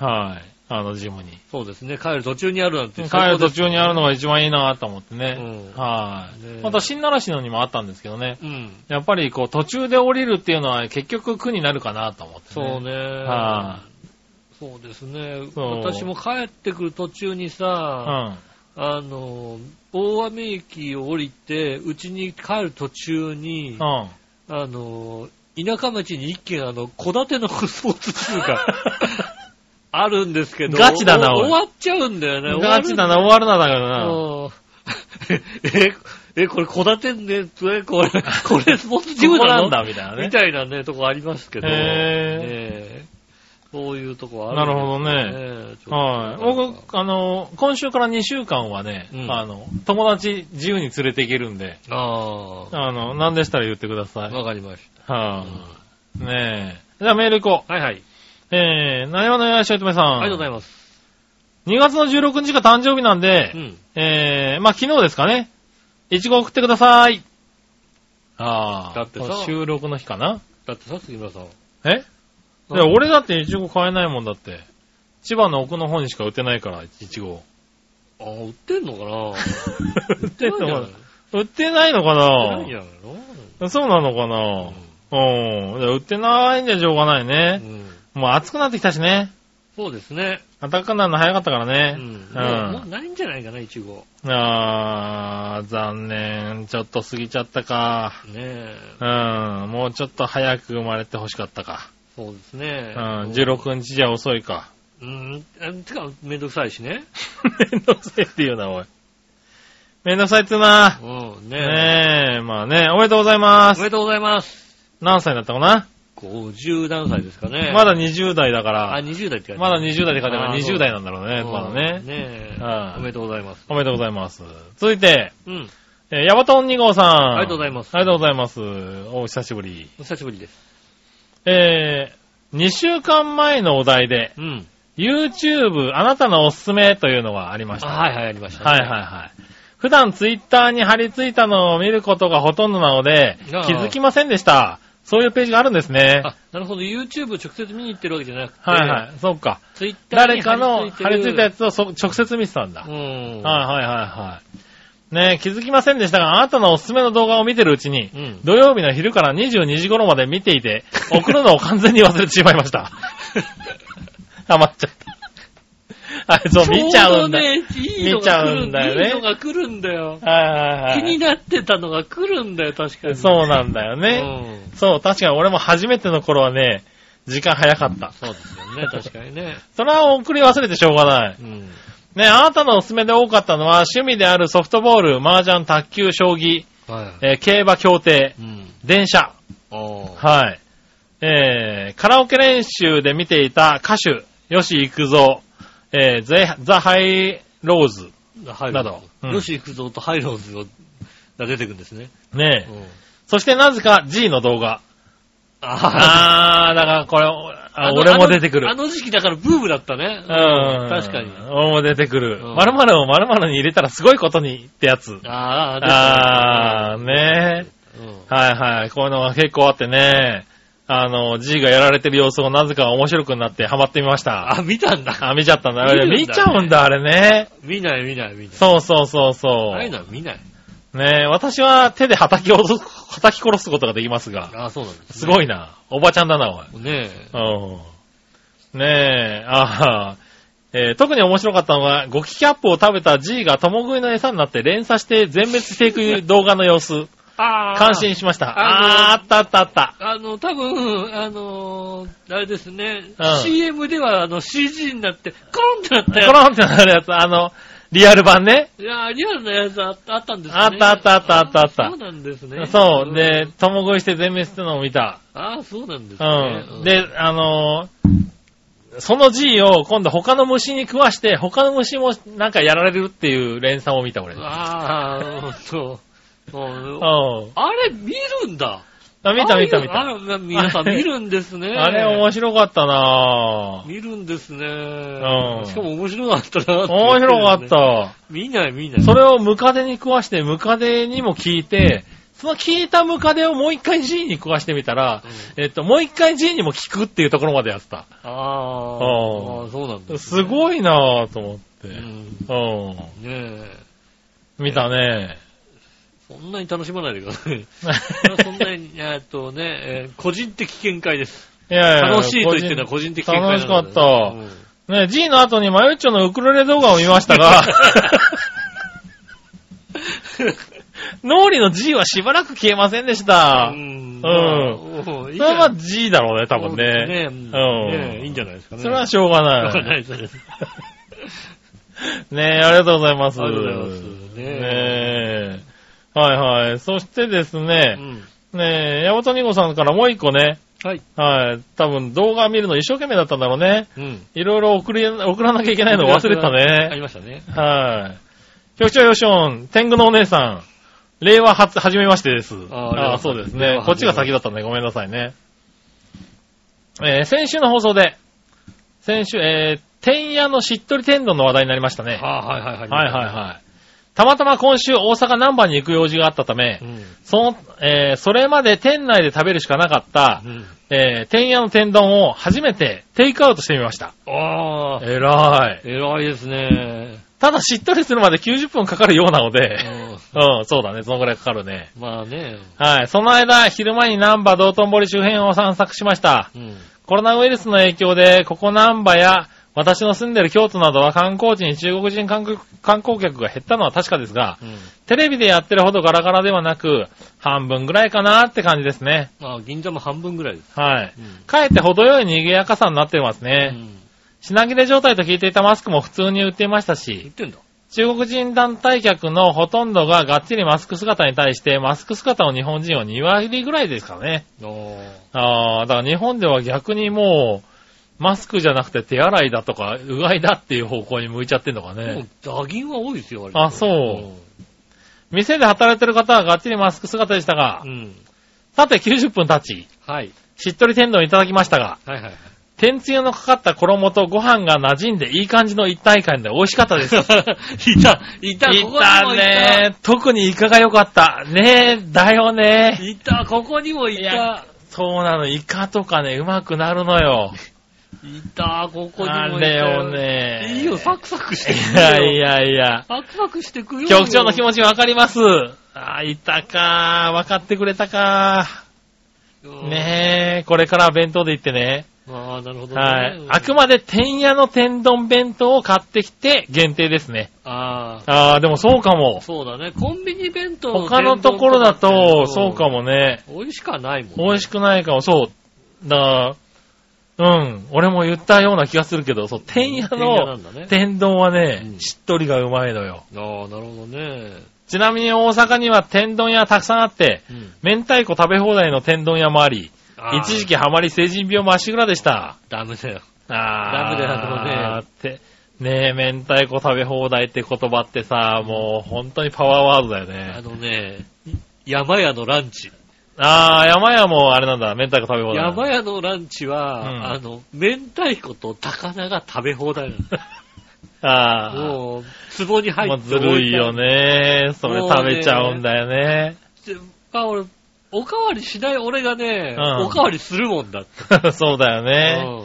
[SPEAKER 3] はい、あのジムに。
[SPEAKER 2] そうですね。帰る途中にあるなんて。
[SPEAKER 3] 帰る途中にあるのが一番いいなと思って
[SPEAKER 2] う
[SPEAKER 3] ね。
[SPEAKER 2] ん
[SPEAKER 3] はい
[SPEAKER 2] ね。
[SPEAKER 3] また新奈良市のにもあったんですけどね。
[SPEAKER 2] うん。
[SPEAKER 3] やっぱりこう途中で降りるっていうのは結局苦になるかなと思って
[SPEAKER 2] そうね。
[SPEAKER 3] は
[SPEAKER 2] そうですね。
[SPEAKER 3] そう
[SPEAKER 2] 私も帰ってくる途中に
[SPEAKER 3] う
[SPEAKER 2] さ、
[SPEAKER 3] ん。
[SPEAKER 2] あの、大雨駅を降りて、うちに帰る途中に、
[SPEAKER 3] うん。
[SPEAKER 2] あ の、田舎町に一軒、あの、小建てのスポーツ中が、あるんですけど。
[SPEAKER 3] ガチだな
[SPEAKER 2] お
[SPEAKER 3] おい
[SPEAKER 2] 終わっちゃうんだよね。
[SPEAKER 3] ガチだな、
[SPEAKER 2] 終
[SPEAKER 3] 終わるな、だから
[SPEAKER 2] わ
[SPEAKER 3] な。
[SPEAKER 2] るんだよ。うんえ、え、これ、小建てんで、これ、これ、これスポーツジム
[SPEAKER 3] ここ
[SPEAKER 2] な
[SPEAKER 3] な
[SPEAKER 2] の
[SPEAKER 3] んだ、みたいなね
[SPEAKER 2] み。たいなね、とこありますけど。
[SPEAKER 3] へー
[SPEAKER 2] ねえそういうとこあるんです
[SPEAKER 3] なるほ
[SPEAKER 2] ど
[SPEAKER 3] はい。僕、あの、今週から2週間はね、
[SPEAKER 2] うん
[SPEAKER 3] あの、友達自由に連れて行けるんで、
[SPEAKER 2] ああ
[SPEAKER 3] あの、何でしたら言ってください。
[SPEAKER 2] ー。
[SPEAKER 3] はい、
[SPEAKER 2] わかりました。
[SPEAKER 3] ねえ。じゃあメール行こ
[SPEAKER 2] はいはい。
[SPEAKER 3] う。えー、なにわのよしおとめさん。
[SPEAKER 2] ありがとうございます。
[SPEAKER 3] 2月の16日が誕生日なんで、
[SPEAKER 2] うん。
[SPEAKER 3] えー、まあ昨日ですかね。いちご送ってください。ああ。
[SPEAKER 2] だってさ
[SPEAKER 3] この収録の日かな
[SPEAKER 2] だってさ、杉村さん。
[SPEAKER 3] え
[SPEAKER 2] う
[SPEAKER 3] い
[SPEAKER 2] ん
[SPEAKER 3] や俺だっていちご買えないもんだって。千葉の奥の方にしか売ってないから、い ちご。
[SPEAKER 2] ああ、売ってんのかな
[SPEAKER 3] 売ってんの
[SPEAKER 2] 売
[SPEAKER 3] か
[SPEAKER 2] っ
[SPEAKER 3] な
[SPEAKER 2] て
[SPEAKER 3] 売ってないのか
[SPEAKER 2] ないんじ
[SPEAKER 3] な
[SPEAKER 2] ゃないの
[SPEAKER 3] そうなのかなうん。いや売ってないんじゃしょうがないね。
[SPEAKER 2] うんうん
[SPEAKER 3] もう暑くなってきたしね。
[SPEAKER 2] そうですね。
[SPEAKER 3] 暖かくなるの早かったから
[SPEAKER 2] う
[SPEAKER 3] ね。
[SPEAKER 2] ん。
[SPEAKER 3] うん
[SPEAKER 2] もうもうないんじゃないかな、いちご。
[SPEAKER 3] あー、残念。ちょっと過ぎちゃったか。
[SPEAKER 2] ねえ。
[SPEAKER 3] うん、もうちょっと早く生まれてほしかったか。
[SPEAKER 2] そうです
[SPEAKER 3] う
[SPEAKER 2] ね。
[SPEAKER 3] ん、16日じゃ遅 いか。
[SPEAKER 2] うん。うん。てか、めんどくさいしね。
[SPEAKER 3] めんどくさいって言うな、おい。めんどくさいって言うな。
[SPEAKER 2] うん。ねえ。
[SPEAKER 3] ねえ、まあね、おめでとうございま
[SPEAKER 2] お
[SPEAKER 3] す
[SPEAKER 2] め。でとうございます。
[SPEAKER 3] 何歳だったかな、
[SPEAKER 2] 50何歳ですかね。
[SPEAKER 3] まだ20代だか
[SPEAKER 2] あ、
[SPEAKER 3] ら、
[SPEAKER 2] 20代って書いてある
[SPEAKER 3] まだ20代で書いて
[SPEAKER 2] あ
[SPEAKER 3] あ
[SPEAKER 2] ー
[SPEAKER 3] る20代なんだろうね、
[SPEAKER 2] うん
[SPEAKER 3] まだね。
[SPEAKER 2] ねえ
[SPEAKER 3] は
[SPEAKER 2] お
[SPEAKER 3] い
[SPEAKER 2] めでとうございます。
[SPEAKER 3] おめでとうございます。続いて、
[SPEAKER 2] うん。
[SPEAKER 3] えー、ヤバトン2号さん。あ
[SPEAKER 2] りがとうございます
[SPEAKER 3] ありがとうございます。お久しぶり。
[SPEAKER 2] お久しぶりです。
[SPEAKER 3] えー、2週間前のお題で、
[SPEAKER 2] うん。
[SPEAKER 3] YouTube あなたのおすすめというのがありました。
[SPEAKER 2] はいはい、ありました、
[SPEAKER 3] はいはいはい。普段ツイッターに貼り付いたのを見ることがほとんどなので
[SPEAKER 2] ああ、
[SPEAKER 3] 気づきませんでした。そういうページがあるんですね。
[SPEAKER 2] あ、なるほど。YouTube を直接見に行ってるわけじゃなくて、
[SPEAKER 3] はいはい。そっか。
[SPEAKER 2] Twitter
[SPEAKER 3] 誰
[SPEAKER 2] に
[SPEAKER 3] かの貼り付いたや
[SPEAKER 2] つ。
[SPEAKER 3] つをそ直接見てたんだ。
[SPEAKER 2] う
[SPEAKER 3] はい
[SPEAKER 2] ん。
[SPEAKER 3] はいはいはい。ねえ、気づきませんでしたが、あなたのおすすめの動画を見てるうちに、
[SPEAKER 2] うん
[SPEAKER 3] 土曜日の昼から22時頃まで見ていて、送るのを完全に忘れてしまい ました。ハマっちゃった。あいつを見ちゃうんだ。
[SPEAKER 2] ちょうどね、いいのが来るんだよね。いい
[SPEAKER 3] 見ちゃ
[SPEAKER 2] の
[SPEAKER 3] うんだよね
[SPEAKER 2] が来るんだよ。
[SPEAKER 3] はいはいはい。
[SPEAKER 2] 気になってたのが来るんだよ、確かに。
[SPEAKER 3] そうなんだよ
[SPEAKER 2] う
[SPEAKER 3] ね。
[SPEAKER 2] ん。
[SPEAKER 3] そう、確かに俺も初めての頃はね、時間早かった。
[SPEAKER 2] そうですよ ね、確かにね。
[SPEAKER 3] それは送り忘れてしょうがない。
[SPEAKER 2] うん。
[SPEAKER 3] ね、あなたのおすすめで多かったのは、趣味であるソフトボール、麻雀、卓球、将棋、
[SPEAKER 2] はい。
[SPEAKER 3] えー競馬、競艇、
[SPEAKER 2] うん。
[SPEAKER 3] 電車、
[SPEAKER 2] おー
[SPEAKER 3] はい。えー、カラオケ練習で見ていた歌手、吉幾三、えーゼザ・ハイ・ローズ、
[SPEAKER 2] ハイローズ
[SPEAKER 3] などうん
[SPEAKER 2] よし、行くぞとハイローズをが出てくるんですね。
[SPEAKER 3] ね、
[SPEAKER 2] うん。
[SPEAKER 3] そしてなぜか G の動画。
[SPEAKER 2] あ
[SPEAKER 3] あー、だからこれ、あ
[SPEAKER 2] の
[SPEAKER 3] 俺も出てくる
[SPEAKER 2] あ。のあの時期だからブームだったね。
[SPEAKER 3] うん。
[SPEAKER 2] 確かに。
[SPEAKER 3] 俺も出てくる。
[SPEAKER 2] うん
[SPEAKER 3] 〇〇を〇〇に入れたらすごいことにってやつ。
[SPEAKER 2] ああ、
[SPEAKER 3] あー、ね
[SPEAKER 2] ー。うん。
[SPEAKER 3] はいはい。こういうのが結構あってね。あの、G がやられてる様子をなぜか面白くなってハマってみました。
[SPEAKER 2] あ、見たんだ。
[SPEAKER 3] あ、見ちゃったんだ。
[SPEAKER 2] 見
[SPEAKER 3] あ
[SPEAKER 2] るん
[SPEAKER 3] れ
[SPEAKER 2] だね
[SPEAKER 3] 見ちゃうんだ、あれね。
[SPEAKER 2] 見ない見ない見ない。
[SPEAKER 3] そうそうそう
[SPEAKER 2] あ
[SPEAKER 3] そ
[SPEAKER 2] あいう
[SPEAKER 3] う。
[SPEAKER 2] のは見ない。
[SPEAKER 3] ね私は手で叩き落とす、 叩き殺すことができますが。
[SPEAKER 2] ああ、そうなんです、ね。
[SPEAKER 3] すごいな。おばちゃんだな、おい。
[SPEAKER 2] ねえ。
[SPEAKER 3] うん。ねえ、ああ。えー特に面白かったのは、ゴキキャップを食べた G が共食いの餌になって連鎖して全滅していく動画の様子、
[SPEAKER 2] あ
[SPEAKER 3] 感心しました。
[SPEAKER 2] あ
[SPEAKER 3] あーあったあったあった。
[SPEAKER 2] あの、多分あのーあれですね、
[SPEAKER 3] うん
[SPEAKER 2] CM ではあの CG になって、コロンってなった
[SPEAKER 3] コ
[SPEAKER 2] や
[SPEAKER 3] ロンってなるやつ、あの、リアル版ね。
[SPEAKER 2] つ。いやー、リアルなやつああったんですね。
[SPEAKER 3] あったあったあったあったあった
[SPEAKER 2] そうなんですね。
[SPEAKER 3] そう。
[SPEAKER 2] ん
[SPEAKER 3] で、、共食いして全滅ってのを見た。
[SPEAKER 2] ああ、そうなんです
[SPEAKER 3] う
[SPEAKER 2] ね。
[SPEAKER 3] ん。で、あのーその G を今度他の虫に食わして、他の虫もなんかやられるっていう連鎖を見た俺。うん。
[SPEAKER 2] ああ、そう。うん
[SPEAKER 3] あ、
[SPEAKER 2] あれ、見るんだ。
[SPEAKER 3] 見た見た見た。
[SPEAKER 2] ああら皆さん見るんですね。
[SPEAKER 3] あれ面白かったなぁ。
[SPEAKER 2] 見るんですね。
[SPEAKER 3] ん
[SPEAKER 2] しかも面白かったなって
[SPEAKER 3] 面白
[SPEAKER 2] っ
[SPEAKER 3] か
[SPEAKER 2] た。見ない見な
[SPEAKER 3] った。
[SPEAKER 2] い。
[SPEAKER 3] それをムカデに食わして、ムカデにも聞いて、その聞いたムカデをもう一回 G に食わしてみたら、えっと、もう一回 G にも聞くっていうところまでやってた。
[SPEAKER 2] ああ
[SPEAKER 3] う
[SPEAKER 2] あ
[SPEAKER 3] ん
[SPEAKER 2] あ、そうなんだ。
[SPEAKER 3] すごいなぁと思っ
[SPEAKER 2] う
[SPEAKER 3] て。うんん。
[SPEAKER 2] ねえ。
[SPEAKER 3] 見たね。
[SPEAKER 2] そんなに楽しまないでください。そんなに、えーっとね、えー個人的見解です。
[SPEAKER 3] いやいや
[SPEAKER 2] 楽しいと言ってるのは個人的見解なんで
[SPEAKER 3] 楽しかったね、G の後にマヨッチョのウクレレ動画を見まし たが、脳裏の G はしばらく消えませんでした
[SPEAKER 2] う。ん。
[SPEAKER 3] うん
[SPEAKER 2] うんいいん
[SPEAKER 3] そ
[SPEAKER 2] じ
[SPEAKER 3] れ
[SPEAKER 2] ゃな
[SPEAKER 3] はい G だろうね、多分ね。
[SPEAKER 2] そうですね
[SPEAKER 3] うん
[SPEAKER 2] ねいいんじゃないですかね。
[SPEAKER 3] それはしょうが
[SPEAKER 2] わ
[SPEAKER 3] な
[SPEAKER 2] かん
[SPEAKER 3] い。
[SPEAKER 2] ないです。あり
[SPEAKER 3] ねえ、ありがとうございます。
[SPEAKER 2] がとうございます。ね
[SPEAKER 3] ねえ。はいはい。そしてですね
[SPEAKER 2] う、ん。
[SPEAKER 3] ねえ、ヤマトニゴさんからもう一個ね、
[SPEAKER 2] はい。
[SPEAKER 3] はい、多分動画見るの一生懸命だったんだろうね。
[SPEAKER 2] うん。
[SPEAKER 3] いろいろ送り、送らなきゃいけないの忘れた
[SPEAKER 2] あり
[SPEAKER 3] ね。
[SPEAKER 2] ましたね。
[SPEAKER 3] はい。局長よしおん、天狗のお姉さん、令和初、初めましてです。
[SPEAKER 2] あー
[SPEAKER 3] あーそうです
[SPEAKER 2] 令
[SPEAKER 3] ね
[SPEAKER 2] 和。初めまして
[SPEAKER 3] こっちが先だったんでごめんなさいね。えー先週の放送で、先週、えー、天野のしっとり天丼の話題になりましたね。
[SPEAKER 2] あはいはいはい。
[SPEAKER 3] はいはいはい。たまたま今週大阪南波に行く用事があったため、
[SPEAKER 2] うん。
[SPEAKER 3] その、えーそれまで店内で食べるしかなかった
[SPEAKER 2] う、ん。
[SPEAKER 3] えー、天屋の天丼を初めてテイクアウトしてみました。
[SPEAKER 2] ああ、
[SPEAKER 3] えらい。
[SPEAKER 2] 偉いですね。
[SPEAKER 3] ただしっとりするまで90分かかるようなの
[SPEAKER 2] う
[SPEAKER 3] で、
[SPEAKER 2] ん。
[SPEAKER 3] うん、そうだね、そのぐらいかかるね。
[SPEAKER 2] まあね。
[SPEAKER 3] はい、その間、昼間に南波道頓堀周辺を散策しました。
[SPEAKER 2] うん。
[SPEAKER 3] コロナウイルスの影響で、ここ南波や、私の住んでる京都などは観光地に中国人観光観光客が減ったのは確かですが、
[SPEAKER 2] うん。
[SPEAKER 3] テレビでやってるほどガラガラではなく、半分ぐらいかなって感じですね。
[SPEAKER 2] まあ、銀座も半分ぐらいです。
[SPEAKER 3] はい。
[SPEAKER 2] うん。
[SPEAKER 3] かえって程よい賑やかさになってます
[SPEAKER 2] う
[SPEAKER 3] ね。
[SPEAKER 2] ん
[SPEAKER 3] 品切れ状態と聞いていたマスクも普通に売っていました
[SPEAKER 2] 言っ
[SPEAKER 3] し、
[SPEAKER 2] てんだ。
[SPEAKER 3] 中国人団体客のほとんどががっちりマスク姿に対して、マスク姿の日本人は2割ぐらいですからね。
[SPEAKER 2] あー
[SPEAKER 3] あー、だから日本では逆にもう、マスクじゃなくて手洗いだとか、うがいだっていう方向に向いちゃってんのか
[SPEAKER 2] でも
[SPEAKER 3] ね。、
[SPEAKER 2] 打銀は多いですよ、割
[SPEAKER 3] あそう店で働いてる方はがっちりマスク姿でしたが
[SPEAKER 2] う、ん。
[SPEAKER 3] さて90分経ち、
[SPEAKER 2] はい。
[SPEAKER 3] しっとり天丼いただきましたが、
[SPEAKER 2] はいはい。
[SPEAKER 3] 天つゆのかかった衣とご飯が馴染んでいい感じの一体感で美味しかったです。い
[SPEAKER 2] いた、いた、ここに
[SPEAKER 3] た
[SPEAKER 2] もいた。
[SPEAKER 3] ね。特にイカが良かった。ねえ、だよね。
[SPEAKER 2] いた、ここにもい
[SPEAKER 3] い
[SPEAKER 2] た
[SPEAKER 3] や。そうなの、イカとかね、うまくなるのよ。
[SPEAKER 2] いた、ここにもいた。
[SPEAKER 3] あれを。ね。
[SPEAKER 2] いいよ、サクサクして
[SPEAKER 3] い
[SPEAKER 2] くよ。
[SPEAKER 3] やいやいや。
[SPEAKER 2] サクサクしてくよ。
[SPEAKER 3] 局長の気
[SPEAKER 2] ち。
[SPEAKER 3] 持ちわかります。あ、いたか。わかってくれたか。ねえ、これからは弁当で行ってね。
[SPEAKER 2] え。ああ、なるほどね。
[SPEAKER 3] はい。あく
[SPEAKER 2] ま。
[SPEAKER 3] まで天屋の天丼弁当を買ってきて限定ですね。
[SPEAKER 2] あ
[SPEAKER 3] ああ、でもそうかも
[SPEAKER 2] あ、。そうだね。コンビニ弁当
[SPEAKER 3] 他のところだと、そうか
[SPEAKER 2] も。
[SPEAKER 3] もね。
[SPEAKER 2] 美味しくはないもん。
[SPEAKER 3] 美味しくないかも、そう。だから、うん。俺も言ったような気がするけど、そう、天屋
[SPEAKER 2] 天屋な
[SPEAKER 3] の
[SPEAKER 2] んだね。
[SPEAKER 3] 天丼は
[SPEAKER 2] う
[SPEAKER 3] ね、
[SPEAKER 2] ん
[SPEAKER 3] しっとりがうまいのよ。
[SPEAKER 2] ああ、なるほどね。
[SPEAKER 3] ちなみに大阪には天丼屋たくさんあって、
[SPEAKER 2] うん。
[SPEAKER 3] 明太子食べ放題の天丼屋もあり、
[SPEAKER 2] あー
[SPEAKER 3] 一時期ハマり成人病まっしぐらでした。
[SPEAKER 2] ダメだよ。
[SPEAKER 3] あ
[SPEAKER 2] ダ
[SPEAKER 3] ー
[SPEAKER 2] メだよ
[SPEAKER 3] って、ねえ、明太子食べ放題って言葉ってさ、もう本当にパワーワードだよ
[SPEAKER 2] あ
[SPEAKER 3] ね。
[SPEAKER 2] のね、山屋のランチ。
[SPEAKER 3] あー、山屋もあれなんだ、明太子食べ放題。
[SPEAKER 2] 山屋のランチは、
[SPEAKER 3] うん
[SPEAKER 2] あの、明太子と高菜が食べ放題な
[SPEAKER 3] あ
[SPEAKER 2] の。
[SPEAKER 3] ー。
[SPEAKER 2] もう、壺に入
[SPEAKER 3] もう
[SPEAKER 2] って
[SPEAKER 3] ずるいよね。それ食べちゃうんだよね。
[SPEAKER 2] 置いてある。であ俺、おかわりしない俺がね、
[SPEAKER 3] うん
[SPEAKER 2] おかわりするもんだって。
[SPEAKER 3] そうだよね。
[SPEAKER 2] うん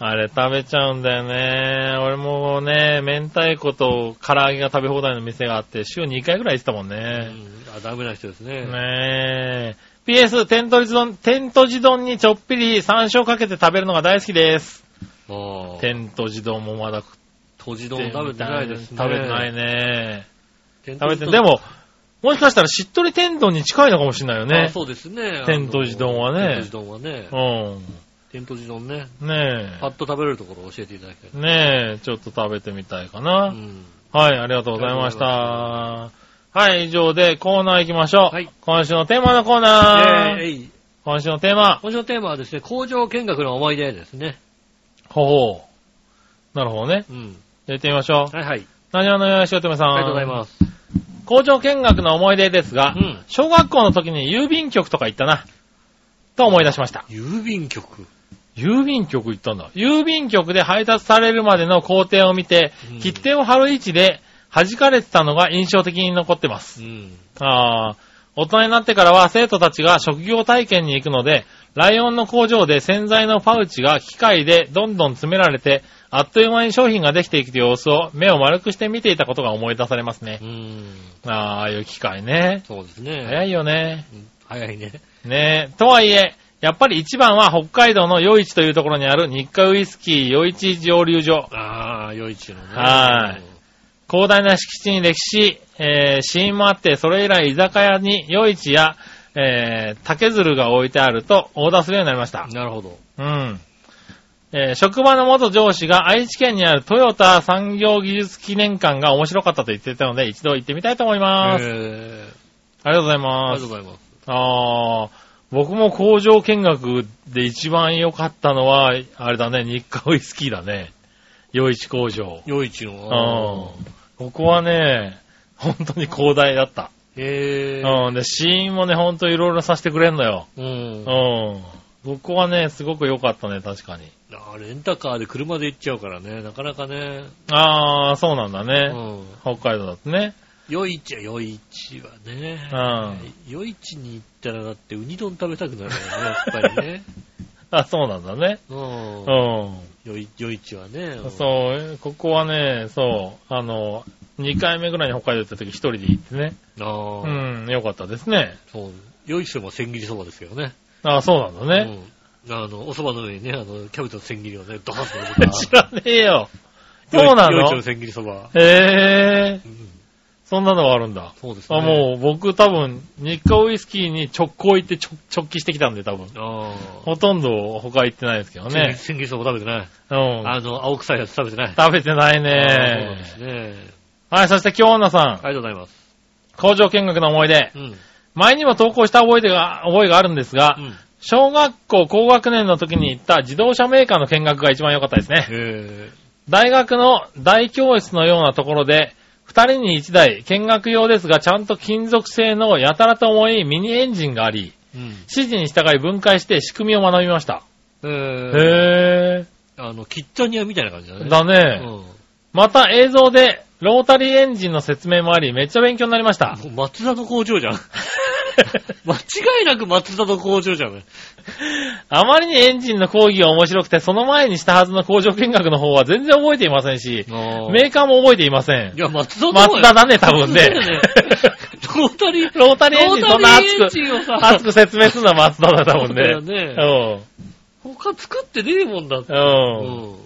[SPEAKER 3] あれ食べちゃうんだよね。俺もね、明太子と唐揚げが食べ放題の店があって、週2回ぐらい行ってたも
[SPEAKER 2] う
[SPEAKER 3] んね。
[SPEAKER 2] んあダメな人ですね。
[SPEAKER 3] ねえ。PS、天とじ丼、天とじ丼にちょっぴり山椒かけて食べるのが大好きです。
[SPEAKER 2] もう、
[SPEAKER 3] 天とじ丼もまだ食っ
[SPEAKER 2] とじ
[SPEAKER 3] て
[SPEAKER 2] 丼食べてないですね。
[SPEAKER 3] 食べてないね。
[SPEAKER 2] 天
[SPEAKER 3] 食
[SPEAKER 2] と
[SPEAKER 3] べ
[SPEAKER 2] じ丼。
[SPEAKER 3] て、でも、もしかしたらしっとり天丼に近いのかもしれないよ
[SPEAKER 2] あ、
[SPEAKER 3] ね。
[SPEAKER 2] そうですね。
[SPEAKER 3] 天とじ丼は
[SPEAKER 2] 天
[SPEAKER 3] ね
[SPEAKER 2] とじ丼はね。
[SPEAKER 3] う
[SPEAKER 2] 天とじ丼ね。
[SPEAKER 3] ん。ねえ。
[SPEAKER 2] パッと食べれるところを教えていただきたい。
[SPEAKER 3] ねえ、ちょっと食べてみたいかな。
[SPEAKER 2] うん
[SPEAKER 3] はい、ありがとうございました。はい、以上でコーナー行きましょう。
[SPEAKER 2] はい
[SPEAKER 3] 今週のテーマのコーナー。
[SPEAKER 2] えい
[SPEAKER 3] 今週のテーマ、
[SPEAKER 2] 今週のテーマはですね、工場見学の思い出ですね。
[SPEAKER 3] ほほう。なるほどね。
[SPEAKER 2] うん。
[SPEAKER 3] じゃあ行ってみましょう。
[SPEAKER 2] はいはい。
[SPEAKER 3] 何話のよやしおとめさん。。
[SPEAKER 2] ありがとうございますす。
[SPEAKER 3] 工場見学の思い出ですが、
[SPEAKER 2] うん
[SPEAKER 3] 小学校の時に郵便局とか行ったな。と思い出しました。
[SPEAKER 2] 郵便局。
[SPEAKER 3] 郵便局行ったんだ。郵便局で配達されるまでの工程を見て、
[SPEAKER 2] うん
[SPEAKER 3] 切手を貼る位置で弾かれてたのが印象的に残ってます
[SPEAKER 2] う。ん。
[SPEAKER 3] ああ、大人になってからは生徒たちが職業体験に行くので、ライオンの工場で洗剤のパウチが機械でどんどん詰められて、あっという間に商品ができていく様子を目を丸くして見ていたことが思い出されますね
[SPEAKER 2] う。ん。
[SPEAKER 3] ああ、ああいう機械ね。
[SPEAKER 2] そうですね。
[SPEAKER 3] 早いよね。
[SPEAKER 2] うん早いね。
[SPEAKER 3] ねえ。とはいえ、やっぱり一番は北海道の余市というところにある日課ウイスキー余市蒸留所。
[SPEAKER 2] ああ、余市のね。
[SPEAKER 3] はい広大な敷地に歴史、えー、死因もあって、それ以来居酒屋に、夜市や、えー、竹鶴が置いてあるとオーダーするようになりました。
[SPEAKER 2] なるほど。
[SPEAKER 3] うん。えー職場の元上司が愛知県にあるトヨタ産業技術記念館が面白かったと言ってたので、一度行ってみたいと思います。
[SPEAKER 2] え
[SPEAKER 3] ありがとうござい
[SPEAKER 2] ー、あり
[SPEAKER 3] ま
[SPEAKER 2] がとう
[SPEAKER 3] す。
[SPEAKER 2] ございます。
[SPEAKER 3] あー、僕も工場見学で一番良かったのは、あれだね、日課ウイスキーだね。余市工場。
[SPEAKER 2] 余市
[SPEAKER 3] うん
[SPEAKER 2] の。。
[SPEAKER 3] ここはね、本当に広大だった。
[SPEAKER 2] へぇ
[SPEAKER 3] うん。で、死因もね、ほんといろいろさせてくれんのよ。
[SPEAKER 2] ー。う
[SPEAKER 3] うん
[SPEAKER 2] ん。
[SPEAKER 3] ここはね、すごく良かったね、確かに。
[SPEAKER 2] あレンタカーで車で行っちゃうからね、なかなかね。
[SPEAKER 3] あー、そうなんだ
[SPEAKER 2] う
[SPEAKER 3] ね。
[SPEAKER 2] ん。
[SPEAKER 3] 北海道だとね。
[SPEAKER 2] 余市は余市はね。余市に行ったらだってウニ丼食べたくなるよね、やっぱり ね。
[SPEAKER 3] あ、そうなんだね。
[SPEAKER 2] う。
[SPEAKER 3] うんん。
[SPEAKER 2] 余余市はね。
[SPEAKER 3] そう、ここはね、そう、あの、2回目ぐらいに北海道行った時一人で行ってね。
[SPEAKER 2] うん。あ
[SPEAKER 3] う
[SPEAKER 2] あ、
[SPEAKER 3] ん、よかったですね。
[SPEAKER 2] そう。余市でも千切りそばですけどね。
[SPEAKER 3] あ、そうなんだね。
[SPEAKER 2] うん。あの、お蕎麦の上にね、あの、キャベツの千切りをね、ドカンと乗せ
[SPEAKER 3] 知
[SPEAKER 2] た。
[SPEAKER 3] らねえよ。そうな
[SPEAKER 2] 夜市
[SPEAKER 3] の
[SPEAKER 2] の千切りそば。
[SPEAKER 3] へえ
[SPEAKER 2] う、ん。
[SPEAKER 3] そんなのがあるんだ。
[SPEAKER 2] そうですね。
[SPEAKER 3] あ、もう僕多分、日課ウイスキーに直行行って直直帰してきたんで多分。
[SPEAKER 2] う。ああ。
[SPEAKER 3] ほとんど他行ってないですけどね。
[SPEAKER 2] 千切りそば食べてない。
[SPEAKER 3] うん。
[SPEAKER 2] あの、青臭いやつ食べてない。
[SPEAKER 3] 食べてない
[SPEAKER 2] ああ
[SPEAKER 3] ね
[SPEAKER 2] そうなんですね。
[SPEAKER 3] はい、そして京女さん。
[SPEAKER 2] ありがとうございます。
[SPEAKER 3] 工場見学の思い出。
[SPEAKER 2] うん。
[SPEAKER 3] 前にも投稿した覚えてが、覚えがあるんですが、
[SPEAKER 2] うん。
[SPEAKER 3] 小学校高学年の時に行った自動車メーカーの見学が一番良かったですね。
[SPEAKER 2] へ
[SPEAKER 3] 大学の大教室のようなところで、二人に一台、見学用ですが、ちゃんと金属製のやたらと重いミニエンジンがあり、
[SPEAKER 2] え。うん。
[SPEAKER 3] 指示に従い分解して仕組みを学びました。
[SPEAKER 2] へえ。
[SPEAKER 3] へ
[SPEAKER 2] あの、キッザニアみたいな感じだね。
[SPEAKER 3] ー。だ
[SPEAKER 2] う
[SPEAKER 3] ね
[SPEAKER 2] ん。。
[SPEAKER 3] また映像で、ロータリーエンジンの説明もあり、めっちゃ勉強になりま した。
[SPEAKER 2] もう松田の工場じゃん。 間違いなく松田の工場じゃない。
[SPEAKER 3] あまりにエンジンの講義が面白くて、その前にしたはずの工場見学の方は全然覚えていませんし、メーカーも覚えていませ
[SPEAKER 2] い。
[SPEAKER 3] ん
[SPEAKER 2] や、松田の
[SPEAKER 3] 松田だね、多分ね。
[SPEAKER 2] ロータリー、
[SPEAKER 3] ロータリーエンジンそんな熱
[SPEAKER 2] ロータ
[SPEAKER 3] く、
[SPEAKER 2] リーエンジンをさ
[SPEAKER 3] 熱く説明するのは松田だ、多分
[SPEAKER 2] そう
[SPEAKER 3] ね。
[SPEAKER 2] だよね。他作ってねえもんだって。
[SPEAKER 3] うん。
[SPEAKER 2] う
[SPEAKER 3] うん。
[SPEAKER 2] ん。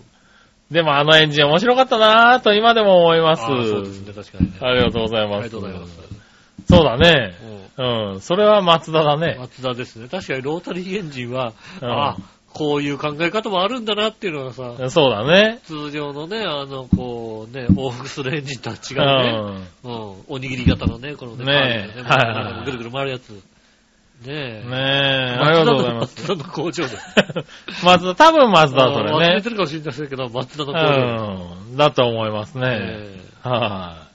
[SPEAKER 3] でもあのエンジン面白かったなぁと今でも思いま
[SPEAKER 2] あ
[SPEAKER 3] す。
[SPEAKER 2] そうですね、確かにね。
[SPEAKER 3] ありがとうござい
[SPEAKER 2] あ
[SPEAKER 3] ま
[SPEAKER 2] り
[SPEAKER 3] す。
[SPEAKER 2] がとうございます。。
[SPEAKER 3] そうだね。
[SPEAKER 2] うん
[SPEAKER 3] うん。それは松田だね。
[SPEAKER 2] 松田ですね。確かにロータリーエンジンは、
[SPEAKER 3] うん
[SPEAKER 2] あこういう考え方もあるんだなっていうのがさ、
[SPEAKER 3] そうだね。
[SPEAKER 2] 通常のね、あの、こうね、往復するエンジンとは違うね。うん。おにぎり型のね、このね、
[SPEAKER 3] ねえ
[SPEAKER 2] パー
[SPEAKER 3] はいはい
[SPEAKER 2] の
[SPEAKER 3] はい
[SPEAKER 2] ねぐるぐる回るやつ。ねえ。
[SPEAKER 3] うん。ねえ、ありがとうござ います。
[SPEAKER 2] 松田の工場 で。
[SPEAKER 3] 松田、多分松田、そ
[SPEAKER 2] あ忘
[SPEAKER 3] れ
[SPEAKER 2] れ
[SPEAKER 3] ね
[SPEAKER 2] て。るかもしれないですけど、松田の工場
[SPEAKER 3] うん。だと思います
[SPEAKER 2] で。
[SPEAKER 3] ね。
[SPEAKER 2] ええ
[SPEAKER 3] はい。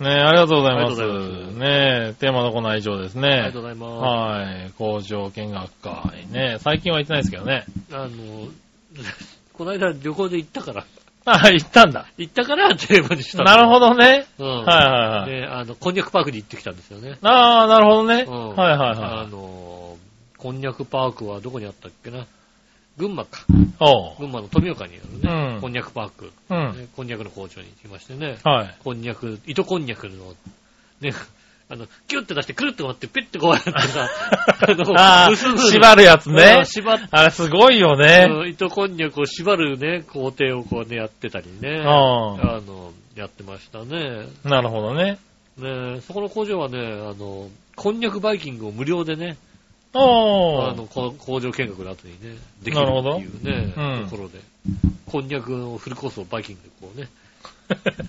[SPEAKER 3] ねえ、ありがとうございます。
[SPEAKER 2] ありがとうございます
[SPEAKER 3] ねえ、テーマのコーナー以上です
[SPEAKER 2] ありが
[SPEAKER 3] ね
[SPEAKER 2] と。うございます。
[SPEAKER 3] はい。工場見学会ね。最近は行ってないですけどね。
[SPEAKER 2] あの、 この間旅行で行ったから、
[SPEAKER 3] あ、行ったんだ。
[SPEAKER 2] 行ったからテーマにした。
[SPEAKER 3] なるほ
[SPEAKER 2] ど。
[SPEAKER 3] どね。
[SPEAKER 2] うん。
[SPEAKER 3] はいはいはい。
[SPEAKER 2] で、あの、こんにゃくパークに行ってきたんですよね。
[SPEAKER 3] ああ、なるほどね。
[SPEAKER 2] うん
[SPEAKER 3] はいはい
[SPEAKER 2] あ
[SPEAKER 3] はい。
[SPEAKER 2] の、こんにゃくパークはどこにあったっけな群馬か。
[SPEAKER 3] おう。
[SPEAKER 2] 群馬の富岡にあるね、
[SPEAKER 3] うん
[SPEAKER 2] こんにゃくパーク、
[SPEAKER 3] うん。
[SPEAKER 2] ねこんにゃくの工場に行きましてね。
[SPEAKER 3] はい。
[SPEAKER 2] こんにゃく、糸こんにゃくの、ね、 あの、キュッて出してくるって回って、ピッてこうやって さ、
[SPEAKER 3] ああ、
[SPEAKER 2] 結ぶ
[SPEAKER 3] 縛るやつ
[SPEAKER 2] うん
[SPEAKER 3] ね。
[SPEAKER 2] 縛って
[SPEAKER 3] あれすごいよね。
[SPEAKER 2] うん糸こんにゃくを縛るね、工程をこうね、やってたりね。
[SPEAKER 3] うん。
[SPEAKER 2] あの、やってましたね。
[SPEAKER 3] なるほどね。
[SPEAKER 2] ねそこの工場はね、あの、こんにゃくバイキングを無料でね、
[SPEAKER 3] お
[SPEAKER 2] あ
[SPEAKER 3] う
[SPEAKER 2] の、。こ工場見学の後にね、できる
[SPEAKER 3] な
[SPEAKER 2] っ
[SPEAKER 3] る
[SPEAKER 2] て
[SPEAKER 3] ほど
[SPEAKER 2] いうね、
[SPEAKER 3] うん
[SPEAKER 2] ところで、こんにゃくのフルコースをバイキングでこうね、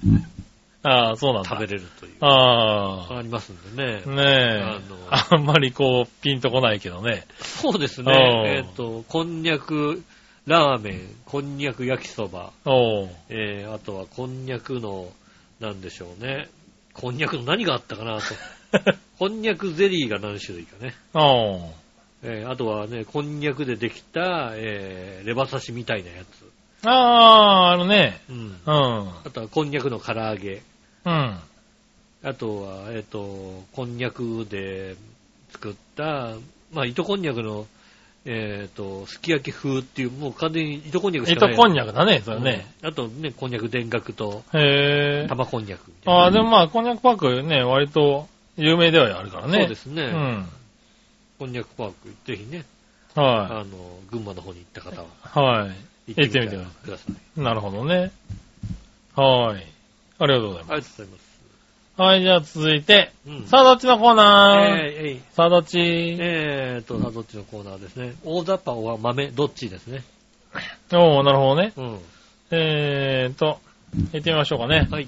[SPEAKER 3] ああ、そうなん
[SPEAKER 2] 食
[SPEAKER 3] だ
[SPEAKER 2] べ。れるという、
[SPEAKER 3] ああ。
[SPEAKER 2] ありますんでね。
[SPEAKER 3] ねえ。
[SPEAKER 2] あ
[SPEAKER 3] あんまりこう、ピンとこないけどね。
[SPEAKER 2] そうです
[SPEAKER 3] おう
[SPEAKER 2] ね、えっ、と、こんにゃくラーメン、こんにゃく焼きそば、
[SPEAKER 3] おう。
[SPEAKER 2] えー、あとはこんにゃくの、なんでしょうね。こんにゃくの何があったか なと。こんにゃくゼリーが何種類かね。
[SPEAKER 3] おう。
[SPEAKER 2] えー、あとはね、こんにゃくでできた、えー、レバ刺しみたいなやつ。
[SPEAKER 3] ああ、あのね。
[SPEAKER 2] うん。
[SPEAKER 3] うん。
[SPEAKER 2] あとはこんにゃくの唐揚げ。
[SPEAKER 3] うん。
[SPEAKER 2] あとは、えっ、と、こんにゃくで作った、まあ、糸こんにゃくの、えっ、と、すき焼き風っていう、もう完全に糸こんにゃくしか
[SPEAKER 3] 糸
[SPEAKER 2] ない。
[SPEAKER 3] こんにゃくだね、それね。
[SPEAKER 2] うん。あとね、こんにゃく田楽と
[SPEAKER 3] へえ。
[SPEAKER 2] 玉こんにゃくみたいな。
[SPEAKER 3] ああ、でもまあ、こんにゃくパークね、割と有名ではあるからね。
[SPEAKER 2] そうですね。
[SPEAKER 3] うん。
[SPEAKER 2] こんにゃくパーク、ぜひね、
[SPEAKER 3] は
[SPEAKER 2] あの、群馬の方に行った方は、
[SPEAKER 3] い。は
[SPEAKER 2] 行ってみて
[SPEAKER 3] 行ってみて
[SPEAKER 2] ください。
[SPEAKER 3] い。なるほどね。はーい。ありがとうございます。
[SPEAKER 2] ありがとうございます。
[SPEAKER 3] はい、じゃあ続いて、
[SPEAKER 2] うん
[SPEAKER 3] さあどっちのコーナー、
[SPEAKER 2] え
[SPEAKER 3] さあどっち、
[SPEAKER 2] ー、えー、えーと、さあ、どっちのコーナーですね。大雑把は豆、どっちですね。
[SPEAKER 3] おー、なるほどね。
[SPEAKER 2] うん。
[SPEAKER 3] えーと、行ってみましょうかね。
[SPEAKER 2] はい。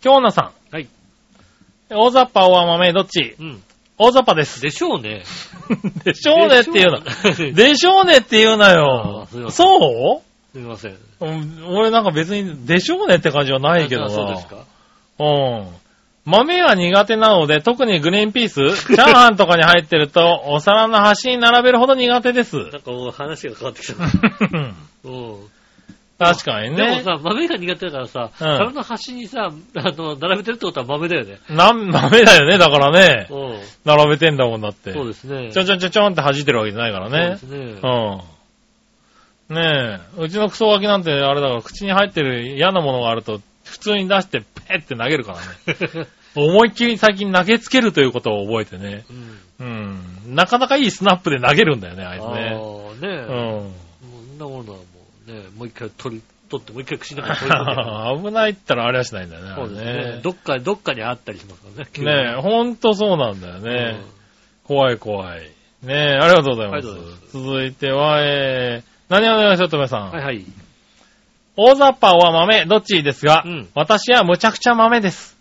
[SPEAKER 3] 京奈さ
[SPEAKER 2] はい。
[SPEAKER 3] ん、大雑把、大豆、どっち
[SPEAKER 2] うん。
[SPEAKER 3] 大雑 把です。
[SPEAKER 2] でしょうね。
[SPEAKER 3] でしょうねって言うな。
[SPEAKER 2] でしょう
[SPEAKER 3] でしょうねって言うな
[SPEAKER 2] あー
[SPEAKER 3] よ
[SPEAKER 2] すい。ませ
[SPEAKER 3] そう
[SPEAKER 2] すみません。
[SPEAKER 3] うん俺なんか別に、でしょうねって感じはないけど
[SPEAKER 2] あ
[SPEAKER 3] な。
[SPEAKER 2] そうですか。
[SPEAKER 3] うん。豆は苦手なので、特にグリーンピ ース、チャーハンとかに入ってると、お皿の端に並べるほど苦 手です。
[SPEAKER 2] なんかもう話が変わってきた。うん。
[SPEAKER 3] 確かに
[SPEAKER 2] でも
[SPEAKER 3] ね。
[SPEAKER 2] さ、豆が苦手だからさ、皿の端にさ、あの、並べてるってことは豆だよね。
[SPEAKER 3] なん、豆だよね、だからね。
[SPEAKER 2] うん。
[SPEAKER 3] 並べてんだもんだって。
[SPEAKER 2] そうですね。
[SPEAKER 3] ちょんちょんちょんちょんって弾いてるわけじゃないからね。
[SPEAKER 2] そうですね。
[SPEAKER 3] うん。ねえ、うちのクソガキなんてあれだから、口に入ってる嫌なものがあると、普通に出して、ペって投げるからね。思いっきり最近投げつけるということを覚えてね。
[SPEAKER 2] うん。
[SPEAKER 3] うん。なかなかいいスナップで投げるんだよね、あいつ
[SPEAKER 2] ああ
[SPEAKER 3] ね。
[SPEAKER 2] ー、ねえ。
[SPEAKER 3] う
[SPEAKER 2] もうそ
[SPEAKER 3] ん
[SPEAKER 2] んなものはもうね、もう一回取り、取って、もう一回口の中に取り込んで。
[SPEAKER 3] 危ないった らあれはしないんだよね。
[SPEAKER 2] そうです
[SPEAKER 3] あれ
[SPEAKER 2] ね。どっか、どっかにあったりしますからね、急に
[SPEAKER 3] ねえ、ほんとそうなんだよね。怖い怖い。ねえ、ありがとうございま
[SPEAKER 2] あり
[SPEAKER 3] す。
[SPEAKER 2] がとうございます
[SPEAKER 3] 続いては、えー、何をお願いしようとめさ。
[SPEAKER 2] うんんはいはい。
[SPEAKER 3] 大雑把は豆、どっちですが、
[SPEAKER 2] うん
[SPEAKER 3] 私はむちゃくちゃ豆です。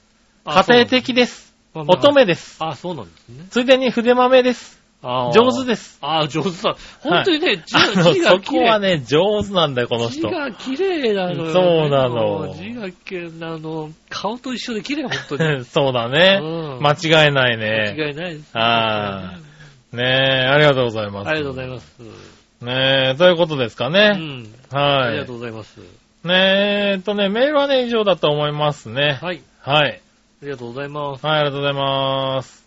[SPEAKER 3] 家庭的です。
[SPEAKER 2] あ。そうなんだ
[SPEAKER 3] 乙。女です。
[SPEAKER 2] あ、そうなんですね。
[SPEAKER 3] ついでに筆豆です。上手
[SPEAKER 2] す。
[SPEAKER 3] です。
[SPEAKER 2] あー上手だ。本当にね、字
[SPEAKER 3] あ
[SPEAKER 2] が、
[SPEAKER 3] の
[SPEAKER 2] 字が
[SPEAKER 3] そ
[SPEAKER 2] 綺
[SPEAKER 3] こは
[SPEAKER 2] 麗。
[SPEAKER 3] ね、上手なんだよ、この
[SPEAKER 2] 字
[SPEAKER 3] 人。
[SPEAKER 2] が綺麗なのよ。
[SPEAKER 3] そうなの
[SPEAKER 2] 字が綺麗あの、顔と一緒で綺麗、本当に。
[SPEAKER 3] そうだ ね、
[SPEAKER 2] うん
[SPEAKER 3] 間違いないね。
[SPEAKER 2] 間違いないです。
[SPEAKER 3] あねえ、ありがとうございます。
[SPEAKER 2] ありがとうございます。
[SPEAKER 3] ねえ、ということですか
[SPEAKER 2] う
[SPEAKER 3] ね。
[SPEAKER 2] ん。あ
[SPEAKER 3] は
[SPEAKER 2] りが
[SPEAKER 3] い
[SPEAKER 2] と。うございます。
[SPEAKER 3] ねえ、えっとね、メールはね、以上だと思いますね。
[SPEAKER 2] はい。
[SPEAKER 3] はい。
[SPEAKER 2] ありがとうございます。
[SPEAKER 3] はい、ありがとうございます。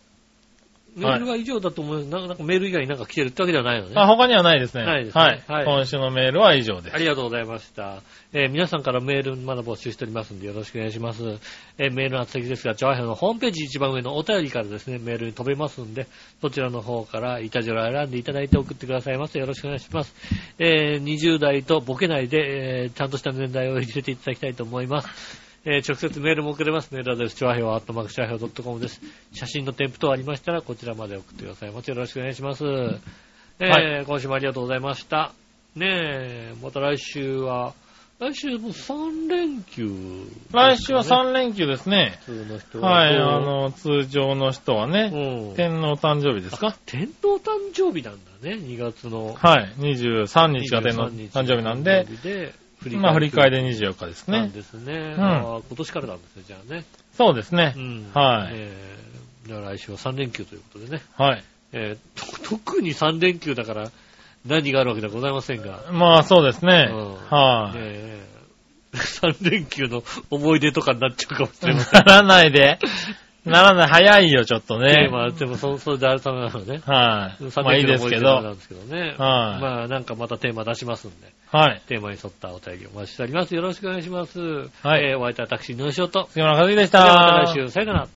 [SPEAKER 2] メールは以上だと思う。なんかなんかメール以外になんか来てるってわけではないのね。
[SPEAKER 3] あ、他にはないですね。
[SPEAKER 2] ないですね
[SPEAKER 3] はい。
[SPEAKER 2] はい
[SPEAKER 3] 今週のメールは以上です。
[SPEAKER 2] ありがとうございました。えー皆さんからメールまだ募集しておりますんでよろしくお願いします。えーメールの宛先ですが、チョアヘのホームページ一番上のお便りからですね、メールに飛べますんで、そちらの方からイタジラを選んでいただいて送ってくださいませ。よろしくお願いします。えー20代とボケないで、えーちゃんとした年代を入れていただきたいと思います。えー直接メールも送れます。メールアドレス、チョアヘオ、アットマークチョアヘオ .com です。写真の添付等ありましたら、こちらまで送ってくださいませ。よろしくお願いします。えー
[SPEAKER 3] は
[SPEAKER 2] 今週もありがとうございました。ねえ、また来週は、来週も3連休、
[SPEAKER 3] 来週は
[SPEAKER 2] 3
[SPEAKER 3] 3連休ですね。
[SPEAKER 2] 普通の人
[SPEAKER 3] はい、あ、の、通常の人は
[SPEAKER 2] う
[SPEAKER 3] ね、
[SPEAKER 2] ん、天
[SPEAKER 3] 天皇誕生日ですか
[SPEAKER 2] 皇誕生日なんだね、2月の。
[SPEAKER 3] はい、23日が天皇
[SPEAKER 2] 23日
[SPEAKER 3] 誕生日なんで、、
[SPEAKER 2] 振
[SPEAKER 3] まあ、振り返
[SPEAKER 2] り
[SPEAKER 3] りで24日です
[SPEAKER 2] なん
[SPEAKER 3] ね。
[SPEAKER 2] ですね。
[SPEAKER 3] ん
[SPEAKER 2] あー今年からなんですね、じゃあね。
[SPEAKER 3] そうですね
[SPEAKER 2] う。ん
[SPEAKER 3] はい
[SPEAKER 2] えーじゃあ来週は3連休ということでね。
[SPEAKER 3] はい。
[SPEAKER 2] えーと特に3連休だから何があるわけではございませんが。
[SPEAKER 3] まあ、そうですね。
[SPEAKER 2] うん
[SPEAKER 3] はい。
[SPEAKER 2] ねえ3連休の思い出とかになっちゃうかもしれません。
[SPEAKER 3] ならないで。ならない。早いよ、ちょっと
[SPEAKER 2] ね
[SPEAKER 3] ね。
[SPEAKER 2] まあ、でもそ、それであるためなのね。
[SPEAKER 3] はい。まあ、いいですけ
[SPEAKER 2] な
[SPEAKER 3] ど。
[SPEAKER 2] んですけどね。
[SPEAKER 3] はい
[SPEAKER 2] まあ、なんかまたテーマ出しますんで、
[SPEAKER 3] はい。
[SPEAKER 2] テーマに沿ったお便りお待ちしております。よろしくお願いします。
[SPEAKER 3] はい
[SPEAKER 2] えー、お相手は私、井上翔と。
[SPEAKER 3] 杉村和樹でし
[SPEAKER 2] で
[SPEAKER 3] た。
[SPEAKER 2] はまた来週、さよなら。